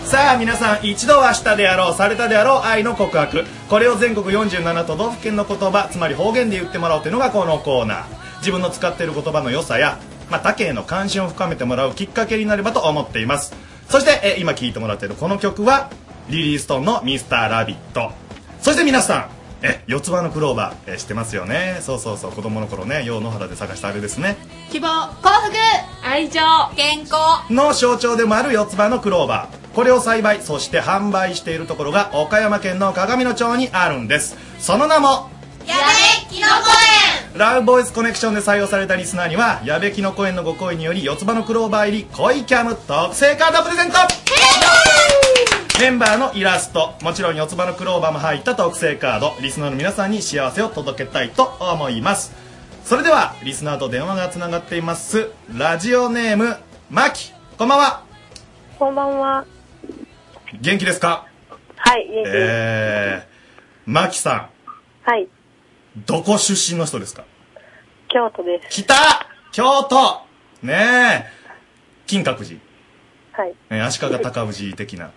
Speaker 1: さあ皆さん一度はしたであろうされたであろう愛の告白これを全国47都道府県の言葉つまり方言で言ってもらおうというのがこのコーナー自分の使っている言葉の良さや、まあ、他県への関心を深めてもらうきっかけになればと思っていますそしてえ今聴いてもらっているこの曲はリリー・ストーンの「ミスターラビットそして皆さんえ四つ葉のクローバーえ知ってますよねそうそうそう子供の頃ね陽野原で探したあれですね
Speaker 13: 希望、幸福、愛情、健康。
Speaker 1: の象徴でもある四つ葉のクローバーこれを栽培そして販売しているところが岡山県の鏡野町にあるんですその名も
Speaker 7: やべきのこ
Speaker 1: ラブボイスコネクションで採用されたリスナーには矢部きの公園のご好意により四つ葉のクローバー入り恋キャム特製カードプレゼントメンバーのイラストもちろん四つ葉のクローバーも入った特製カードリスナーの皆さんに幸せを届けたいと思いますそれではリスナーと電話がつながっていますラジオネームマキこんばんは
Speaker 9: こんばんは。
Speaker 1: 元気ですか
Speaker 9: はい、元気です
Speaker 1: えー、マキさ
Speaker 9: はい、
Speaker 1: ん、どこ出身の人ですか
Speaker 9: 京都です。
Speaker 1: 来た京都ねえ、金閣寺、
Speaker 9: はい。
Speaker 1: えー足利尊氏的な。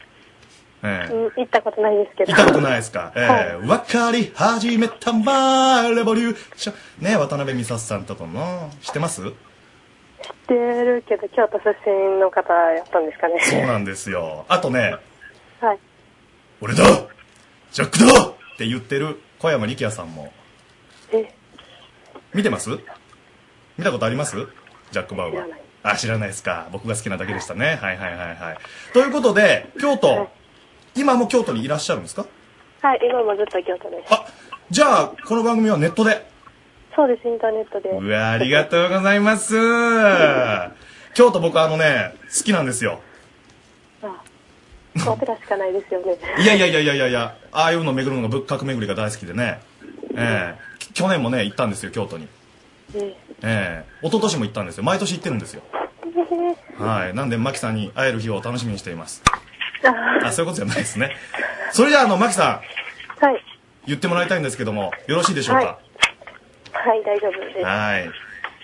Speaker 1: え
Speaker 9: うん行ったことないですけ
Speaker 1: ー、
Speaker 9: ど。
Speaker 1: 行ったことないですかえー、わかり始めたまーレボリューション。ねえ渡辺美沙さんとかも、知ってます
Speaker 9: 知ってるけど、京都出身の方やったんですかね。
Speaker 1: そうなんですよ。あとね、
Speaker 9: はい。
Speaker 1: 俺だジャックだって言ってる小山力也さんも。
Speaker 9: え
Speaker 1: 見てます見たことありますジャック・バウアー。あ、知らないですか。僕が好きなだけでしたね。はいはいはいはい。ということで、京都、今も京都にいらっしゃるんですか
Speaker 9: はい、今もずっと京都です。
Speaker 1: じゃあ、この番組はネットで。
Speaker 9: そうです、インターネットで。
Speaker 1: うわ、ありがとうございます。京都僕あのね、好きなんですよ。
Speaker 9: あ、お寺しかないですよね。
Speaker 1: いやいやいやいやいやいや、ああいうの巡るのが仏閣巡りが大好きでね。ええき去年もね、行ったんですよ、京都に。
Speaker 9: え
Speaker 1: ええ一昨年も行ったんですよ。毎年行ってるんですよ。はい。なんで、マキさんに会える日を楽しみにしています。あ、そういうことじゃないですね。それじゃあ、あの、マキさ
Speaker 9: ん。はい。
Speaker 1: 言ってもらいたいんですけども、よろしいでしょうか。
Speaker 9: はい、大丈夫です。
Speaker 1: はい。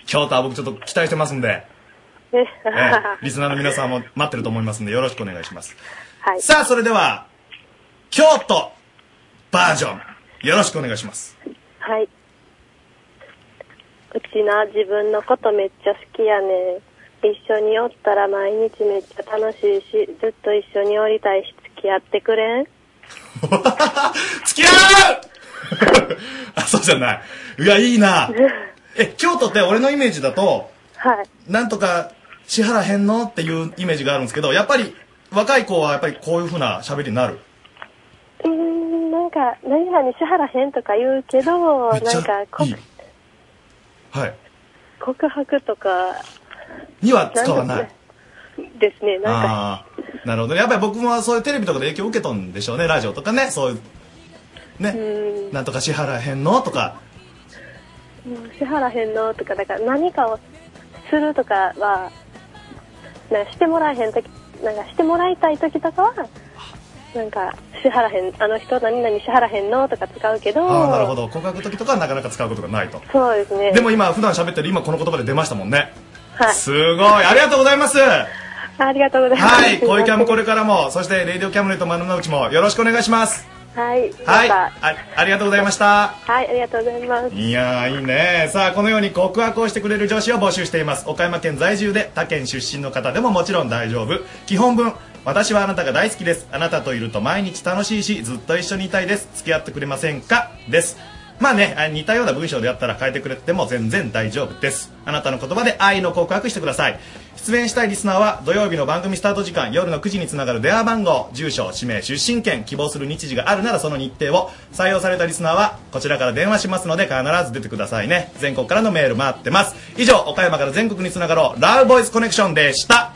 Speaker 1: 京都は僕ちょっと期待してますんで、
Speaker 9: ね
Speaker 1: ええリスナーの皆さんも待ってると思いますんで、よろしくお願いします。
Speaker 9: はい。
Speaker 1: さあ、それでは、京都バージョン、よろしくお願いします。
Speaker 9: はい。うちな自分のことめっちゃ好きやね一緒におったら毎日めっちゃ楽しいし、ずっと一緒におりたいし、付き合ってくれん
Speaker 1: 付き合うあ、そうじゃない。うわ、いいな。え、京都って俺のイメージだと、
Speaker 9: はい。
Speaker 1: なんとか支払へんのっていうイメージがあるんですけど、やっぱり若い子はやっぱりこういう風な喋りになる。
Speaker 9: うーん、なんか、何々支払へんとか言うけど、
Speaker 1: めっち
Speaker 9: な
Speaker 1: ゃ
Speaker 9: んかこ
Speaker 1: いい。はい。
Speaker 9: 告白とか
Speaker 1: には使わない。
Speaker 9: ですね、なんか、
Speaker 1: ああ、なるほどね。やっぱり僕もそういうテレビとかで影響を受けとんでしょうね、ラジオとかね。そういう、ね。なんとか支払へんのとか。
Speaker 9: もう支払へんのとか、だから何かをするとかは、
Speaker 24: なんかしてもらえへん時なんかしてもらいたい時とかはなんか支払へんあの人何々支払へんのとか使うけど
Speaker 1: ああなるほど告白の時とかはなかなか使うことがないと
Speaker 24: そうですね
Speaker 1: でも今普段喋ってる今この言葉で出ましたもんね
Speaker 24: はい
Speaker 1: すごいありがとうございます
Speaker 24: ありがとうございます
Speaker 1: はい恋キャンもこれからもそしてレイディオキャムネット丸の内もよろしくお願いします
Speaker 24: はい
Speaker 1: はい
Speaker 24: ま
Speaker 1: あありがとうございました
Speaker 24: たはいありがとうございます
Speaker 1: いやーいいねさあこのように告白をしてくれる女子を募集しています岡山県在住で他県出身の方でももちろん大丈夫基本文私はあなたが大好きですあなたといると毎日楽しいしずっと一緒にいたいです付き合ってくれませんかですまあねあ似たような文章であったら変えてくれても全然大丈夫ですあなたの言葉で愛の告白してください出演したいリスナーは土曜日の番組スタート時間夜の9時につながる電話番号住所氏名出身県希望する日時があるならその日程を採用されたリスナーはこちらから電話しますので必ず出てくださいね全国からのメール待ってます以上岡山から全国につながろうラウボイスコネクションでした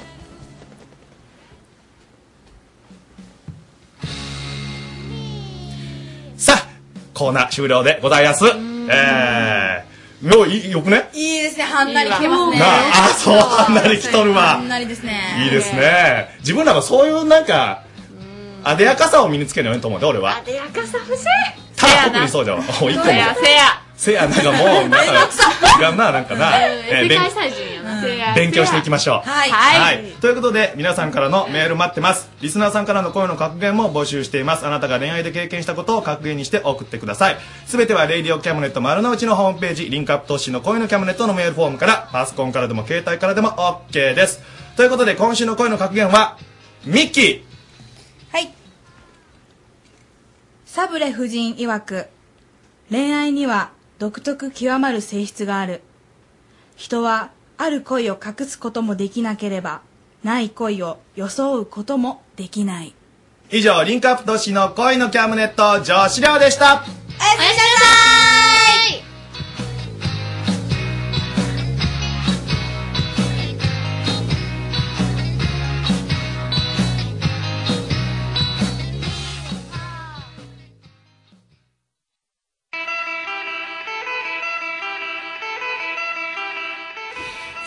Speaker 1: さあコーナー終了でございますえー、よいよくね
Speaker 25: いいですね、はんなり来てますね。
Speaker 1: なああそうはんなり来とるわ
Speaker 25: はんなりですね。
Speaker 1: いいですね自分らもそういうなんかあでやかさを身につけるようにと思うで俺は
Speaker 20: でやかさ欲しい
Speaker 1: ただ特にそうじゃわおい一個も
Speaker 20: せやせや
Speaker 1: せやなんかもうなん かいらんななんかな、
Speaker 20: 世
Speaker 1: えー勉
Speaker 20: 界最順やなせや
Speaker 1: 勉強していきましょう
Speaker 20: はい
Speaker 1: はい、ということで皆さんからのメール待ってますリスナーさんからの声の格言も募集していますあなたが恋愛で経験したことを格言にして送ってくださいすべては「レイディオキャムネット丸の内」のホームページリンクアップ投資の恋のキャムネットのメールフォームからパソコンからでも携帯からでも OK ですということで今週の声の格言はミッキー
Speaker 25: サブレ夫人曰く、恋愛には独特極まる性質がある。人はある恋を隠すこともできなければ、ない恋を装うこともできない。
Speaker 1: 以上リンクアップ投資の恋のキャムネット女子寮でした
Speaker 20: おやすみなさい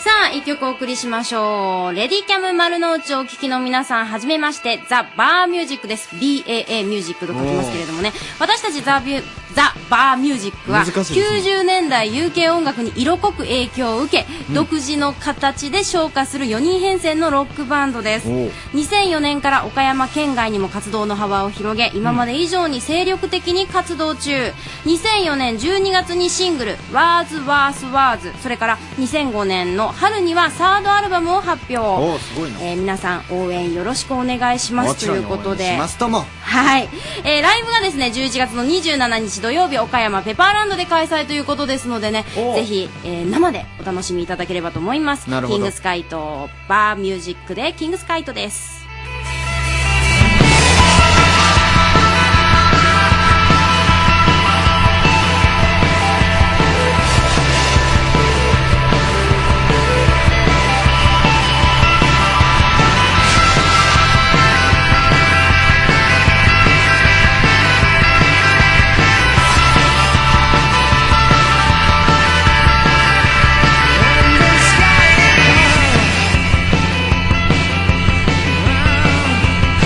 Speaker 3: さあ、一曲お送りしましょう。レディキャム丸の内をお聞きの皆さん、はじめまして、ザ・バーミュージックです。BAA ミュージックと書きますけれどもね。私たちザ・ビュザ・バーミュージックは、
Speaker 26: 難しいですね
Speaker 3: 90年代 UK 音楽に色濃く影響を受け、
Speaker 26: うん
Speaker 3: 独自の形で昇華する4人編成のロックバンドです。2004年から岡山県外にも活動の幅を広げ今まで以上に精力的に活動中、2004年12月にシングル「ワーズワースワーズそれから2005年の春にはサードアルバムを発表
Speaker 13: おーすごいな
Speaker 3: えー皆さん応援よろしくお願いしま
Speaker 13: も
Speaker 3: す
Speaker 13: ち
Speaker 3: と
Speaker 13: ろ
Speaker 3: い
Speaker 13: ん
Speaker 3: うこと
Speaker 13: 応援
Speaker 3: で
Speaker 13: しますとも
Speaker 3: はい、えーライブがですね11月の27日土曜日岡山ペパーランドで開催ということですのでねぜひ、えー生でお楽しみいただければと思います
Speaker 26: なるほど
Speaker 3: キングスカイトバーミュージックでキングスカイトです
Speaker 26: 「あなたの笑顔が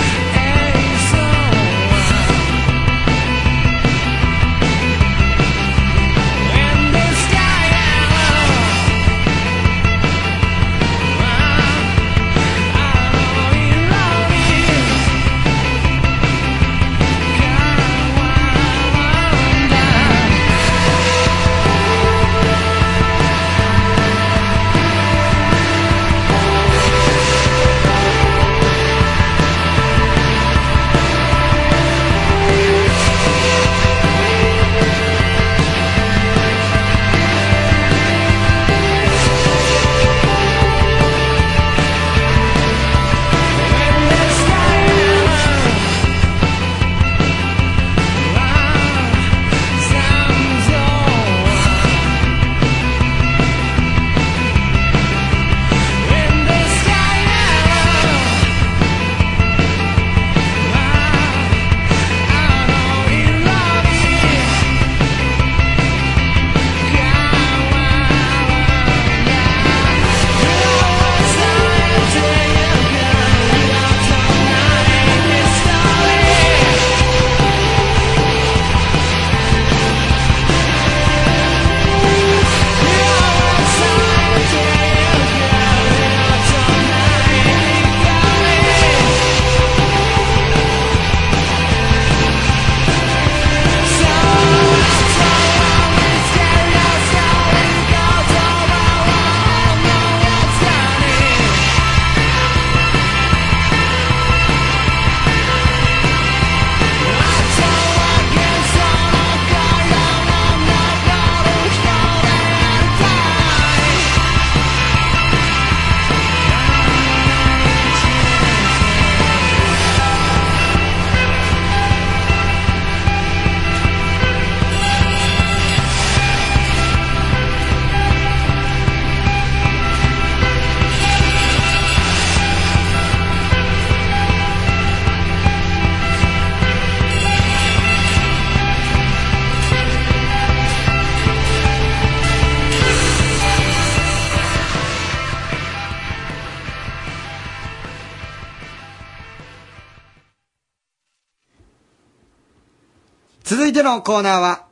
Speaker 2: 続いてのコーナーは、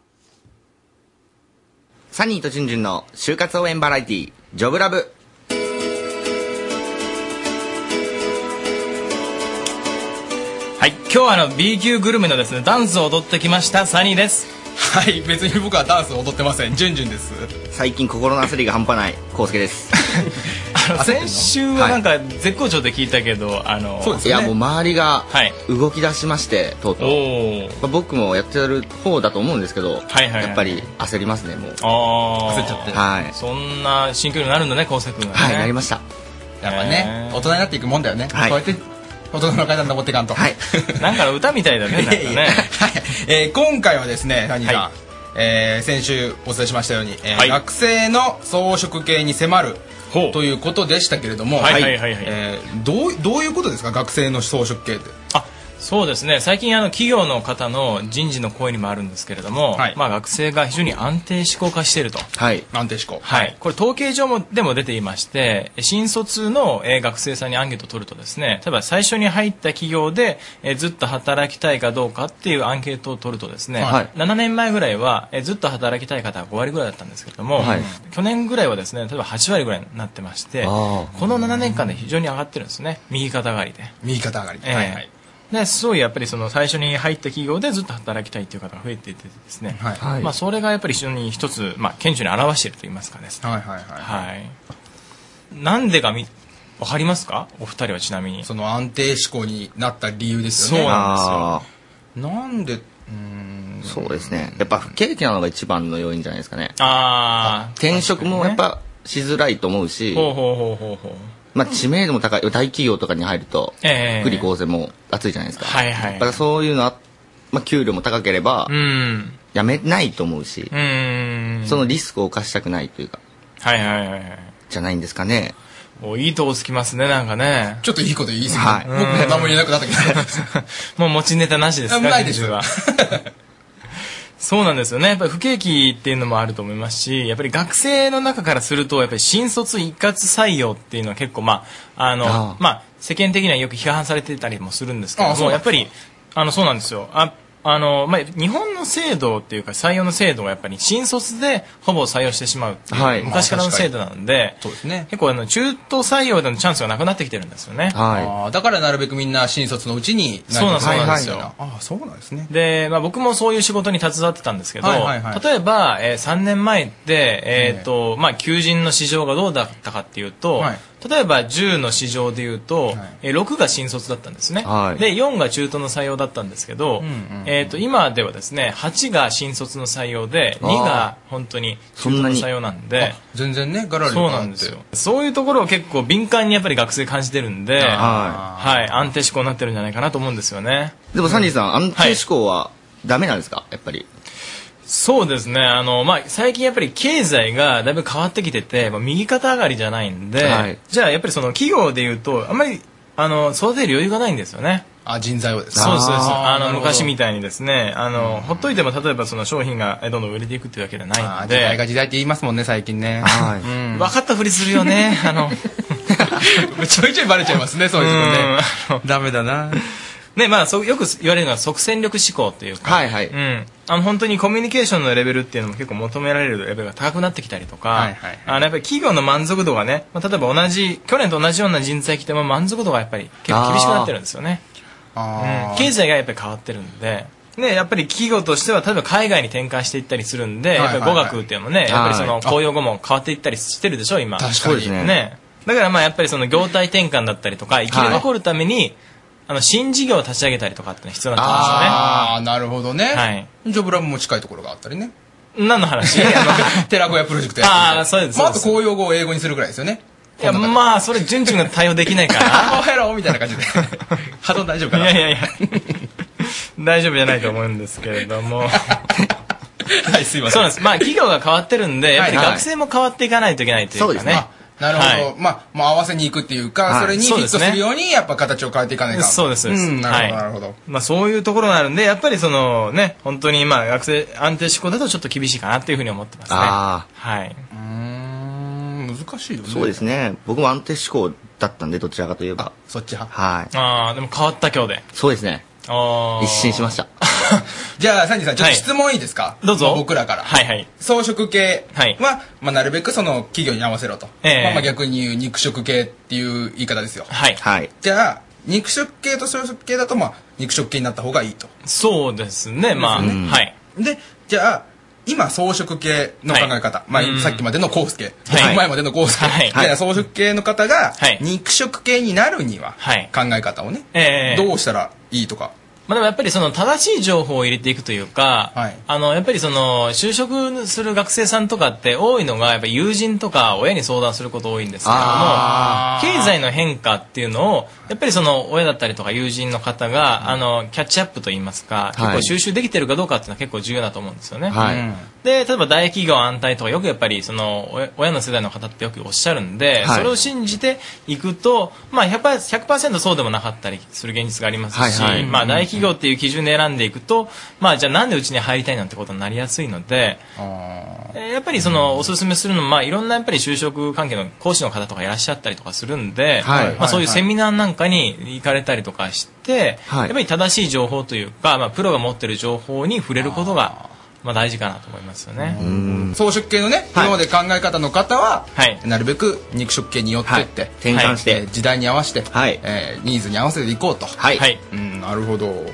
Speaker 10: サニーとジュンジュンの就活応援バラエティー、ジョブラブ。
Speaker 6: はい、今日はあの B 級グルメのですね、ダンスを踊ってきました、サニーです。はい、別に僕はダンスを踊ってません、ジュンジュンです。
Speaker 10: 最近心の焦りが半端ない、コウスケです。
Speaker 6: あの先週はなんか絶好調で聞いたけど、あの、
Speaker 10: いやもう周りが動き出しまして、とうとう、まあ、僕もやってる方だと思うんですけど、
Speaker 6: はいはい
Speaker 10: やっぱり焦りますねもう
Speaker 6: あー
Speaker 10: 焦っちゃってはい
Speaker 6: そんな新距離になるんだね、昴生君が、ね。
Speaker 10: はいなりました
Speaker 6: やっ
Speaker 10: ぱね
Speaker 6: 大人になっていくもんだよね。
Speaker 10: はいこう
Speaker 6: やって大人の階段登っていかんと。はい。なんかの歌みたいだね、なんかね。
Speaker 27: いやいやえー今回はですね、何が、えー先週お伝えしましたように、えー
Speaker 6: はい
Speaker 27: 学生の装飾系に迫るということでしたけれども、
Speaker 6: はいはいはいはい
Speaker 27: えーどうどういうことですか、学生の装飾系って。
Speaker 6: そうですね最近あの企業の方の人事の声にもあるんですけれども、まあ、学生が非常に安定志向化していると、
Speaker 10: はい、
Speaker 27: 安定志向、
Speaker 6: はい、これ統計上もでも出ていまして新卒のえー学生さんにアンケートを取るとですね例えば最初に入った企業でえーずっと働きたいかどうかっていうアンケートを取るとですね、
Speaker 10: はい
Speaker 6: 7年前ぐらいはえーずっと働きたい方が5割ぐらいだったんですけれども、
Speaker 10: はい
Speaker 6: 去年ぐらいはですね例えば8割ぐらいになってまして
Speaker 10: あー
Speaker 6: この7年間で非常に上がってるんですね右肩上がりで。
Speaker 27: 右肩上がり、
Speaker 6: ええ
Speaker 27: はいはい
Speaker 6: ですごいやっぱりその最初に入った企業でずっと働きたいという方が増えていてですね、
Speaker 27: はいはい
Speaker 6: まあ、それがやっぱり非常に一つ、まあ、顕著に表していると言いますかですね
Speaker 27: はいはいはい
Speaker 6: はいなんでかみ分かりますかお二人はちなみに
Speaker 27: その安定志向になった理由です
Speaker 6: そ
Speaker 27: よね
Speaker 6: うなんですよ
Speaker 10: あ
Speaker 27: なんで
Speaker 10: ーそうですねやっぱ不景気なのが一番の要因じゃないですかね
Speaker 6: あ
Speaker 10: 転職もやっぱしづらいと思う
Speaker 6: あ
Speaker 10: し、
Speaker 6: ほうほうほうほうほう
Speaker 10: まあ、知名度も高い大企業とかに入ると
Speaker 6: ええ
Speaker 10: 福利厚生も熱いじゃないですか、
Speaker 6: はいはい
Speaker 10: だからそういうのは、まあ、給料も高ければ
Speaker 6: うん
Speaker 10: やめないと思うし、
Speaker 6: うーん
Speaker 10: そのリスクを犯したくないというか
Speaker 6: はいはいはいはい
Speaker 10: じゃないんですかね
Speaker 6: おいいとこつきますねなんかね
Speaker 27: ちょっといいこと言い過ぎ
Speaker 10: た
Speaker 6: い、
Speaker 27: 僕も何も言えなくなったけど
Speaker 6: もう持ちネタなしですか
Speaker 27: あないです
Speaker 6: 今週は そうなんですよねやっぱり不景気っていうのもあると思いますしやっぱり学生の中からするとやっぱり新卒一括採用っていうのは結構まああの
Speaker 10: あ
Speaker 6: まあ世間的にはよく批判されてたりもするんですけど
Speaker 10: あそう
Speaker 6: も
Speaker 10: なん
Speaker 6: や
Speaker 10: で
Speaker 6: っ
Speaker 10: すか
Speaker 6: ぱりあのそうなんですよああのまあ、日本の制度っていうか採用の制度がやっぱり新卒でほぼ採用してしまうっていう、
Speaker 10: はい
Speaker 6: 昔からの制度なんで,、
Speaker 27: そうですね
Speaker 6: 結構あの中途採用でのチャンスがなくなってきてるんですよね。
Speaker 27: あーだからなるべくみんな新卒のうちに
Speaker 6: そうなんです
Speaker 27: 何か
Speaker 6: は
Speaker 27: そ
Speaker 6: いはい
Speaker 27: うなんですよああそうなんですね
Speaker 6: で、まあ、僕もそういう仕事に携わってたんですけど、
Speaker 27: はいはいはい
Speaker 6: 例えば、えー3年前って、えーとまあ、求人の市場がどうだったかっていうと、
Speaker 27: はい
Speaker 6: 例えば10の市場でいうと、えー6が新卒だったんですね、
Speaker 10: はい
Speaker 6: で4が中途の採用だったんですけど、えー、と今ではですね8が新卒の採用で
Speaker 27: あ
Speaker 6: 2
Speaker 27: ー
Speaker 6: が本当に中途の採用なんで
Speaker 27: 全然ねガラリ
Speaker 6: そうなんですよそういうところを結構敏感にやっぱり学生感じてるんで、
Speaker 10: は
Speaker 6: はい、安定志向になってるんじゃないかなと思うんですよね
Speaker 10: でもサニーさん、安定志向はダメなんですか、やっぱり
Speaker 6: そうですねあの、まあ、最近やっぱり経済がだいぶ変わってきてて、まあ、右肩上がりじゃないんで、
Speaker 10: はい
Speaker 6: じゃあやっぱりその企業でいうとあんまりあの育てる余裕がないんですよね。
Speaker 27: あ人材をです
Speaker 6: そうですそうですあ
Speaker 27: な
Speaker 6: の
Speaker 27: るほど
Speaker 6: 昔みたいにですねあの、ほっといても例えばその商品がえどんどん売れていくっていうわけじゃない
Speaker 27: あ
Speaker 6: ん
Speaker 27: 時代
Speaker 6: で
Speaker 27: が時代って言いますもんね最近ね
Speaker 10: はい
Speaker 6: 分かったふりする よねあの
Speaker 27: ちょいちょいバレちゃいますねそういうのねダメだな
Speaker 6: ねまあ、そうよく言われるのは即戦力思考っていうか、
Speaker 27: はいはい
Speaker 6: うん、あの本当にコミュニケーションのレベルっていうのも結構求められるレベルが高くなってきたりとか、
Speaker 27: はいはいはい
Speaker 6: あのやっぱり企業の満足度がね、まあ、例えば同じ去年と同じような人材来ても満足度がやっぱり結構厳しくなってるんですよね、
Speaker 27: あ
Speaker 6: うん、
Speaker 27: ー
Speaker 6: 経済がやっぱり変わってるんで。ね、やっぱり企業としては例えば海外に展開していったりするんで、
Speaker 27: はいはいはい
Speaker 6: やっぱり語学っていうのもね、やっぱりそ
Speaker 27: は
Speaker 6: の
Speaker 27: い
Speaker 6: 公用語も変わっていったりしてるでしょ今
Speaker 27: 確かにそうですね
Speaker 6: ねだからまあやっぱりその業態転換だったりとか生き残るために、あの新事業を立ち上げたりとかっての必要になってきますよね
Speaker 27: ああなるほどね
Speaker 6: はい
Speaker 27: ジョブラブも近いところがあったりね
Speaker 6: 何 の話
Speaker 27: 寺子屋プロジェクトやってみたり
Speaker 6: ああそうです
Speaker 27: まあ、あ
Speaker 6: そう
Speaker 27: と
Speaker 6: です、
Speaker 27: 公用語を英語にするぐらいですよね
Speaker 6: いやまあそれ順々が対応できないか ら
Speaker 27: おやろみたいな感じで波動大丈夫かない
Speaker 6: やいやいや大丈夫じゃないと思うんですけれ どもはい
Speaker 27: すいません
Speaker 6: そうなんですまあ企業が変わってるんでやっぱり
Speaker 27: はいはい
Speaker 6: 学生も変わっていかないといけないというかね、
Speaker 27: あなるほど、
Speaker 6: は
Speaker 27: まあ、まあ合わせに行くっていうか、
Speaker 6: はい
Speaker 27: それにフィ
Speaker 6: そう
Speaker 27: ッ
Speaker 6: で
Speaker 27: ト
Speaker 6: す
Speaker 27: す
Speaker 6: ね
Speaker 27: るようにやっぱ形を変えていかないかん
Speaker 6: そうですそうです
Speaker 27: ん、なるほど、
Speaker 6: はい
Speaker 27: なるほど
Speaker 6: まあ、そういうところがあるんでやっぱりそのね本当にまあ学生安定志向だとちょっと厳しいかなっていうふうに思ってますね
Speaker 10: あ
Speaker 6: はい
Speaker 27: 難しいよね
Speaker 10: そうですね僕も安定志向だったんでどちらかといえば
Speaker 27: そっち派
Speaker 10: はい
Speaker 6: ああでも変わった今日で
Speaker 10: そうですね
Speaker 6: ああ
Speaker 10: 一新しました
Speaker 27: じゃあ、サンジさん、ちょっと質問いいですか、
Speaker 6: どうぞ
Speaker 27: まあ僕らから。
Speaker 6: はいはい。
Speaker 27: 草食系は、まあ、なるべくその企業に合わせろと。
Speaker 6: ええ
Speaker 27: まあ、まあ逆に言う肉食系っていう言い方ですよ。
Speaker 6: はい。
Speaker 27: はい。じゃあ、肉食系と草食系だと、まあ、肉食系になった方がいいと。
Speaker 6: そうですね、まあ、
Speaker 27: ですね
Speaker 6: はい。
Speaker 27: で、じゃあ、今、草食系の考え方。
Speaker 6: はい
Speaker 27: ま
Speaker 6: うん
Speaker 27: あ、さっきまでのコウスケ。
Speaker 6: はい
Speaker 27: 前までのコウスケ。
Speaker 6: はい
Speaker 27: みたいな草食系の方が、肉食系になるには、考え方をね、
Speaker 6: ええ
Speaker 27: どうしたらいいとか。
Speaker 6: まあ、でもやっぱりその正しい情報を入れていくというか、あのやっぱりその就職する学生さんとかって多いのがやっぱ友人とか親に相談すること多いんですけれども
Speaker 11: あ
Speaker 6: 経済の変化っていうのをやっぱりその親だったりとか友人の方があのキャッチアップといいますか結
Speaker 11: はい
Speaker 6: 構収集できてるかどうかっていうのは結構重要だと思うんですよね。
Speaker 11: はい
Speaker 6: うんで例えば大企業安泰とかよくやっぱりその親親の世代の方ってよくおっしゃるんで、
Speaker 11: はい
Speaker 6: それを信じていくと、まあ、100%, 100%そうでもなかったりする現実がありますし、
Speaker 11: はいはい
Speaker 6: まあ、大企業っていう基準で選んでいくと、まあ、じゃあなんでうちに入りたいなんてことになりやすいので、えーやっぱりそのおすすめするのは、まあ、いろんなやっぱり就職関係の講師の方とかいらっしゃったりとかするんで、
Speaker 11: はい
Speaker 6: まあ、そういう
Speaker 11: はいは
Speaker 6: セ
Speaker 11: い
Speaker 6: ミナーなんかに行かれたりとかして、
Speaker 11: はい
Speaker 6: やっぱり正しい情報というか、まあ、プロが持ってる情報に触れることがまあ、大事かなと思いますよね。
Speaker 27: 草食系のね、今まで考え方の方は、
Speaker 6: はい
Speaker 27: なるべく肉食系に寄ってって、
Speaker 6: はい転換して
Speaker 27: えー時代に合わせて、えーニーズに合わせていこうとはい、うん、なるほど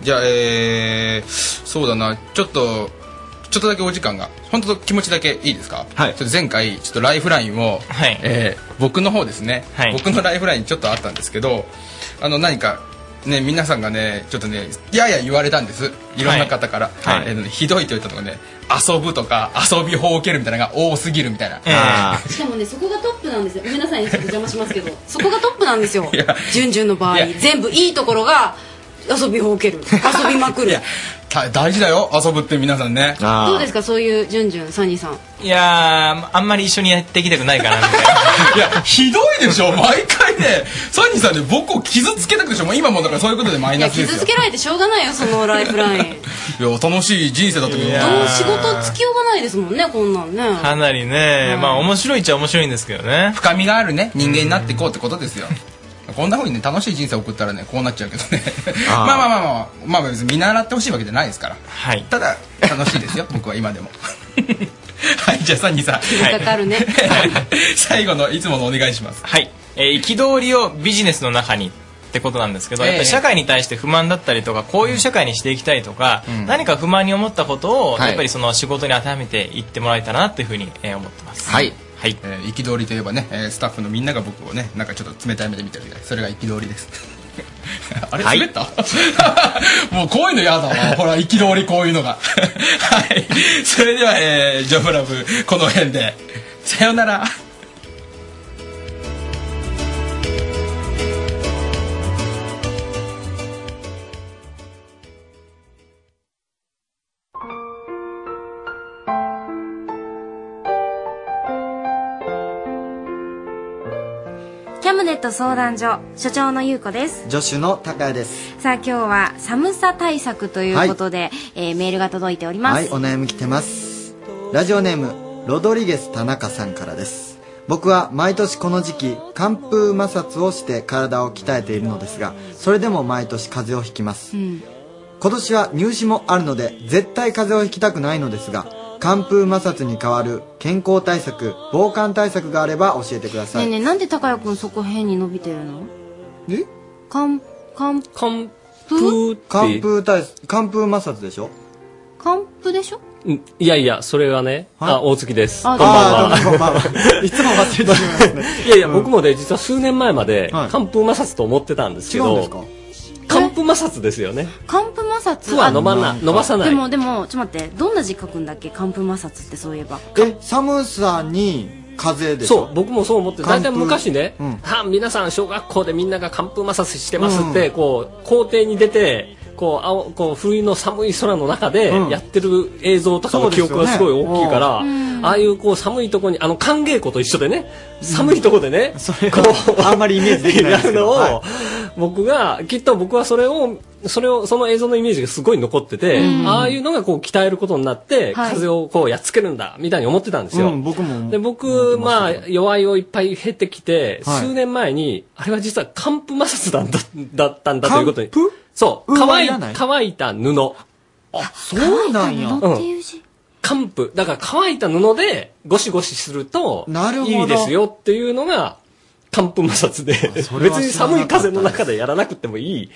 Speaker 27: じゃあえー、そうだなちょっとちょっとだけお時間が本当と気持ちだけいいですか、はい、ちょっと前回ちょっとライフラインを、
Speaker 6: はい
Speaker 27: えー僕の方ですね、
Speaker 6: はい
Speaker 27: 僕のライフラインちょっとあったんですけどあの何かね皆さんがねちょっとねやや言われたんですいろんな方から、
Speaker 6: はい
Speaker 27: えーとねひどいと言ったのがね遊ぶとか遊びほうけるみたいなのが多すぎるみたいな、
Speaker 3: しかもねそこがトップなんですよごめんなさいねちょっと邪魔しますけどそこがトップなんですよジュンジュンの場合全部いいところが遊びほうける遊びまくる
Speaker 27: た大事だよ遊ぶって皆さんね
Speaker 3: どうですかそういうジュンジュンサニーさん
Speaker 6: いやーあんまり一緒にやっていきたくないかなみたいな
Speaker 27: いやひどいでしょ毎回ねサニーさんね僕を傷つけたくでしょもう今もだからそういうことでマイ
Speaker 3: い
Speaker 27: ナ
Speaker 3: や
Speaker 27: スで
Speaker 3: 傷
Speaker 27: す
Speaker 3: つけられてしょうがないよそのライフライン
Speaker 27: よいや楽しい人生だったけど
Speaker 6: いやー
Speaker 3: どう仕事つきようがないですもんねこんなんね
Speaker 6: かなりね、まあ面白いっちゃ面白いんですけどね
Speaker 27: 深みがあるね人間になっていこうってことですよこんなふうにね楽しい人生送ったらねこうなっちゃうけどね
Speaker 6: あ ー
Speaker 27: まあまあまあまあまあ別に見習ってほしいわけじゃないですから
Speaker 6: はい
Speaker 27: ただ楽しいですよ僕は今でも はいじゃあサニーさん
Speaker 3: 引っかかるね
Speaker 27: 最後のいつものお願いします
Speaker 6: はい、えー憤りをビジネスの中にってことなんですけど、
Speaker 27: ええ
Speaker 6: やっぱり社会に対して不満だったりとかこういう社会にしていきたいとか、何か不満に思ったことを、
Speaker 27: はい
Speaker 6: やっぱりその仕事に当てはめていってもらえたらなというふうに、えー思ってます
Speaker 27: はい、
Speaker 6: はい
Speaker 27: えー憤りといえばね、えースタッフのみんなが僕をねなんかちょっと冷たい目で見てるみたいそれが憤りです あれ滑った、 もうこういうの嫌だわほら憤りこういうのが はいそれでは、えージョブラブこの辺でさようなら
Speaker 3: キャムネット相談所所長の優子です
Speaker 2: 助手の高谷です
Speaker 3: さあ今日は寒さ対策ということで、えーメールが届いております、
Speaker 2: はいお悩み来てますラジオネームロドリゲス田中さんからです僕は毎年この時期寒風摩擦をして体を鍛えているのですがそれでも毎年風邪をひきます
Speaker 3: うん
Speaker 2: 今年は入試もあるので絶対風邪をひきたくないのですが寒風摩擦に代わる健康対策防寒対策があれば教えてくださ
Speaker 3: ねえ
Speaker 2: い、
Speaker 3: ねえなんで高谷くんそこ変に伸びてるの
Speaker 2: え
Speaker 3: 寒寒
Speaker 2: 寒
Speaker 3: 風
Speaker 2: 寒風対寒風摩擦でしょ
Speaker 3: 寒風でしょ
Speaker 14: うんいやいや、それはね、あ、大月です。
Speaker 3: あ
Speaker 14: こんばんは。
Speaker 3: どうもこんばん
Speaker 2: いつも忘れてしまいますね
Speaker 14: いやいや、僕もね、実は数年前まで、寒風摩擦と思ってたんですけ
Speaker 3: 違うん
Speaker 14: ど、
Speaker 3: ですか
Speaker 14: 寒風摩擦ですよね。
Speaker 3: 寒風摩
Speaker 14: 風
Speaker 3: 擦
Speaker 14: は飲まな飲まさない
Speaker 3: でもでもちょっと待ってどんな字書くんだっけ寒風摩擦ってそういえば
Speaker 2: え寒さに風でしょ
Speaker 14: そう僕もそう思って大体昔ね、
Speaker 2: うん
Speaker 14: はあ皆さん小学校でみんなが寒風摩擦してますって、こう校庭に出てこう青こう冬の寒い空の中で
Speaker 2: うん
Speaker 14: やってる映像とか
Speaker 2: そう
Speaker 14: の
Speaker 2: です
Speaker 14: 記
Speaker 2: よね
Speaker 14: 憶がすごい大きいから、
Speaker 2: うん
Speaker 14: ああいうこう寒いところにあの寒稽古と一緒でね寒いところで ね、こう
Speaker 2: あんまりイメージできないですけど
Speaker 14: やるのを、
Speaker 2: は
Speaker 14: 僕がきっと僕はそれをそれをその映像のイメージがすごい残ってて、
Speaker 2: うん
Speaker 14: ああいうのがこう鍛えることになって、
Speaker 2: はい
Speaker 14: 風をこうやっつけるんだみたいに思ってたんですよ。
Speaker 2: うん僕も
Speaker 14: で僕、まあ、弱いをいっぱい経てきて、
Speaker 2: はい
Speaker 14: 数年前に、あれは実は寒風摩擦だっただったんだということに。そう。
Speaker 2: 風は
Speaker 14: 乾
Speaker 2: い
Speaker 14: い
Speaker 2: らない
Speaker 14: 乾いた布。
Speaker 2: あ、そうなんや。
Speaker 14: 乾布。だから乾いた布でゴシゴシすると、
Speaker 2: なるほど
Speaker 14: いいですよっていうのが、寒風摩擦で、別
Speaker 2: れは知らなかった
Speaker 14: に寒い風の中でやらなくてもいい。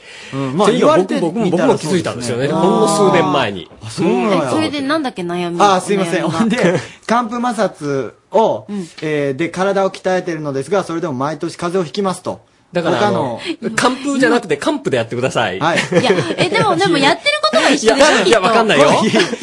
Speaker 2: まあ
Speaker 14: っていう
Speaker 2: 言
Speaker 14: のは
Speaker 2: われて
Speaker 14: 僕僕も
Speaker 2: みた
Speaker 14: 僕
Speaker 2: ら
Speaker 14: も気づいたんですよね。
Speaker 2: そ
Speaker 14: ほ
Speaker 2: うですね
Speaker 14: んの数年前に。
Speaker 2: そうなんや
Speaker 3: えそれでなんだっけ悩み
Speaker 2: あー、すいません。
Speaker 3: お悩みが
Speaker 2: ほん で、寒風摩擦を、えーで、体を鍛えてるのですが、それでも毎年風邪をひきますと。
Speaker 14: だから、あ
Speaker 2: 他
Speaker 14: の
Speaker 2: の、
Speaker 14: 寒風じゃなくて寒布でやってください。
Speaker 2: はい。
Speaker 3: いや、え、でも、でもやってることが一緒でしょ
Speaker 14: いや、わかんないよ。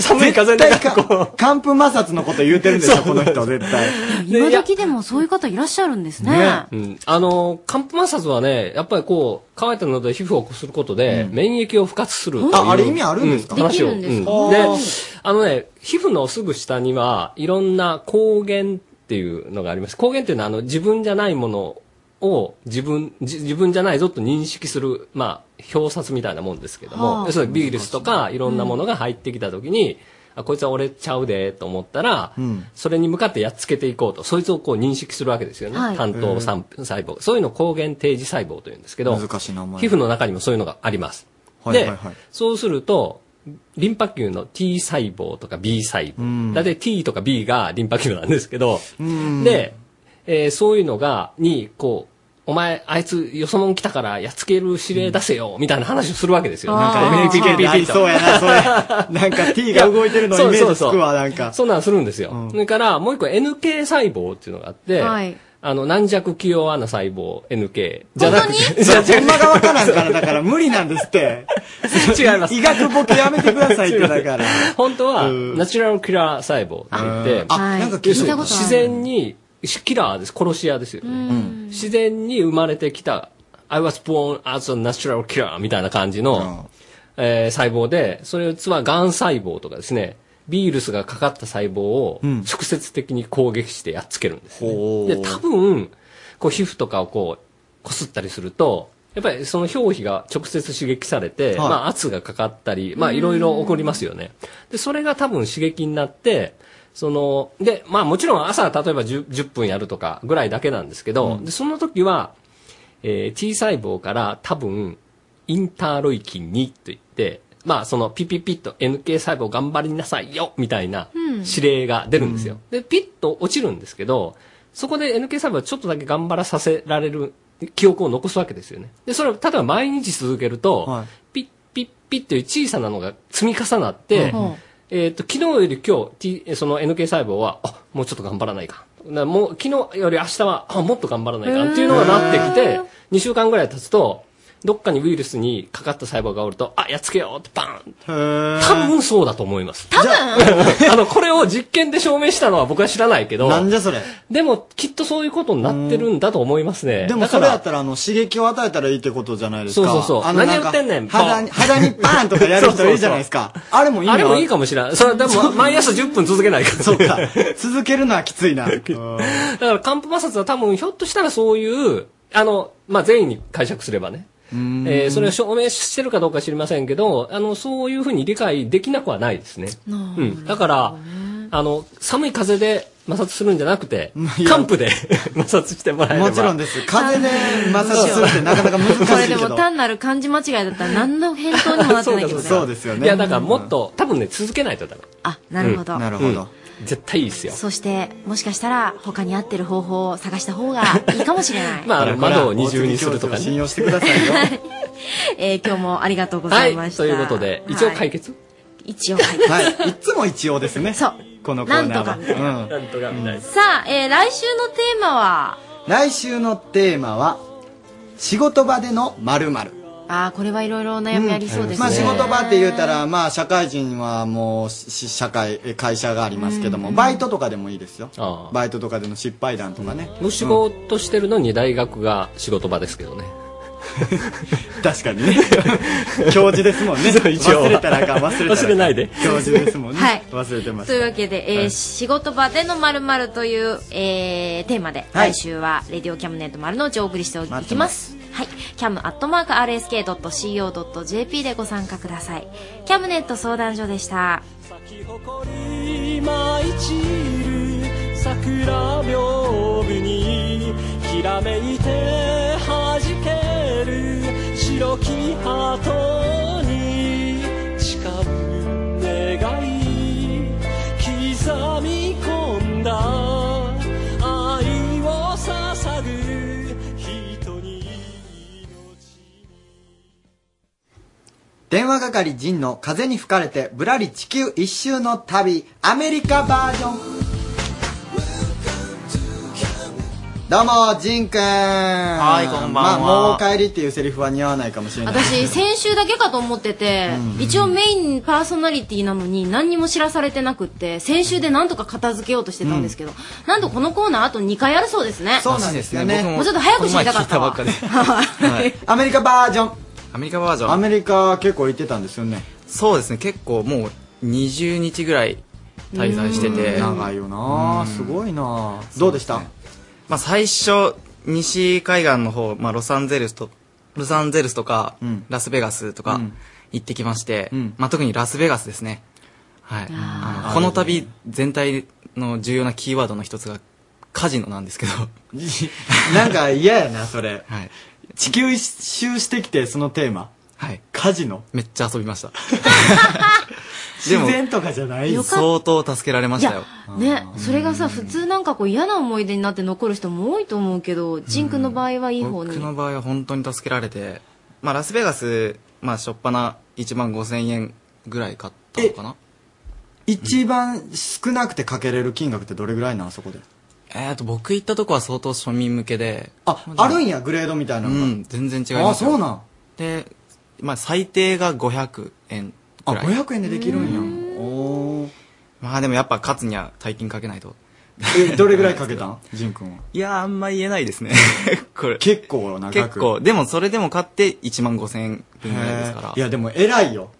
Speaker 14: 寒い風の中、こう。
Speaker 2: 寒風摩擦のこと言うてるんですよ、この人、絶対。
Speaker 3: 今時でもそういう方いらっしゃるんですね。
Speaker 14: うん、あの寒風摩擦はねやっぱりこう乾いたので皮膚をこすることで、免疫を復活するという
Speaker 2: ああれ意味あるんですか
Speaker 14: う話を
Speaker 2: できるんですか
Speaker 14: う
Speaker 2: あ
Speaker 14: で
Speaker 2: ー
Speaker 14: あのね皮膚のすぐ下にはいろんな抗原っていうのがあります抗原っていうのはあの自分じゃないものを自分じ自分じゃないぞと認識する、まあ、表札みたいなもんですけども、
Speaker 27: はあ
Speaker 14: 要するにビールスとかいろんなものが入ってきた時に、あこいつは俺ちゃうでと思ったら、
Speaker 27: うん
Speaker 14: それに向かってやっつけていこうとそいつをこう認識するわけですよね、
Speaker 27: はい
Speaker 14: 担当さん細胞そういうのを抗原定時細胞というんですけど
Speaker 2: 難しい名前
Speaker 14: 皮膚の中にもそういうのがあります、
Speaker 2: はいはいはい
Speaker 14: でそうするとリンパ球の T 細胞とか B 細胞、
Speaker 2: ん
Speaker 14: だいたい T とか B がリンパ球なんですけど、
Speaker 2: うん
Speaker 14: で、えーそういうのが、に、こう、お前、あいつ、よそもん来たから、やっつける指令出せよ、みたいな話をするわけですよ。
Speaker 2: なんか NHK でありそうやな、それ。 なんか T が動いてるのイメージつくわ、なんか。
Speaker 14: そんなんするんですよ。それから、もう一個 NK 細胞っていうのがあって、
Speaker 2: はい
Speaker 14: あの、軟弱器用穴細胞 NK じゃなくて、
Speaker 2: それほんまがわからんから、だから無理なんですって。
Speaker 14: 違います。
Speaker 2: 医学ボケやめてくださいって、だから。
Speaker 14: 本当は、ナチュラルキラー細胞って言って、
Speaker 2: あはいなんか聞いたことある
Speaker 14: 要するに自然に、キラーです、殺し屋ですよね。自然に生まれてきた、I was born as a natural killer みたいな感じの、えー細胞で、それはがん細胞とかですね、ビールスがかかった細胞を直接的に攻撃してやっつけるんです、ねで、多分、こう皮膚とかをこう、こすったりすると、やっぱりその表皮が直接刺激されて、
Speaker 27: はい
Speaker 14: まあ圧がかかったり、まあいろいろ起こりますよね。で、それが多分刺激になって、その、で、まあもちろん朝例えば 10, 10分やるとかぐらいだけなんですけど、でその時は、えー T 細胞から多分、インターロイキン2と言って、まあそのピピピッと NK 細胞頑張りなさいよみたいな
Speaker 27: うん
Speaker 14: 指令が出るんですよ。で、ピッと落ちるんですけど、そこで NK 細胞はちょっとだけ頑張らさせられる記憶を残すわけですよね。で、それを例えば毎日続けると、ピッピッピッという小さなのが積み重なって、
Speaker 27: うん
Speaker 14: えっと、昨日より今日、T、その NK 細胞は、あ、もうちょっと頑張らないか。なもう昨日より明日は、あ、もっと頑張らないかっていうのがなってきて、2週間ぐらい経つと、どっかにウイルスにかかった細胞がおると、あ、やっつけようってバーン多分そうだと思います。多分あ の、これを実験で証明したのは僕は知らないけど。なん
Speaker 2: じゃそれ。
Speaker 14: でも、きっとそういうことになってるんだと思いますね。
Speaker 2: でも
Speaker 14: だか
Speaker 2: それ
Speaker 14: ら
Speaker 2: やったら、あの、刺激を与えたらいいってことじゃないです
Speaker 14: そう
Speaker 2: か。
Speaker 14: そうそう。
Speaker 2: あの
Speaker 14: 何
Speaker 2: なん
Speaker 14: 言
Speaker 2: か
Speaker 14: ってんねん。
Speaker 2: 肌に、肌にバーンとかやる人いるじゃないですか。あれもいいな
Speaker 14: あれもいいかもしれない。それで
Speaker 2: そ
Speaker 14: も、
Speaker 2: う
Speaker 14: 毎朝10分続けないから、そうか。
Speaker 2: 続けるのはきつ いな。
Speaker 14: だから、寒風摩擦は多分、ひょっとしたらそういう、あの、まあ、善意に解釈すればね。えーそれを証明してるかどうか知りませんけど、あの、そういうふうに理解できなくはないですね。うん。だから、あの、寒い風で摩擦するんじゃなくて、寒風で 摩擦してもらえれば。
Speaker 2: もちろんです。風で摩擦するってなかなか難しいけ
Speaker 3: こ
Speaker 2: ど。
Speaker 3: れでも単なる漢字間違いだったら何の返答にもなってないけどね。
Speaker 2: そうですよね
Speaker 14: いや、だからもっと、多分ね、続けないとダメ。
Speaker 3: あ、なるほど。
Speaker 14: うんうん絶対いいですよ。
Speaker 3: そして、もしかしたら他に合ってる方法を探した方がいいかもしれない。
Speaker 14: まあ、あの窓を二重にするとかね。
Speaker 2: 信用してくださいよ。
Speaker 3: えー今日もありがとうござ
Speaker 14: はいい
Speaker 3: まし。た。
Speaker 14: ということで、一応
Speaker 3: はい
Speaker 14: 解決
Speaker 3: 一応解決。
Speaker 2: はい。いつも一応ですね。
Speaker 3: そう。
Speaker 2: このコーナーは。
Speaker 3: なんとか
Speaker 2: うん
Speaker 14: なんとかみたいな。
Speaker 3: さあ、えー来週のテーマは、
Speaker 2: 来週のテーマは、仕事場での〇〇。
Speaker 3: ああ、これはいろいろお悩みありそうですね。
Speaker 2: まあ仕事場って言うたら、まあ社会人はもうし社会、え会社がありますけども、
Speaker 14: うん
Speaker 2: バイトとかでもいいですよ。
Speaker 14: あ
Speaker 2: バイトとかでの失敗談とかね。
Speaker 14: あ。仕事してるのに大学が仕事場ですけどね。
Speaker 2: 確かにね。教授ですもんね。
Speaker 14: そう一応
Speaker 2: 忘れたらあかん、忘れたらあかん
Speaker 14: 忘れないで
Speaker 2: 教授ですもんね。
Speaker 3: はい
Speaker 2: 忘れてまし
Speaker 3: と
Speaker 2: た。
Speaker 3: いうわけで、えー
Speaker 2: はい
Speaker 3: 仕事場でのまるまるという、えーテーマで、
Speaker 2: はい
Speaker 3: 来週はレディオキャムネット丸の内をお送りしておきますはい、キャムアットマーク RSK.CO.JP でご参加くださいキャムネット相談所でした
Speaker 11: 今いちる桜屏風にひらめいて弾ける白き鳩に誓う
Speaker 2: 電話係陣の風に吹かれてぶらり地球一周の旅アメリカバージョンどうも陣くんはい
Speaker 15: こんばんは
Speaker 2: まあ、もうお帰りっていうセリフは似合わないかもしれない
Speaker 3: 私先週だけかと思ってて、
Speaker 2: うん
Speaker 3: 一応メインパーソナリティなのに何にも知らされてなくって先週でなんとか片付けようとしてたんですけど、なんとこのコーナーあと2回あるそうですね
Speaker 2: そうなんですよね
Speaker 3: もうちょっと早く知りたかったわ
Speaker 2: この前聞いたばっかで はいアメリカバージョン
Speaker 15: アメリカバージョン
Speaker 2: アメリカ結構行ってたんですよね
Speaker 15: そうですね結構もう20日ぐらい滞在してて
Speaker 2: うん長いよなすごいなどうでした
Speaker 15: まあ、最初西海岸の方、まあ、ロサンゼルスとロサンゼルスとか、ラスベガスとか行ってきまして、まあ、特にラスベガスですね、はい、あのこの旅全体の重要なキーワードの一つがカジノなんですけど
Speaker 2: なんか嫌やなそれ、
Speaker 15: はい、
Speaker 2: 地球一周してきてそのテーマ
Speaker 15: はい
Speaker 2: カジノ
Speaker 15: めっちゃ遊びました で
Speaker 2: 自
Speaker 15: も
Speaker 2: 然とかじゃない
Speaker 3: よかっ
Speaker 15: 相当助けられましたよ
Speaker 3: ねそれがさ普通なんかこう嫌な思い出になって残る人も多いと思うけど陣君の場合はいい方に
Speaker 15: 僕の場合は本当に助けられて、まあ、ラスベガス、まあ、初っ端な1万5000円ぐらい買ったのかな
Speaker 2: 一番少なくてかけれる金額ってどれぐらいなんあそこで
Speaker 15: えー、と僕行ったとこは相当庶民向けで
Speaker 2: ああるんやグレードみたいなのが
Speaker 15: うん全然違いますよ
Speaker 2: あそうなん
Speaker 15: で、まあ、最低が500円
Speaker 2: あ
Speaker 15: ぐらい
Speaker 2: 500円でできるんやお
Speaker 15: まあでもやっぱ勝つには大金かけないと
Speaker 2: えどれぐらいかけたん仁君はい
Speaker 15: やあんま言え ないですねこれ
Speaker 2: 結構長く
Speaker 15: 結構でもそれでも買って1万5000円分ぐらいですから
Speaker 2: いやでも偉いよ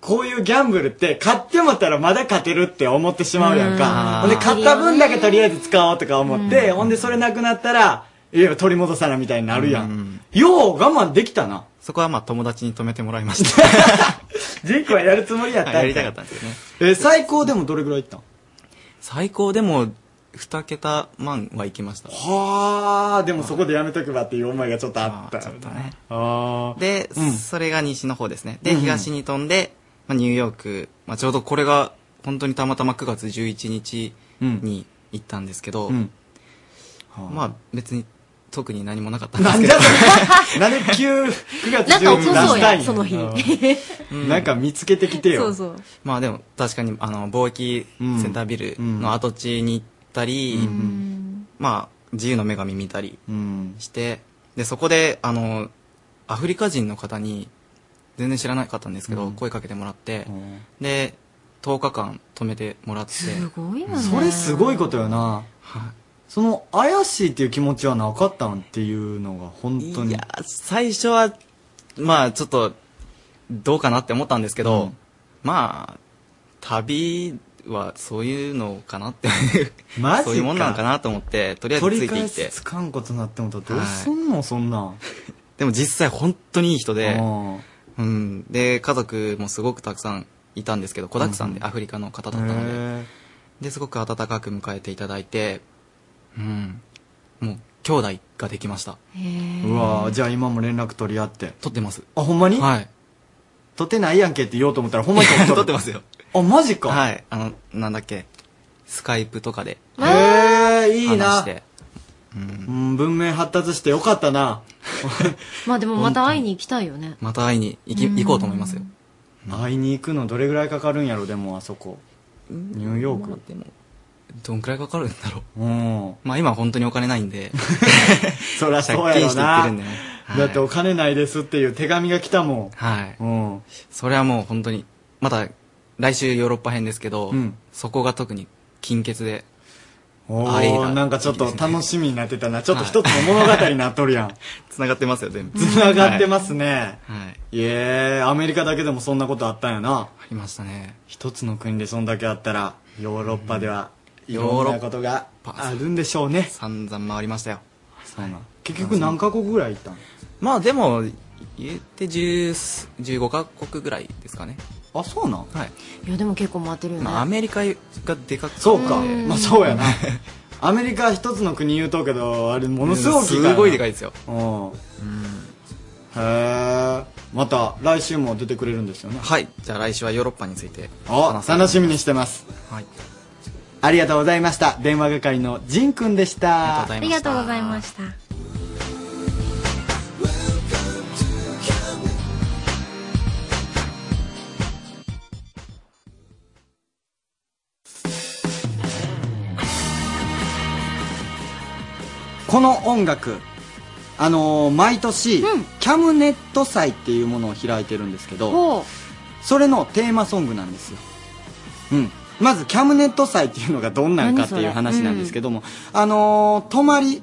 Speaker 2: こういうギャンブルって買ってもたらまだ勝てるって思ってしまうやんか
Speaker 15: う
Speaker 2: ほ
Speaker 15: ん
Speaker 2: んで買った分だけとりあえず使おうとか思ってほんでそれなくなったらいや取り戻さなみたいになるやんよう我慢できたな
Speaker 15: そこはまあ友達に止めてもらいました
Speaker 2: ジン君はやるつもりやったん
Speaker 15: はいやりたかったんですよね
Speaker 2: え最高でもどれぐらいいったん
Speaker 15: 最高でも2桁万は行きました
Speaker 2: はあでもそこでやめとけばっていう思いがちょっとあったちょっとね
Speaker 15: で、それが西の方ですね。
Speaker 2: う
Speaker 15: で、
Speaker 2: んうん
Speaker 15: 東に飛んで、まあ、ニューヨーク、まあ、ちょうどこれが本当にたまたま9月11日に行ったんですけど、
Speaker 2: うん
Speaker 15: まあ別に特に何もなかったんで
Speaker 2: な
Speaker 15: す
Speaker 2: ん
Speaker 15: け
Speaker 2: じ
Speaker 15: ど
Speaker 2: ゃ。 それなんで急9月
Speaker 15: なんか遅そうや
Speaker 2: 12日
Speaker 15: その日
Speaker 2: うん なんか見つけてきてよ
Speaker 15: う。まあでも確かにあの貿易センタービルの跡地に行ったり、まあ自由の女神見たりして、でそこであのアフリカ人の方に全然知らなかったんですけど、声かけてもらって、で10日間泊めてもらって
Speaker 3: すごいよね
Speaker 2: それすごいことよな、その怪しいっていう気持ちはなかったんっていうのが本当にいや
Speaker 15: 最初はまあちょっとどうかなって思ったんですけど、まあ旅はそういうのかなって
Speaker 2: マジか
Speaker 15: そういうもんなんかなと思ってとりあえず
Speaker 2: 取
Speaker 15: つ
Speaker 2: り
Speaker 15: いてい
Speaker 2: 返
Speaker 15: っ
Speaker 2: す
Speaker 15: て
Speaker 2: つかんことになってもたらどうすんの、そんなん
Speaker 15: でも実際本当にいい人で、
Speaker 2: う
Speaker 15: うん、で家族もすごくたくさんいたんですけど子だくさんでアフリカの方だったので、ですごく温かく迎えていただいて、うん、もう兄弟ができました
Speaker 2: うわーじゃあ今も連絡取り合って
Speaker 15: 取ってます
Speaker 2: あほんまに
Speaker 15: はい
Speaker 2: 取ってないやんけって言おうと思ったらほんまに取っとる
Speaker 15: 撮ってますよ
Speaker 2: あマジか
Speaker 15: はいあのなんだっけスカイプとかで
Speaker 2: へえいい
Speaker 15: 話し
Speaker 2: な
Speaker 15: て
Speaker 2: うん文明発達してよかったな
Speaker 3: まあでもまた会いに行きたいよね
Speaker 15: また会いに行き行こうと思いますよ
Speaker 2: 会いに行くのどれぐらいかかるんやろでもあそこニューヨーク
Speaker 15: でもどんくらいかかるんだろ
Speaker 2: ううん
Speaker 15: まあ今本当にお金ないんで
Speaker 2: そりゃそうやろ
Speaker 15: 借金して行っ
Speaker 2: な
Speaker 15: てるんでねはい
Speaker 2: だってお金ないですっていう手紙が来たもん
Speaker 15: はい、
Speaker 2: うん、
Speaker 15: それはもう本当にまた来週ヨーロッパ編ですけど、
Speaker 2: うん
Speaker 15: そこが特に金欠で
Speaker 2: お
Speaker 15: ありが
Speaker 2: ーなんかちょっと楽しみになってたなちょっと一つの物語になっとるや ん
Speaker 15: つながってますよ全部
Speaker 2: つながってますね、
Speaker 15: はい、はい
Speaker 2: い、えアメリカだけでもそんなことあったんやなあ
Speaker 15: りましたね
Speaker 2: 一つの国でそんだけあったらヨーロッパでは
Speaker 15: うん
Speaker 2: いろんなことがあるんでしょうね
Speaker 15: 散々回りましたよ
Speaker 2: そうなん結局何カ国ぐらい行ったん
Speaker 15: まあでも言って10 15カ国ぐらいですかね
Speaker 2: あそうなん
Speaker 15: はい
Speaker 3: いやでも結構回ってるよね、
Speaker 15: まあ、アメリカがでかくて
Speaker 2: そうかまあそうやなアメリカ一つの国言うとうけどあれものすごく
Speaker 15: すごいでかいですよ
Speaker 2: うんへえまた来週も出てくれるんですよね
Speaker 15: はいじゃあ来週はヨーロッパについて
Speaker 2: お楽しみにしてます
Speaker 15: はい
Speaker 2: ありがとうございました電話係のジンくんでした
Speaker 15: あ
Speaker 20: ありがとうございました
Speaker 2: この音楽あのー毎年、キャムネット祭っていうものを開いてるんですけどそれのテーマソングなんですよ、うん、まずキャムネット祭っていうのがどんなんかっていう話なんですけども、あのー泊まり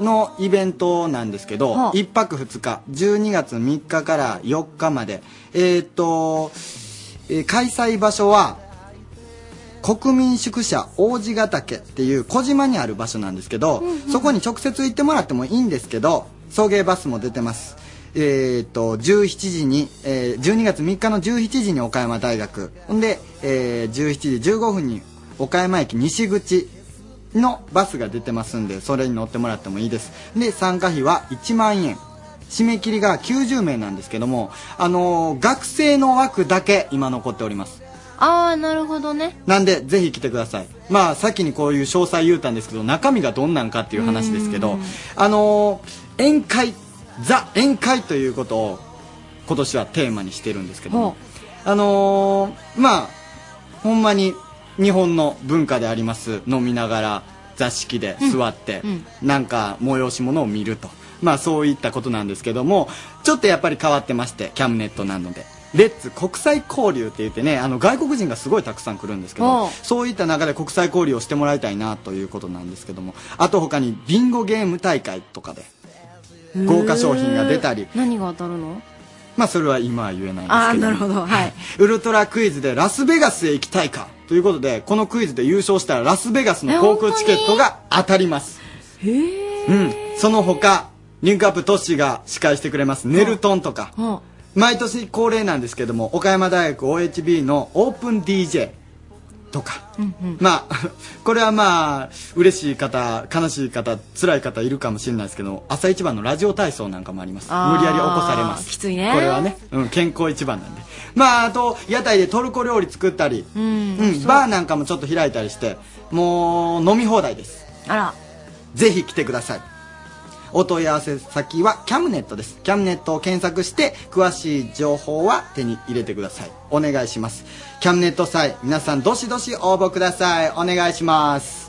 Speaker 2: のイベントなんですけど、
Speaker 17: はあ
Speaker 2: 1泊2日12月3日から4日までえーっと、えー開催場所は国民宿舎王子ヶ岳っていう小島にある場所なんですけど、そこに直接行ってもらってもいいんですけど送迎バスも出てますえーっと17時に、えー12月3日の17時に岡山大学ほんで、えー17時15分に岡山駅西口のバスが出てますんでそれに乗ってもらってもいいですで参加費は1万円締め切りが90名なんですけども、あのー学生の枠だけ今残っております
Speaker 3: ああなるほどね
Speaker 2: なんでぜひ来てくださいまあ先にこういう詳細言うたんですけど中身がどんなんかっていう話ですけどあのー宴会ザ宴会ということを今年はテーマにしてるんですけどもあのーまあほんまに日本の文化であります飲みながら座敷で座って、なんか催し物を見るとまあそういったことなんですけどもちょっとやっぱり変わってましてキャムネットなのでレッツ国際交流って言ってねあの外国人がすごいたくさん来るんですけ
Speaker 17: お
Speaker 2: ど
Speaker 17: う
Speaker 2: そういった中で国際交流をしてもらいたいなということなんですけどもあと他にビンゴゲーム大会とかで豪華商品が出たり
Speaker 3: へー何が当たるの
Speaker 2: まあそれは今は言えないんですけど
Speaker 3: ああなるほどはい
Speaker 2: ウルトラクイズでラスベガスへ行きたいかということでこのクイズで優勝したらラスベガスの航空チケットが当たりますうん、その他リンクアップトッシーが司会してくれますネルトンとか
Speaker 3: は
Speaker 2: 毎年恒例なんですけども岡山大学 OHB のオープン DJ
Speaker 3: うんうん
Speaker 2: まあ これはまあ嬉しい方悲しい方辛い方いるかもしれないですけど朝一番のラジオ体操なんかもあります
Speaker 3: あー
Speaker 2: 無理やり起こされます
Speaker 3: きついね
Speaker 2: これはね、うん、健康一番なんでまああと屋台でトルコ料理作ったり、
Speaker 3: う
Speaker 2: うんん、バーなんかもちょっと開いたりしてもう飲み放題です
Speaker 3: あら
Speaker 2: ぜひ来てくださいお問い合わせ先はキャムネットですキャムネットを検索して詳しい情報は手に入れてくださいお願いしますキャムネット祭皆さんどしどし応募くださいお願いします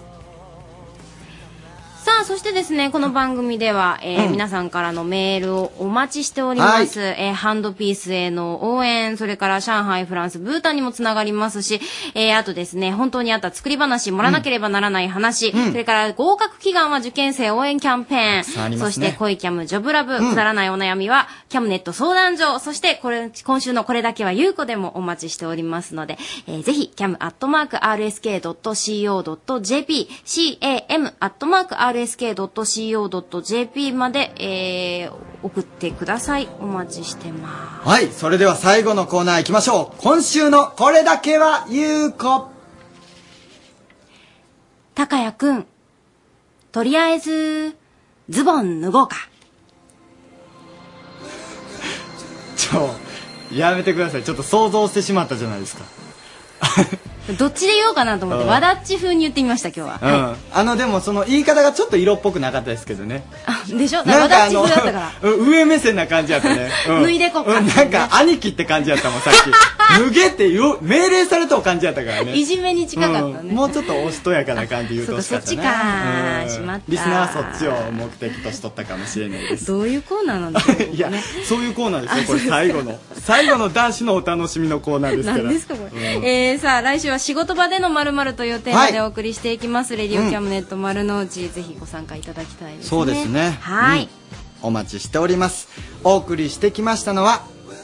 Speaker 3: さあ、そしてですね、この番組では、えー
Speaker 2: うん
Speaker 3: 皆さんからのメールをお待ちしております。えーハンドピースへの応援、それから上海、フランス、ブータンにもつながりますし、えーあとですね、本当にあった作り話、盛らなければならない話、
Speaker 13: うん
Speaker 3: それから合格祈願は受験生応援キャンペーン、
Speaker 13: くさんあります
Speaker 3: そ
Speaker 13: ね
Speaker 3: して恋キャム、ジョブラブ、
Speaker 13: うん
Speaker 3: くだらないお悩みは、キャムネット相談所、そしてこれ、今週のこれだけはゆうこでもお待ちしておりますので、えーぜひ、キャムアットマーク RSK.CO.JP、CAM アットマーク RSK.CO.JP まで、えー送ってください。お待ちしてま
Speaker 2: はいそれでは最後のコーナー行きましょう今週のこれだけはゆうこ
Speaker 3: す。たかやくん、とりあえず、ズボン脱ごうか。
Speaker 2: ちょやめてくださいちょっと想像してしまったじゃないですか
Speaker 3: どっちで言おうかなと思って、
Speaker 2: うん
Speaker 3: わだっち風に言ってみました、今日は。
Speaker 2: うん、あのでもその言い方がちょっと色っぽくなかったですけどね
Speaker 3: でしょわだっち風だったから。
Speaker 2: うん上目線な感じやったね、
Speaker 3: 脱いでこっか
Speaker 2: うんなんか兄貴って感じやったもんさっ き脱げって言う命令された感じやったからね
Speaker 3: いじめに近かったね。
Speaker 2: うんもうちょっとおしとやかな感じ言うとほしかった
Speaker 3: そうかそっちか
Speaker 2: ね
Speaker 3: しまった
Speaker 2: リスナーはそっちを目的としとったかもしれないです
Speaker 3: どういうコーナーなんだろう
Speaker 2: いやそういうコーナーですよ
Speaker 3: あ
Speaker 2: これ
Speaker 3: そうですか
Speaker 2: 最後の最後の男子のお楽しみのコーナーですから
Speaker 3: 何ですかこれ、
Speaker 2: うん
Speaker 3: えー、さあ来週は仕事場でのまるまるというテーマでお送りしていきます、レディ
Speaker 2: う
Speaker 3: オ
Speaker 2: ん
Speaker 3: キャムネット丸の内、ぜひご参加いただきたいですね
Speaker 2: そうですね
Speaker 3: はい、
Speaker 2: うんお待ちしておりますお送りしてきましたのは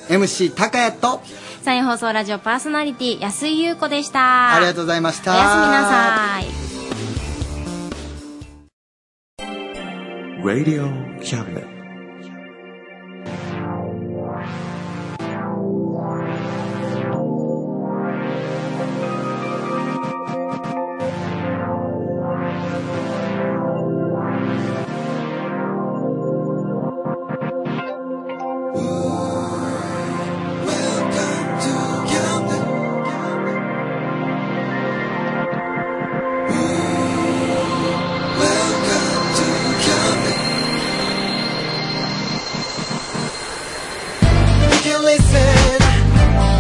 Speaker 2: MC 高谷と
Speaker 3: サイン放送ラジオパーソナリティ安井優子でした
Speaker 2: ありがとうございました
Speaker 3: おやすみなさい
Speaker 21: Radio Cabinet.
Speaker 18: We can listen,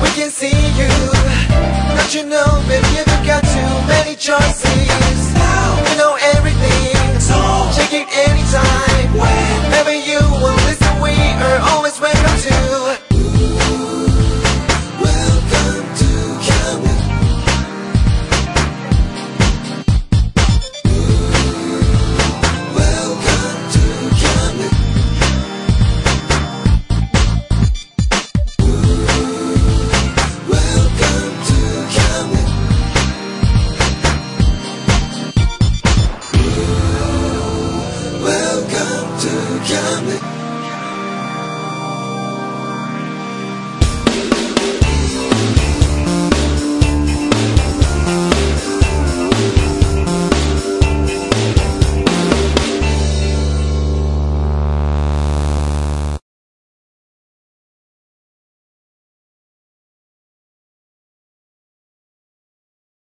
Speaker 18: we can see you. Don't you know, baby, you've got too many choices. Now we know everything, so check
Speaker 20: back at any time.